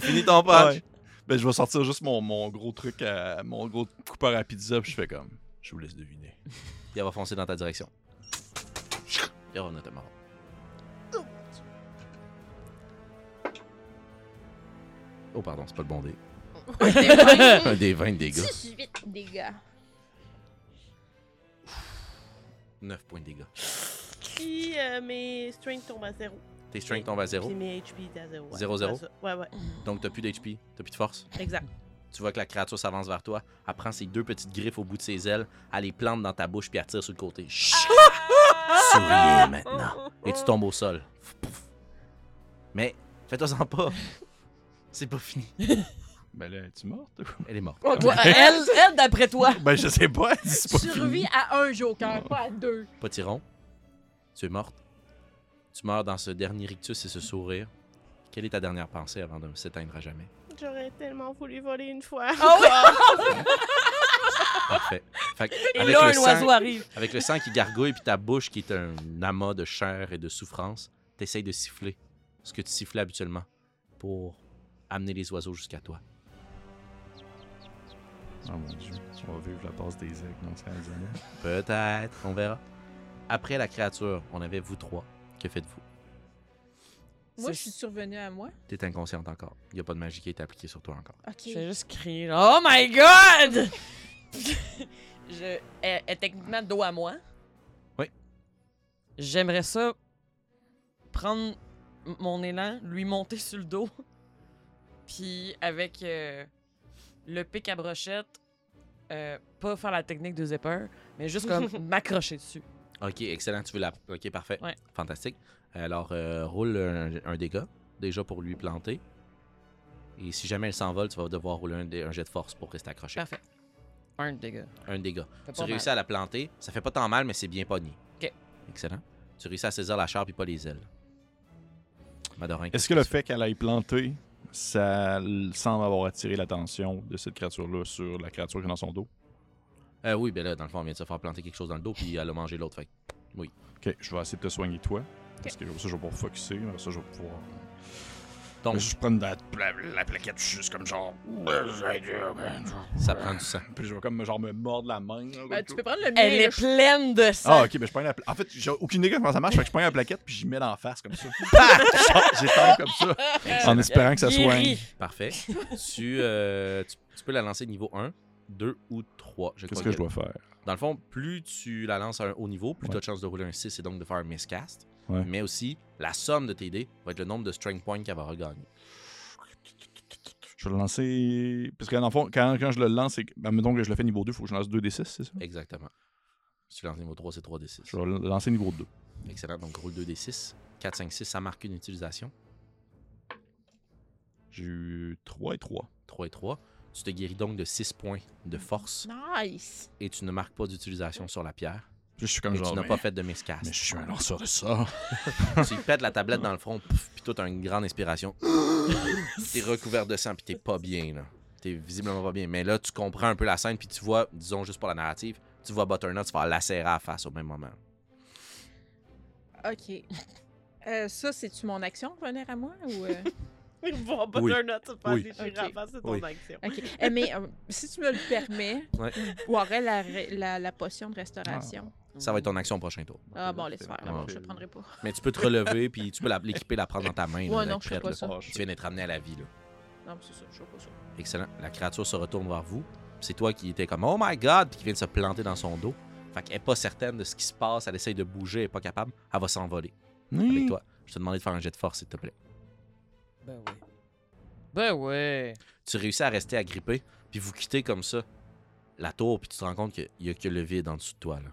[SPEAKER 7] Finis ton
[SPEAKER 5] Ouais. Ben, je vais sortir juste mon, mon gros truc, à, mon gros coupeur à pizza, puis je fais comme. Je vous laisse deviner.
[SPEAKER 1] Il va foncer dans ta direction. Il va venir te mordre. Oh, pardon, c'est pas le bon dé. Un des 20 de dégâts.
[SPEAKER 4] 18 dégâts.
[SPEAKER 1] 9 points de dégâts.
[SPEAKER 3] Puis euh, mes strength tombent à zéro.
[SPEAKER 1] Tes strengths tombent à zéro.
[SPEAKER 3] Puis mes HP est à zéro. ouais.
[SPEAKER 1] Zéro, zéro?
[SPEAKER 3] Ouais, ça. Ouais, ouais,
[SPEAKER 1] Donc, t'as plus d'HP, t'as plus de force.
[SPEAKER 3] exact.
[SPEAKER 1] Tu vois que la créature s'avance vers toi. Elle prend ses deux petites griffes au bout de ses ailes, elle les plante dans ta bouche puis elle tire sur le côté. Chut! Souriez maintenant. Et tu tombes au sol. Pouf. Mais, fais-toi-en pas. C'est pas fini.
[SPEAKER 5] Ben là, es-tu morte?
[SPEAKER 1] Elle est morte.
[SPEAKER 2] Toi, elle, elle d'après toi.
[SPEAKER 5] ben je sais pas, elle dit c'est pas
[SPEAKER 4] Survie
[SPEAKER 5] fini.
[SPEAKER 4] à un joker, pas à deux.
[SPEAKER 1] Potiron, tu es morte. Tu meurs dans ce dernier rictus et ce sourire. Quelle est ta dernière pensée avant de s'éteindre à jamais?
[SPEAKER 3] J'aurais tellement voulu voler une fois.
[SPEAKER 1] Parfait. Fait que
[SPEAKER 2] Et
[SPEAKER 1] avec,
[SPEAKER 2] là, un
[SPEAKER 1] le sang,
[SPEAKER 2] oiseau arrive.
[SPEAKER 1] avec le sang qui gargouille puis ta bouche qui est un amas de chair et de souffrance, t'essayes de siffler ce que tu sifflais habituellement pour amener les oiseaux jusqu'à toi.
[SPEAKER 5] Oh mon dieu, on va vivre la passe des aigles dans ces années.
[SPEAKER 1] Peut-être, on verra. Après la créature, on avait vous trois. Que faites-vous?
[SPEAKER 4] Moi,
[SPEAKER 2] C'est-
[SPEAKER 4] je suis survenue à moi.
[SPEAKER 1] T'es inconsciente encore. Il n'y a pas de magie qui est appliquée sur toi encore.
[SPEAKER 4] Ok.
[SPEAKER 2] Je vais juste crier genre, Oh my god! je, elle est techniquement dos à moi.
[SPEAKER 1] Oui.
[SPEAKER 2] J'aimerais ça prendre m- mon élan, lui monter sur le dos, puis avec euh, le pic à brochette, euh, pas faire la technique de zipper, mais juste comme m'accrocher dessus.
[SPEAKER 1] Ok, excellent. Tu veux la. Ok, parfait.
[SPEAKER 2] Ouais.
[SPEAKER 1] Fantastique. Alors, euh, roule un, un dégât, déjà pour lui planter. Et si jamais elle s'envole, tu vas devoir rouler un, dé- un jet de force pour rester accroché.
[SPEAKER 2] Parfait. Un dégât.
[SPEAKER 1] Un dégât.
[SPEAKER 2] Fait
[SPEAKER 1] Tu
[SPEAKER 2] pas
[SPEAKER 1] réussis à
[SPEAKER 2] mal.
[SPEAKER 1] la planter. Ça fait pas tant mal, mais c'est bien pogné.
[SPEAKER 2] Ok.
[SPEAKER 1] Excellent. Tu réussis à saisir la chair puis pas les ailes. Madorin.
[SPEAKER 5] Est-ce que le fait qu'elle aille planter, ça l- semble avoir attiré l'attention de cette créature-là sur la créature qui est dans son dos?
[SPEAKER 1] Euh, oui, ben là, dans le fond, on vient de se faire planter quelque chose dans le dos puis elle a mangé l'autre. Fait que
[SPEAKER 5] Ok, je vais essayer de te soigner toi. Parce que comme ça, je vais pouvoir focusser, comme ça, je vais pouvoir.
[SPEAKER 1] Donc.
[SPEAKER 5] Donc, je prends la, la, la plaquette, je suis juste comme genre.
[SPEAKER 1] ça prend du sang.
[SPEAKER 5] Puis je vais comme genre me mordre la main. là,
[SPEAKER 4] Ben,
[SPEAKER 5] comme
[SPEAKER 4] tu
[SPEAKER 5] ça.
[SPEAKER 4] peux prendre le mien.
[SPEAKER 2] Elle
[SPEAKER 4] là,
[SPEAKER 2] est
[SPEAKER 4] je-
[SPEAKER 2] pleine de sang.
[SPEAKER 5] Ah, ok, ben je prends la plaquette. En fait, j'ai aucune idée comment ça marche, fait que je prends la plaquette puis j'y mets dans la face comme ça. Pac! Genre, J'étends comme ça. En espérant que ça soigne.
[SPEAKER 2] Guéri.
[SPEAKER 1] Parfait. tu, euh, tu, tu peux la lancer niveau 1, 2 ou 3. Je
[SPEAKER 5] Qu'est-ce
[SPEAKER 1] crois
[SPEAKER 5] que
[SPEAKER 1] que-
[SPEAKER 5] je dois faire?
[SPEAKER 1] Dans le fond, plus tu la lances à un haut niveau, plus
[SPEAKER 5] Ouais.
[SPEAKER 1] tu as de chances de rouler un 6 et donc de faire un miscast.
[SPEAKER 5] Ouais.
[SPEAKER 1] Mais aussi, la somme de tes dés va être le nombre de strength points qu'elle va regagner.
[SPEAKER 5] Je vais le lancer. Parce que dans le fond, quand, quand je le lance, c'est. que- ben, mettons que je le fais niveau 2, il faut que je lance 2d6, c'est ça?
[SPEAKER 1] Exactement. Si tu lances niveau 3, c'est 3 d 6.
[SPEAKER 5] Je vais le lancer niveau 2.
[SPEAKER 1] Excellent. Donc, roule 2 d 6. 4, 5, 6, ça marque une utilisation.
[SPEAKER 5] J'ai eu 3 et 3.
[SPEAKER 1] 3 et 3. Tu te guéris donc de 6 points de force
[SPEAKER 4] Nice.
[SPEAKER 1] et tu ne marques pas d'utilisation sur la pierre.
[SPEAKER 5] Puis je suis comme
[SPEAKER 1] Et
[SPEAKER 5] genre.
[SPEAKER 1] tu n'as
[SPEAKER 5] mais-
[SPEAKER 1] Ah, pas fait de miscast.
[SPEAKER 5] Mais je suis un lanceur de sort.
[SPEAKER 1] tu lui pètes la tablette dans le front, pouf, puis toi, t'as une grande inspiration. t'es recouvert de sang, puis t'es pas bien, là. T'es visiblement pas bien. Mais là, tu comprends un peu la scène, puis tu vois, disons juste pour la narrative, tu vois Butternut se faire lacérer à la face au même moment.
[SPEAKER 4] Ok. Euh, ça, c'est-tu mon action, revenir à moi? Ou euh,
[SPEAKER 3] Bon,
[SPEAKER 1] Oui.
[SPEAKER 3] Butternut, tu
[SPEAKER 1] Oui.
[SPEAKER 3] passes des déchirer
[SPEAKER 4] Ok.
[SPEAKER 3] en face, c'est ton
[SPEAKER 1] Oui.
[SPEAKER 3] action.
[SPEAKER 4] Ok. Eh, mais euh, si tu me le permets,
[SPEAKER 1] Ouais.
[SPEAKER 4] je boirais la, ré- la, la potion de restauration.
[SPEAKER 1] Ça va être ton action au prochain tour.
[SPEAKER 4] Ah, bon, laisse faire.
[SPEAKER 1] Ah,
[SPEAKER 4] bon,
[SPEAKER 1] ok.
[SPEAKER 4] je le prendrai pas.
[SPEAKER 1] Mais tu peux te relever, puis tu peux la- l'équiper, la prendre dans ta main. là,
[SPEAKER 4] Ouais,
[SPEAKER 1] d'être
[SPEAKER 4] non, je fais
[SPEAKER 1] prête,
[SPEAKER 4] pas
[SPEAKER 1] là.
[SPEAKER 4] ça.
[SPEAKER 1] Tu viens d'être ramené à la vie, là.
[SPEAKER 4] Non, c'est ça, je fais pas ça.
[SPEAKER 1] Excellent. La créature se retourne vers vous. C'est toi qui étais comme Oh my God, puis qui vient de se planter dans son dos. Fait qu'elle est pas certaine de ce qui se passe. Elle essaye de bouger, elle est pas capable. Elle va s'envoler avec toi. Je te demandais de faire un jet de force, s'il te plaît.
[SPEAKER 2] Ben oui. Ben oui.
[SPEAKER 1] tu réussis à rester agrippé, puis vous quittez comme ça la tour, puis tu te rends compte qu'il n'y a que le vide en dessous de toi. Là.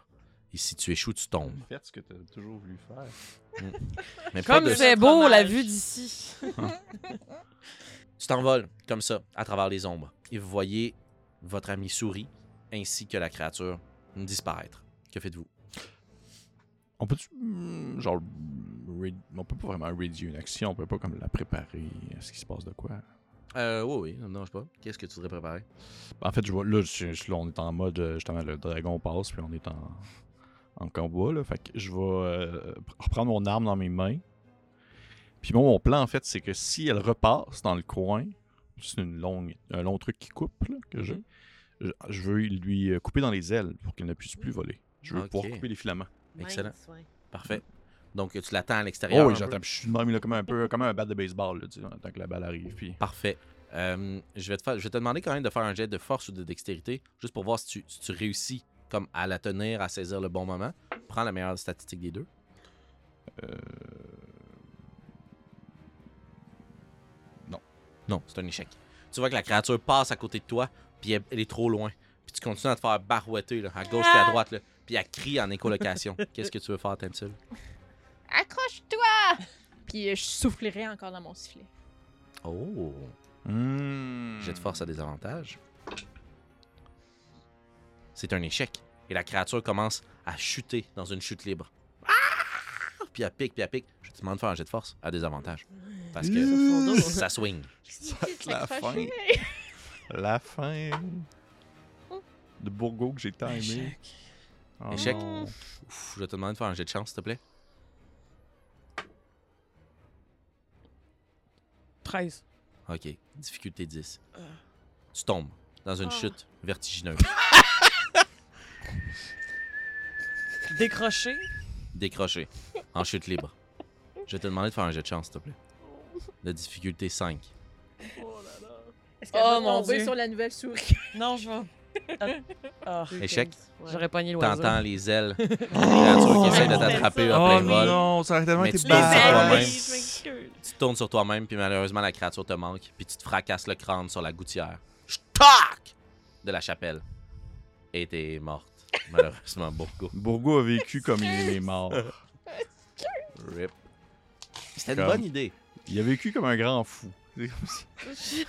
[SPEAKER 1] Et si tu échoues, tu tombes.
[SPEAKER 5] Faites ce que tu as toujours voulu faire.
[SPEAKER 1] Mais pas
[SPEAKER 2] Comme
[SPEAKER 1] de-
[SPEAKER 2] c'est
[SPEAKER 3] notre
[SPEAKER 2] beau la
[SPEAKER 3] hommage.
[SPEAKER 2] vue d'ici.
[SPEAKER 1] Tu t'envoles comme ça, à travers les ombres, et vous voyez votre ami souris, ainsi que la créature, disparaître. Que faites-vous?
[SPEAKER 5] On peut-tu. hmm, Genre. re- On peut pas vraiment radio une action, on peut pas comme la préparer à ce qui se passe de quoi.
[SPEAKER 1] Euh, oui, oui, non, je sais pas. Qu'est-ce que tu voudrais préparer?
[SPEAKER 5] En fait, je vois, là, je- je- là, on est en mode, euh, justement, le dragon passe, puis on est en, en combat, là. Fait que je vais euh, pr- reprendre mon arme dans mes mains. Puis bon, mon plan, en fait, c'est que si elle repasse dans le coin, c'est une longue, un long truc qui coupe, là, que
[SPEAKER 1] Mhm.
[SPEAKER 5] j'ai, je, je veux lui euh, couper dans les ailes pour qu'elle ne puisse plus voler. Je veux
[SPEAKER 1] Ok.
[SPEAKER 5] pouvoir couper les filaments.
[SPEAKER 1] Excellent.
[SPEAKER 3] Mince, ouais.
[SPEAKER 1] Parfait. Donc, tu l'attends à
[SPEAKER 5] Oh
[SPEAKER 1] l'extérieur.
[SPEAKER 5] oui,
[SPEAKER 1] un peu.
[SPEAKER 5] j'attends. puis Je suis de même, là, comme un peu comme un bat de baseball, là, tu sais, en tant que la balle arrive. Puis...
[SPEAKER 1] Parfait. Euh, je, vais te faire- je vais te demander quand même de faire un jet de force ou de dextérité, juste pour voir si tu, si tu réussis comme à la tenir, à saisir le bon moment. Prends la meilleure statistique des deux.
[SPEAKER 5] Euh,
[SPEAKER 1] Non, c'est un échec. Tu vois que la créature passe à côté de toi, puis elle, elle est trop loin. Puis tu continues à te faire barouetter, là, à gauche puis à droite, là, puis elle crie en écolocation. Qu'est-ce que tu veux faire, Tensil?
[SPEAKER 4] Accroche-toi! Puis euh, je soufflerai encore dans mon sifflet.
[SPEAKER 1] Oh!
[SPEAKER 5] hmm.
[SPEAKER 1] J'ai de force à des avantages. C'est un échec. Et la créature commence à chuter dans une chute libre. Ah! Puis elle pique, puis elle pique. Je te demande de faire un jet de force à des avantages. Parce que ça swing.
[SPEAKER 5] Ça va être la fin. La fin de Bourgo que j'ai tant aimé. Oh
[SPEAKER 1] Échec.
[SPEAKER 5] non.
[SPEAKER 1] Ouf, je te demande de faire un jet de chance, s'il te plaît.
[SPEAKER 2] 13.
[SPEAKER 1] Ok, difficulté 10. Tu tombes dans une
[SPEAKER 3] Ah.
[SPEAKER 1] chute vertigineuse.
[SPEAKER 2] Décroché.
[SPEAKER 1] Décroché. En chute libre. Je vais te demander de faire un jet de chance, s'il te plaît. De difficulté 5.
[SPEAKER 4] Est-ce qu'elle
[SPEAKER 2] Oh,
[SPEAKER 4] va
[SPEAKER 2] mon
[SPEAKER 4] tomber
[SPEAKER 2] Dieu.
[SPEAKER 4] sur la nouvelle souris?
[SPEAKER 2] Non, je vais. Ah,
[SPEAKER 3] Deux
[SPEAKER 1] Échec.
[SPEAKER 3] quinze, ouais.
[SPEAKER 2] J'aurais pogné l'oiseau.
[SPEAKER 1] T'entends les ailes des créatures qui essaient de
[SPEAKER 3] Oh!
[SPEAKER 1] t'attraper en
[SPEAKER 5] Oh
[SPEAKER 1] plein vol.
[SPEAKER 5] non, ça aurait tellement
[SPEAKER 1] Mais
[SPEAKER 5] été
[SPEAKER 1] tu
[SPEAKER 4] Ah,
[SPEAKER 5] bad.
[SPEAKER 1] les as
[SPEAKER 3] Désolée,
[SPEAKER 1] toi-même.
[SPEAKER 3] je m'excuse.
[SPEAKER 1] Tu tournes sur toi-même, puis malheureusement, la créature te manque, puis tu te fracasses le crâne sur la gouttière. Ch'tac! De la chapelle. Et t'es morte. Malheureusement, beaucoup.
[SPEAKER 5] Bourgo a vécu comme il est mort.
[SPEAKER 1] Rip. C'était une
[SPEAKER 5] Comme-
[SPEAKER 1] bonne idée.
[SPEAKER 5] Il a vécu comme un grand fou. C'est comme si-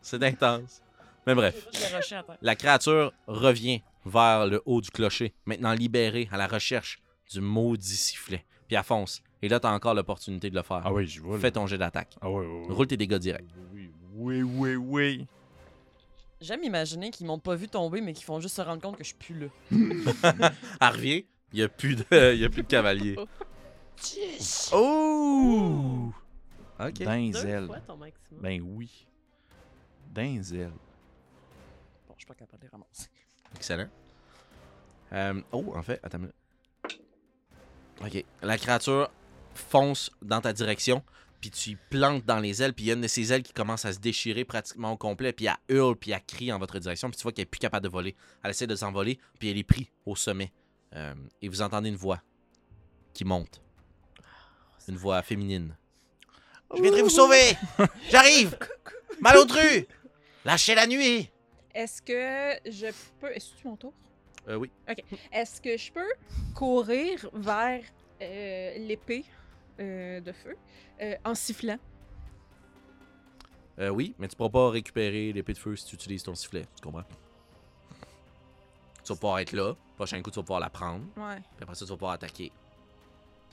[SPEAKER 1] C'est intense. Mais bref,
[SPEAKER 2] Décroché à terre.
[SPEAKER 1] la créature revient vers le haut du clocher, maintenant libérée à la recherche du maudit sifflet. Puis elle fonce. Et là, t'as encore l'opportunité de le faire.
[SPEAKER 5] Ah oui, je vois. là.
[SPEAKER 1] Fais ton jet d'attaque.
[SPEAKER 5] Ah oui, oui, oui.
[SPEAKER 1] Roule tes dégâts directs.
[SPEAKER 5] Oui, oui, oui, oui.
[SPEAKER 2] J'aime imaginer qu'ils m'ont pas vu tomber, mais qu'ils font juste se rendre compte que je suis plus là.
[SPEAKER 1] Elle revient, il n'y a, plus de- y a plus de cavalier.
[SPEAKER 5] Oh!
[SPEAKER 1] Ok.
[SPEAKER 3] Deux
[SPEAKER 5] Denzel.
[SPEAKER 3] fois ton maximum.
[SPEAKER 5] Ben oui. Denzel.
[SPEAKER 2] Bon, je suis pas capable de les ramasser.
[SPEAKER 1] Excellent. Euh, oh, en fait, attends. une minute. Ok. La créature fonce dans ta direction, puis tu y plantes dans les ailes, puis il y a une de ses ailes qui commence à se déchirer pratiquement au complet, puis elle hurle, puis elle crie en votre direction, puis tu vois qu'elle est plus capable de voler. Elle essaie de s'envoler, puis elle est prise au sommet. Euh, et vous entendez une voix qui monte. Une voix féminine.
[SPEAKER 6] Je viendrai vous sauver! J'arrive! Malotru! Lâchez la nuit!
[SPEAKER 4] Est-ce que je peux. Est-ce que c'est mon tour?
[SPEAKER 1] Euh, oui.
[SPEAKER 4] Est-ce que je peux courir vers euh, l'épée euh, de feu euh, en sifflant?
[SPEAKER 1] Euh, oui, mais tu pourras pas récupérer l'épée de feu si tu utilises ton sifflet. Tu comprends? Tu vas pouvoir être là. Prochain coup, tu vas pouvoir la prendre.
[SPEAKER 4] Ouais.
[SPEAKER 1] Puis après ça, tu vas pouvoir attaquer.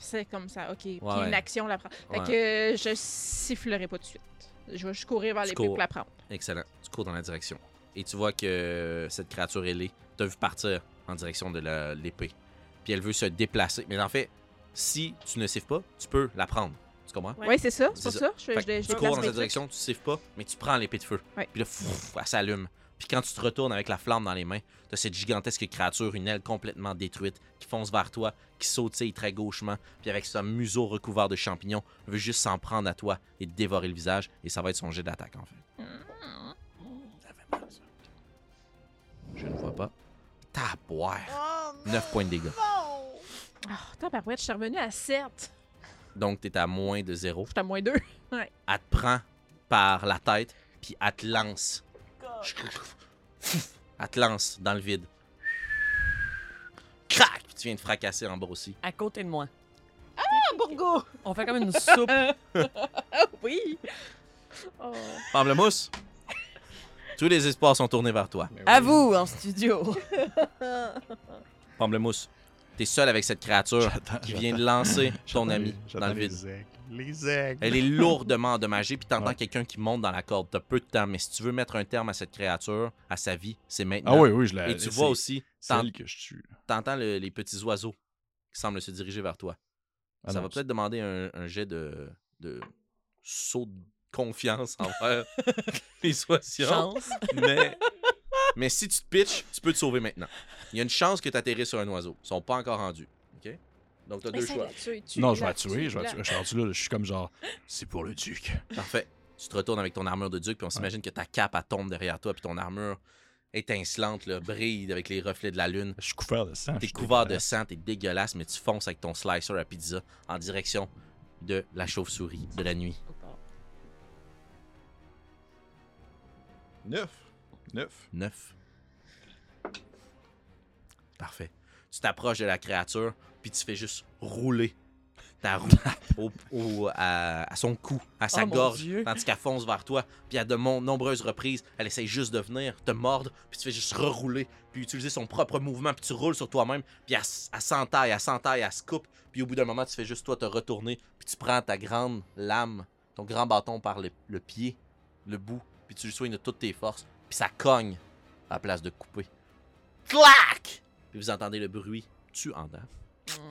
[SPEAKER 4] C'est comme ça, ok. Puis
[SPEAKER 1] Ouais.
[SPEAKER 4] une action, on la prend. Fait
[SPEAKER 1] Ouais.
[SPEAKER 4] que euh, je sifflerai pas tout de suite. Je vais juste courir vers
[SPEAKER 1] Tu
[SPEAKER 4] l'épée pour
[SPEAKER 1] cours.
[SPEAKER 4] la prendre.
[SPEAKER 1] Excellent. Tu cours dans la direction. Et tu vois que cette créature ailée t'a vu partir en direction de la- l'épée. Puis elle veut se déplacer. Mais en fait, si tu ne siffles pas, tu peux la prendre. Tu comprends?
[SPEAKER 4] Ouais, c'est ça, c'est
[SPEAKER 1] C'est
[SPEAKER 4] pour ça. Je,
[SPEAKER 1] Fait
[SPEAKER 4] je, je
[SPEAKER 1] que tu
[SPEAKER 4] place
[SPEAKER 1] cours dans
[SPEAKER 4] mes
[SPEAKER 1] cette
[SPEAKER 4] trucs.
[SPEAKER 1] direction, tu siffles pas, mais tu prends l'épée de feu.
[SPEAKER 4] Ouais.
[SPEAKER 1] Puis là, fouf, elle s'allume. Puis quand tu te retournes avec la flamme dans les mains, t'as cette gigantesque créature, une aile complètement détruite, qui fonce vers toi, qui sautille très gauchement, puis avec son museau recouvert de champignons, veut juste s'en prendre à toi et te dévorer le visage, et ça va être son jet d'attaque en fait. Je ne vois pas. Taboire! 9 points de dégâts.
[SPEAKER 4] Oh, tabarouette, je suis revenue à 7.
[SPEAKER 1] Donc t'es à moins de 0.
[SPEAKER 4] J'étais à moins 2.
[SPEAKER 1] Elle te prend par la tête, puis elle te lance. Elle te lance dans le vide. Crac! Puis tu viens de fracasser en bas aussi.
[SPEAKER 2] À côté de moi.
[SPEAKER 4] Ah, Bourgo!
[SPEAKER 2] On fait comme une soupe.
[SPEAKER 4] Ah oui! Oh.
[SPEAKER 1] Pamplemousse! Tous les espoirs sont tournés vers toi.
[SPEAKER 2] à vous, en studio.
[SPEAKER 1] Pamplemousse, t'es seul avec cette créature qui vient de lancer ton ami dans le vide.
[SPEAKER 5] Les aigles. Les aigles.
[SPEAKER 1] Elle est lourdement endommagée, puis t'entends
[SPEAKER 5] Ouais.
[SPEAKER 1] quelqu'un qui monte dans la corde. T'as peu de temps, mais si tu veux mettre un terme à cette créature, à sa vie, c'est maintenant.
[SPEAKER 5] Ah oui, oui, je l'ai.
[SPEAKER 1] Et tu vois aussi, t'en-
[SPEAKER 5] Celle que je tue.
[SPEAKER 1] t'entends le- les petits oiseaux qui semblent se diriger vers toi.
[SPEAKER 5] Ah
[SPEAKER 1] ça
[SPEAKER 5] non,
[SPEAKER 1] va peut-être demander un, un jet de, de saut de confiance envers les oiseaux.
[SPEAKER 2] Chance.
[SPEAKER 1] Mais, mais si tu te pitches, tu peux te sauver maintenant. Il y a une chance que tu atterris sur un oiseau. Ils sont pas encore rendus. OK? Donc, tu as deux choix.
[SPEAKER 5] Non, je vais la tuer. Je vais la tuer. Je suis rendu là, je suis comme genre, c'est pour le duc.
[SPEAKER 1] Parfait. tu te retournes avec ton armure de duc, puis on s'imagine que ta cape, elle tombe derrière toi, puis ton armure étincelante là, brille avec les reflets de la lune.
[SPEAKER 5] Je suis couvert de sang.
[SPEAKER 1] T'es
[SPEAKER 5] je euh, suis
[SPEAKER 1] couvert de
[SPEAKER 5] dégueulasse.
[SPEAKER 1] sang, t'es dégueulasse, mais tu fonces avec ton slicer à pizza en direction de la chauve-souris de la nuit.
[SPEAKER 5] Neuf. Neuf.
[SPEAKER 1] 9. Parfait. Tu t'approches de la créature, puis tu fais juste rouler ta roue au- au- à, à son cou, à sa
[SPEAKER 2] Oh, mon
[SPEAKER 1] gorge,
[SPEAKER 2] Dieu.
[SPEAKER 1] tandis qu'elle fonce vers toi. Puis à de mon- nombreuses reprises, elle essaie juste de venir te mordre, puis tu fais juste rerouler, puis utiliser son propre mouvement, puis tu roules sur toi-même, puis elle, s- elle s'entaille, elle s'entaille, elle se coupe, puis au bout d'un moment, tu fais juste toi te retourner, puis tu prends ta grande lame, ton grand bâton par le- le pied, le bout, puis tu le soignes de toutes tes forces, puis ça cogne à la place de couper. Clac! Puis vous entendez le bruit, tu entends,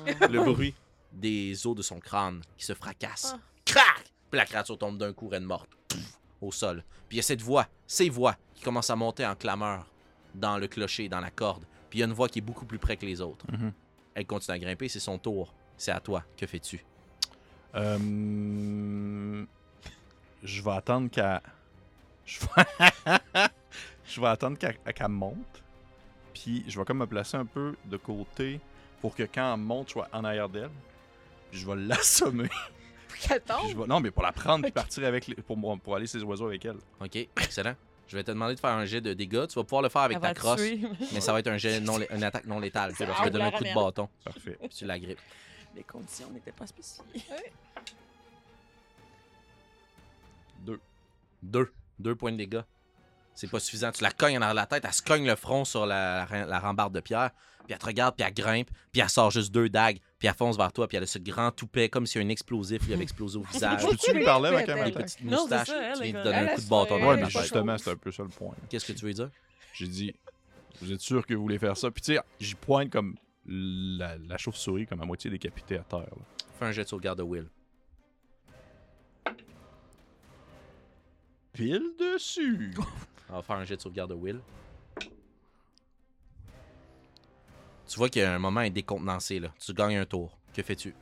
[SPEAKER 1] Ben.
[SPEAKER 7] Le bruit.
[SPEAKER 1] des os de son crâne qui se fracassent.
[SPEAKER 3] Ah.
[SPEAKER 1] Crac! Puis la créature tombe d'un coup, reine morte, Pff, au sol. Puis il y a cette voix, ces voix qui commencent à monter en clameur dans le clocher, dans la corde. Puis il y a une voix qui est beaucoup plus près que les autres.
[SPEAKER 5] Mhm.
[SPEAKER 1] Elle continue à grimper, c'est son tour. C'est à toi. Que fais-tu?
[SPEAKER 5] Euh, Je vais attendre qu'elle. Je vais, je vais attendre qu'elle qu'elle monte. Puis je vais comme me placer un peu de côté pour que quand elle monte, je sois en arrière d'elle. Puis je vais l'assommer.
[SPEAKER 4] Qu'elle
[SPEAKER 5] Puis je
[SPEAKER 4] tombe.
[SPEAKER 5] vais- Non, mais pour la prendre puis partir avec les- pour, moi- pour aller ses oiseaux avec elle.
[SPEAKER 1] Ok, excellent. Je vais te demander de faire un jet de dégâts. Tu vas pouvoir le faire avec ta crosse, mais ça va être un jet non, une attaque non létale. Je
[SPEAKER 4] Ah,
[SPEAKER 1] vais te donner un coup de
[SPEAKER 4] la
[SPEAKER 1] bâton,
[SPEAKER 5] Parfait.
[SPEAKER 1] puis tu la grippes.
[SPEAKER 2] Les conditions n'étaient pas spéciales.
[SPEAKER 5] Deux.
[SPEAKER 1] Deux. Deux points de dégâts. C'est pas suffisant. Tu la cognes en arrière de la tête, elle se cogne le front sur la, la- la rambarde de pierre, puis elle te regarde, puis elle grimpe, puis elle sort juste deux dagues, puis elle fonce vers toi, puis elle a ce grand toupet comme si un explosif lui avait explosé au visage.
[SPEAKER 5] Ah, Je peux-tu lui parler avec un
[SPEAKER 4] Elle-
[SPEAKER 1] Une
[SPEAKER 5] matin?
[SPEAKER 1] petite
[SPEAKER 2] Non, c'est
[SPEAKER 1] moustache,
[SPEAKER 2] ça, elle,
[SPEAKER 1] tu viens de
[SPEAKER 2] elle-
[SPEAKER 1] donner
[SPEAKER 4] elle
[SPEAKER 1] un
[SPEAKER 4] a
[SPEAKER 1] coup de
[SPEAKER 4] ce-
[SPEAKER 1] bâton dans
[SPEAKER 5] Ouais,
[SPEAKER 1] la
[SPEAKER 5] mais
[SPEAKER 1] tête.
[SPEAKER 5] justement, c'est un peu ça le point.
[SPEAKER 1] Qu'est-ce que tu veux dire?
[SPEAKER 5] J'ai dit, vous êtes sûr que vous voulez faire ça? Puis tu sais, j'y pointe comme la, la chauve-souris, comme à moitié décapitée à terre. là.
[SPEAKER 1] Fais un jet de sauvegarde de Will.
[SPEAKER 5] Pile dessus!
[SPEAKER 1] On va faire un jet de sauvegarde de Will. Tu vois qu'il y a un moment décontenancé, là. Tu gagnes un tour. Que fais-tu?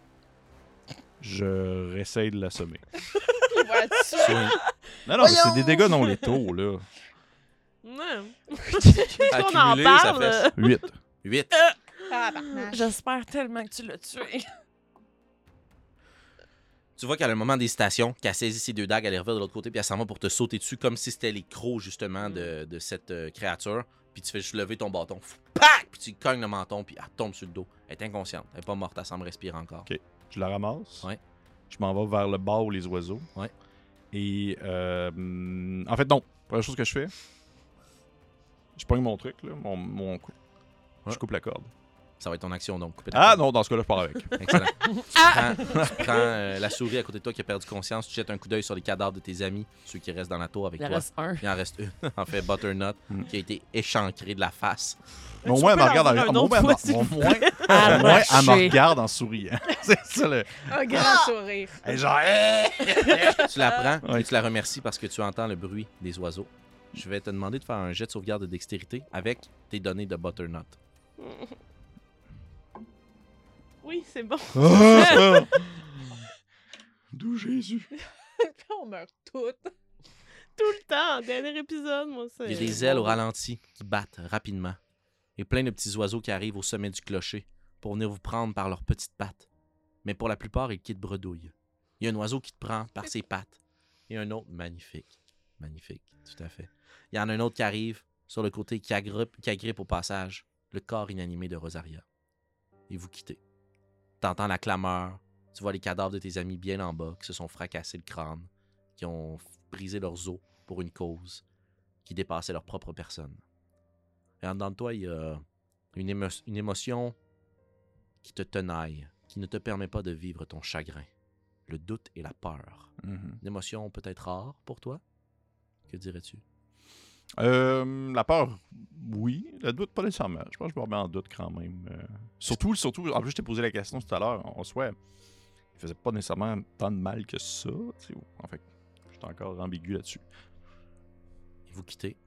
[SPEAKER 5] Je réessaye de l'assommer.
[SPEAKER 4] Vois-tu?
[SPEAKER 5] Non, non, mais c'est des dégâts non les taux, là.
[SPEAKER 3] Ouais. on en
[SPEAKER 1] Accumulé, ça
[SPEAKER 3] parle.
[SPEAKER 1] fait
[SPEAKER 5] 8.
[SPEAKER 1] 8.
[SPEAKER 4] Ah, barnache.
[SPEAKER 2] J'espère tellement que tu l'as tué.
[SPEAKER 1] Tu vois qu'à le moment des stations, qu'elle saisit ses deux dagues, elle les revient de l'autre côté, puis elle s'en va pour te sauter dessus, comme si c'était les crocs, justement, de,
[SPEAKER 2] Mm.
[SPEAKER 1] de cette euh, créature. Puis tu fais juste lever ton bâton. Fou, Pac! Puis tu lui cognes le menton, puis elle tombe sur le dos. Elle est inconsciente. Elle est pas morte, elle semble respirer encore.
[SPEAKER 5] Je la ramasse.
[SPEAKER 1] Ouais.
[SPEAKER 5] Je m'en vais vers le bas où les oiseaux.
[SPEAKER 1] Ouais.
[SPEAKER 5] Et. euh, en fait, non. Première chose que je fais, je prends mon truc, là, mon, mon cou.
[SPEAKER 1] Ouais.
[SPEAKER 5] Je coupe la corde.
[SPEAKER 1] Ça va être ton action, donc. couper ta
[SPEAKER 5] Ah
[SPEAKER 1] corde.
[SPEAKER 5] non, dans ce cas-là, je pars avec.
[SPEAKER 1] Excellent. tu prends, tu prends, euh, la souris à côté de toi qui a perdu conscience, tu jettes un coup d'œil sur les cadavres de tes amis, ceux qui restent dans la tour avec
[SPEAKER 2] Il en
[SPEAKER 1] toi.
[SPEAKER 2] reste un.
[SPEAKER 1] Il en reste une, en fait, Butternut,
[SPEAKER 5] Mm.
[SPEAKER 1] qui a été échancrée de la face.
[SPEAKER 5] Mais au
[SPEAKER 3] Tu
[SPEAKER 5] moins, elle
[SPEAKER 3] peux
[SPEAKER 5] me
[SPEAKER 3] la
[SPEAKER 5] regarde
[SPEAKER 3] refaire
[SPEAKER 5] en
[SPEAKER 3] un
[SPEAKER 5] au
[SPEAKER 3] autre
[SPEAKER 5] moins, elle
[SPEAKER 3] fois,
[SPEAKER 5] me-
[SPEAKER 3] s'il
[SPEAKER 5] au
[SPEAKER 3] vous
[SPEAKER 5] moins- au moins, elle me
[SPEAKER 2] Arraché.
[SPEAKER 5] regarde en souriant. C'est ça le.
[SPEAKER 4] Un grand sourire.
[SPEAKER 5] Elle est
[SPEAKER 3] Ah,
[SPEAKER 5] genre. Hey!
[SPEAKER 1] tu la prends
[SPEAKER 5] Ouais.
[SPEAKER 1] et tu la remercies parce que tu entends le bruit des oiseaux. Je vais te demander de faire un jet de sauvegarde de dextérité avec tes données de butternut.
[SPEAKER 3] Oui, c'est bon.
[SPEAKER 5] D'où Jésus.
[SPEAKER 4] On meurt toutes.
[SPEAKER 3] Tout le temps. Dernier épisode, moi, c'est.
[SPEAKER 1] Il y a des ailes au ralenti qui battent rapidement et plein de petits oiseaux qui arrivent au sommet du clocher pour venir vous prendre par leurs petites pattes. Mais pour la plupart, ils quittent bredouille. Il y a un oiseau qui te prend par ses pattes et un autre magnifique. Magnifique, tout à fait. Il y en a un autre qui arrive sur le côté qui agrippe, qui agrippe au passage le corps inanimé de Rosaria. Et vous quittez. T'entends la clameur, tu vois les cadavres de tes amis bien en bas qui se sont fracassés le crâne, qui ont brisé leurs os pour une cause qui dépassaient leur propre personne. Et en dedans de toi, il y a une, émo- une émotion qui te tenaille, qui ne te permet pas de vivre ton chagrin, le doute et la peur.
[SPEAKER 3] Mhm.
[SPEAKER 1] Une émotion peut-être rare pour toi Que dirais-tu
[SPEAKER 5] Euh, la peur, oui. Le doute, pas nécessairement. Je pense que je me remets en doute quand même. Euh, surtout, surtout, en plus, je t'ai posé la question tout à l'heure. En soi, il faisait pas nécessairement tant de mal que ça. tu sais. En fait, j'étais encore ambigu là-dessus.
[SPEAKER 1] Et vous quittez.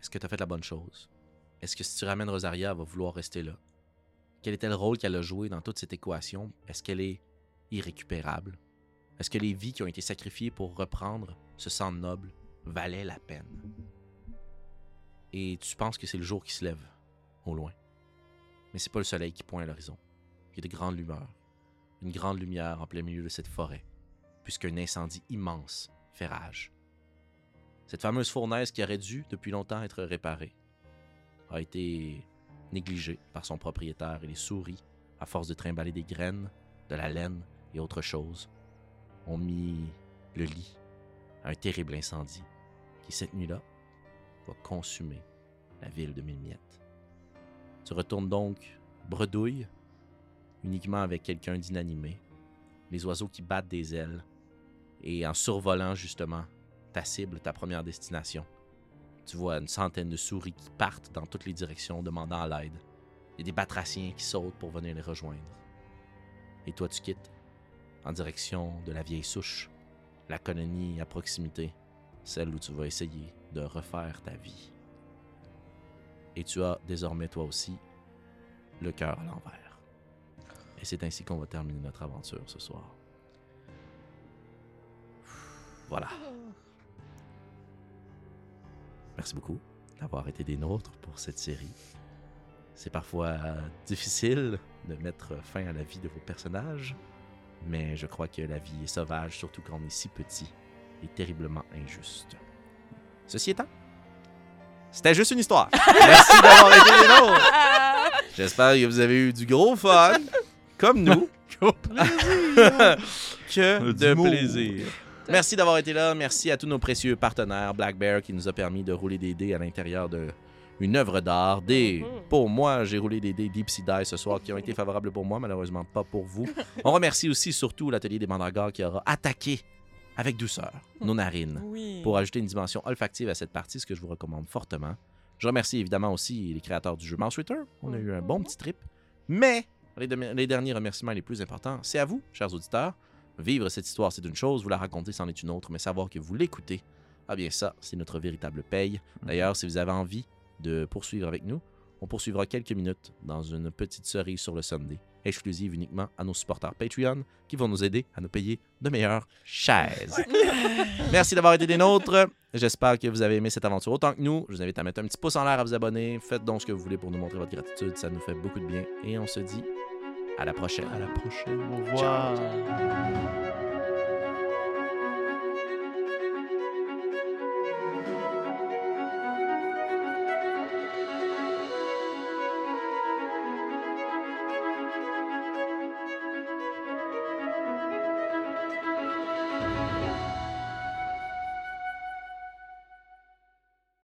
[SPEAKER 1] Est-ce que tu as fait la bonne chose Est-ce que si tu ramènes Rosaria, elle va vouloir rester là Quel était le rôle qu'elle a joué dans toute cette équation Est-ce qu'elle est irrécupérable Est-ce que les vies qui ont été sacrifiées pour reprendre se sang noble valait la peine. Et tu penses que c'est le jour qui se lève, au loin. Mais c'est pas le soleil qui pointe à l'horizon. Il y a de grandes lumeurs, une grande lumière en plein milieu de cette forêt, puisqu'un incendie immense fait rage. Cette fameuse fournaise qui aurait dû depuis longtemps être réparée a été négligée par son propriétaire et les souris, à force de trimballer des graines, de la laine et autres choses, ont mis le lit à un terrible incendie qui, cette nuit-là, va consumer la ville de mille miettes. Tu retournes donc bredouille, uniquement avec quelqu'un d'inanimé, les oiseaux qui battent des ailes, et en survolant justement ta cible, ta première destination, tu vois une centaine de souris qui partent dans toutes les directions demandant à l'aide, et des batraciens qui sautent pour venir les rejoindre. Et toi tu quittes en direction de la vieille souche, la colonie à proximité, celle où tu vas essayer de refaire ta vie. Et tu as désormais toi aussi le cœur à l'envers. Et c'est ainsi qu'on va terminer notre aventure ce soir. Voilà. Merci beaucoup d'avoir été des nôtres pour cette série. C'est parfois difficile de mettre fin à la vie de vos personnages, mais je crois que la vie est sauvage, surtout quand on est si petit, et terriblement injuste. Ceci étant, c'était juste une histoire. Merci d'avoir été des nôtres. J'espère que vous avez eu du gros fun, comme nous, que Euh, de plaisir. Merci d'avoir été là. Merci à tous nos précieux partenaires Black Bear qui nous a permis de rouler des dés à l'intérieur de une œuvre d'art. Des, pour moi, j'ai roulé des dés Deep Sea Dice ce soir qui ont été favorables pour moi, malheureusement pas pour vous. On remercie aussi surtout l'atelier des Mandragores qui aura attaqué avec douceur nos narines
[SPEAKER 2] Oui.
[SPEAKER 1] pour ajouter une dimension olfactive à cette partie, ce que je vous recommande fortement. Je remercie évidemment aussi les créateurs du jeu Mouse Twitter. On a eu un bon petit trip. Mais les, demi- les derniers remerciements les plus importants, c'est à vous, chers auditeurs. Vivre cette histoire, c'est une chose, vous la raconter, c'en est une autre, mais savoir que vous l'écoutez, ah bien ça, c'est notre véritable paye. D'ailleurs, si vous avez envie de poursuivre avec nous, on poursuivra quelques minutes dans une petite cerise sur le Sunday, exclusive uniquement à nos supporters Patreon qui vont nous aider à nous payer de meilleures chaises. Merci d'avoir été des nôtres. J'espère que vous avez aimé cette aventure autant que nous. Je vous invite à mettre un petit pouce en l'air, à vous abonner. Faites donc ce que vous voulez pour nous montrer votre gratitude. Ça nous fait beaucoup de bien. Et on se dit à la prochaine.
[SPEAKER 5] À la prochaine. Au revoir.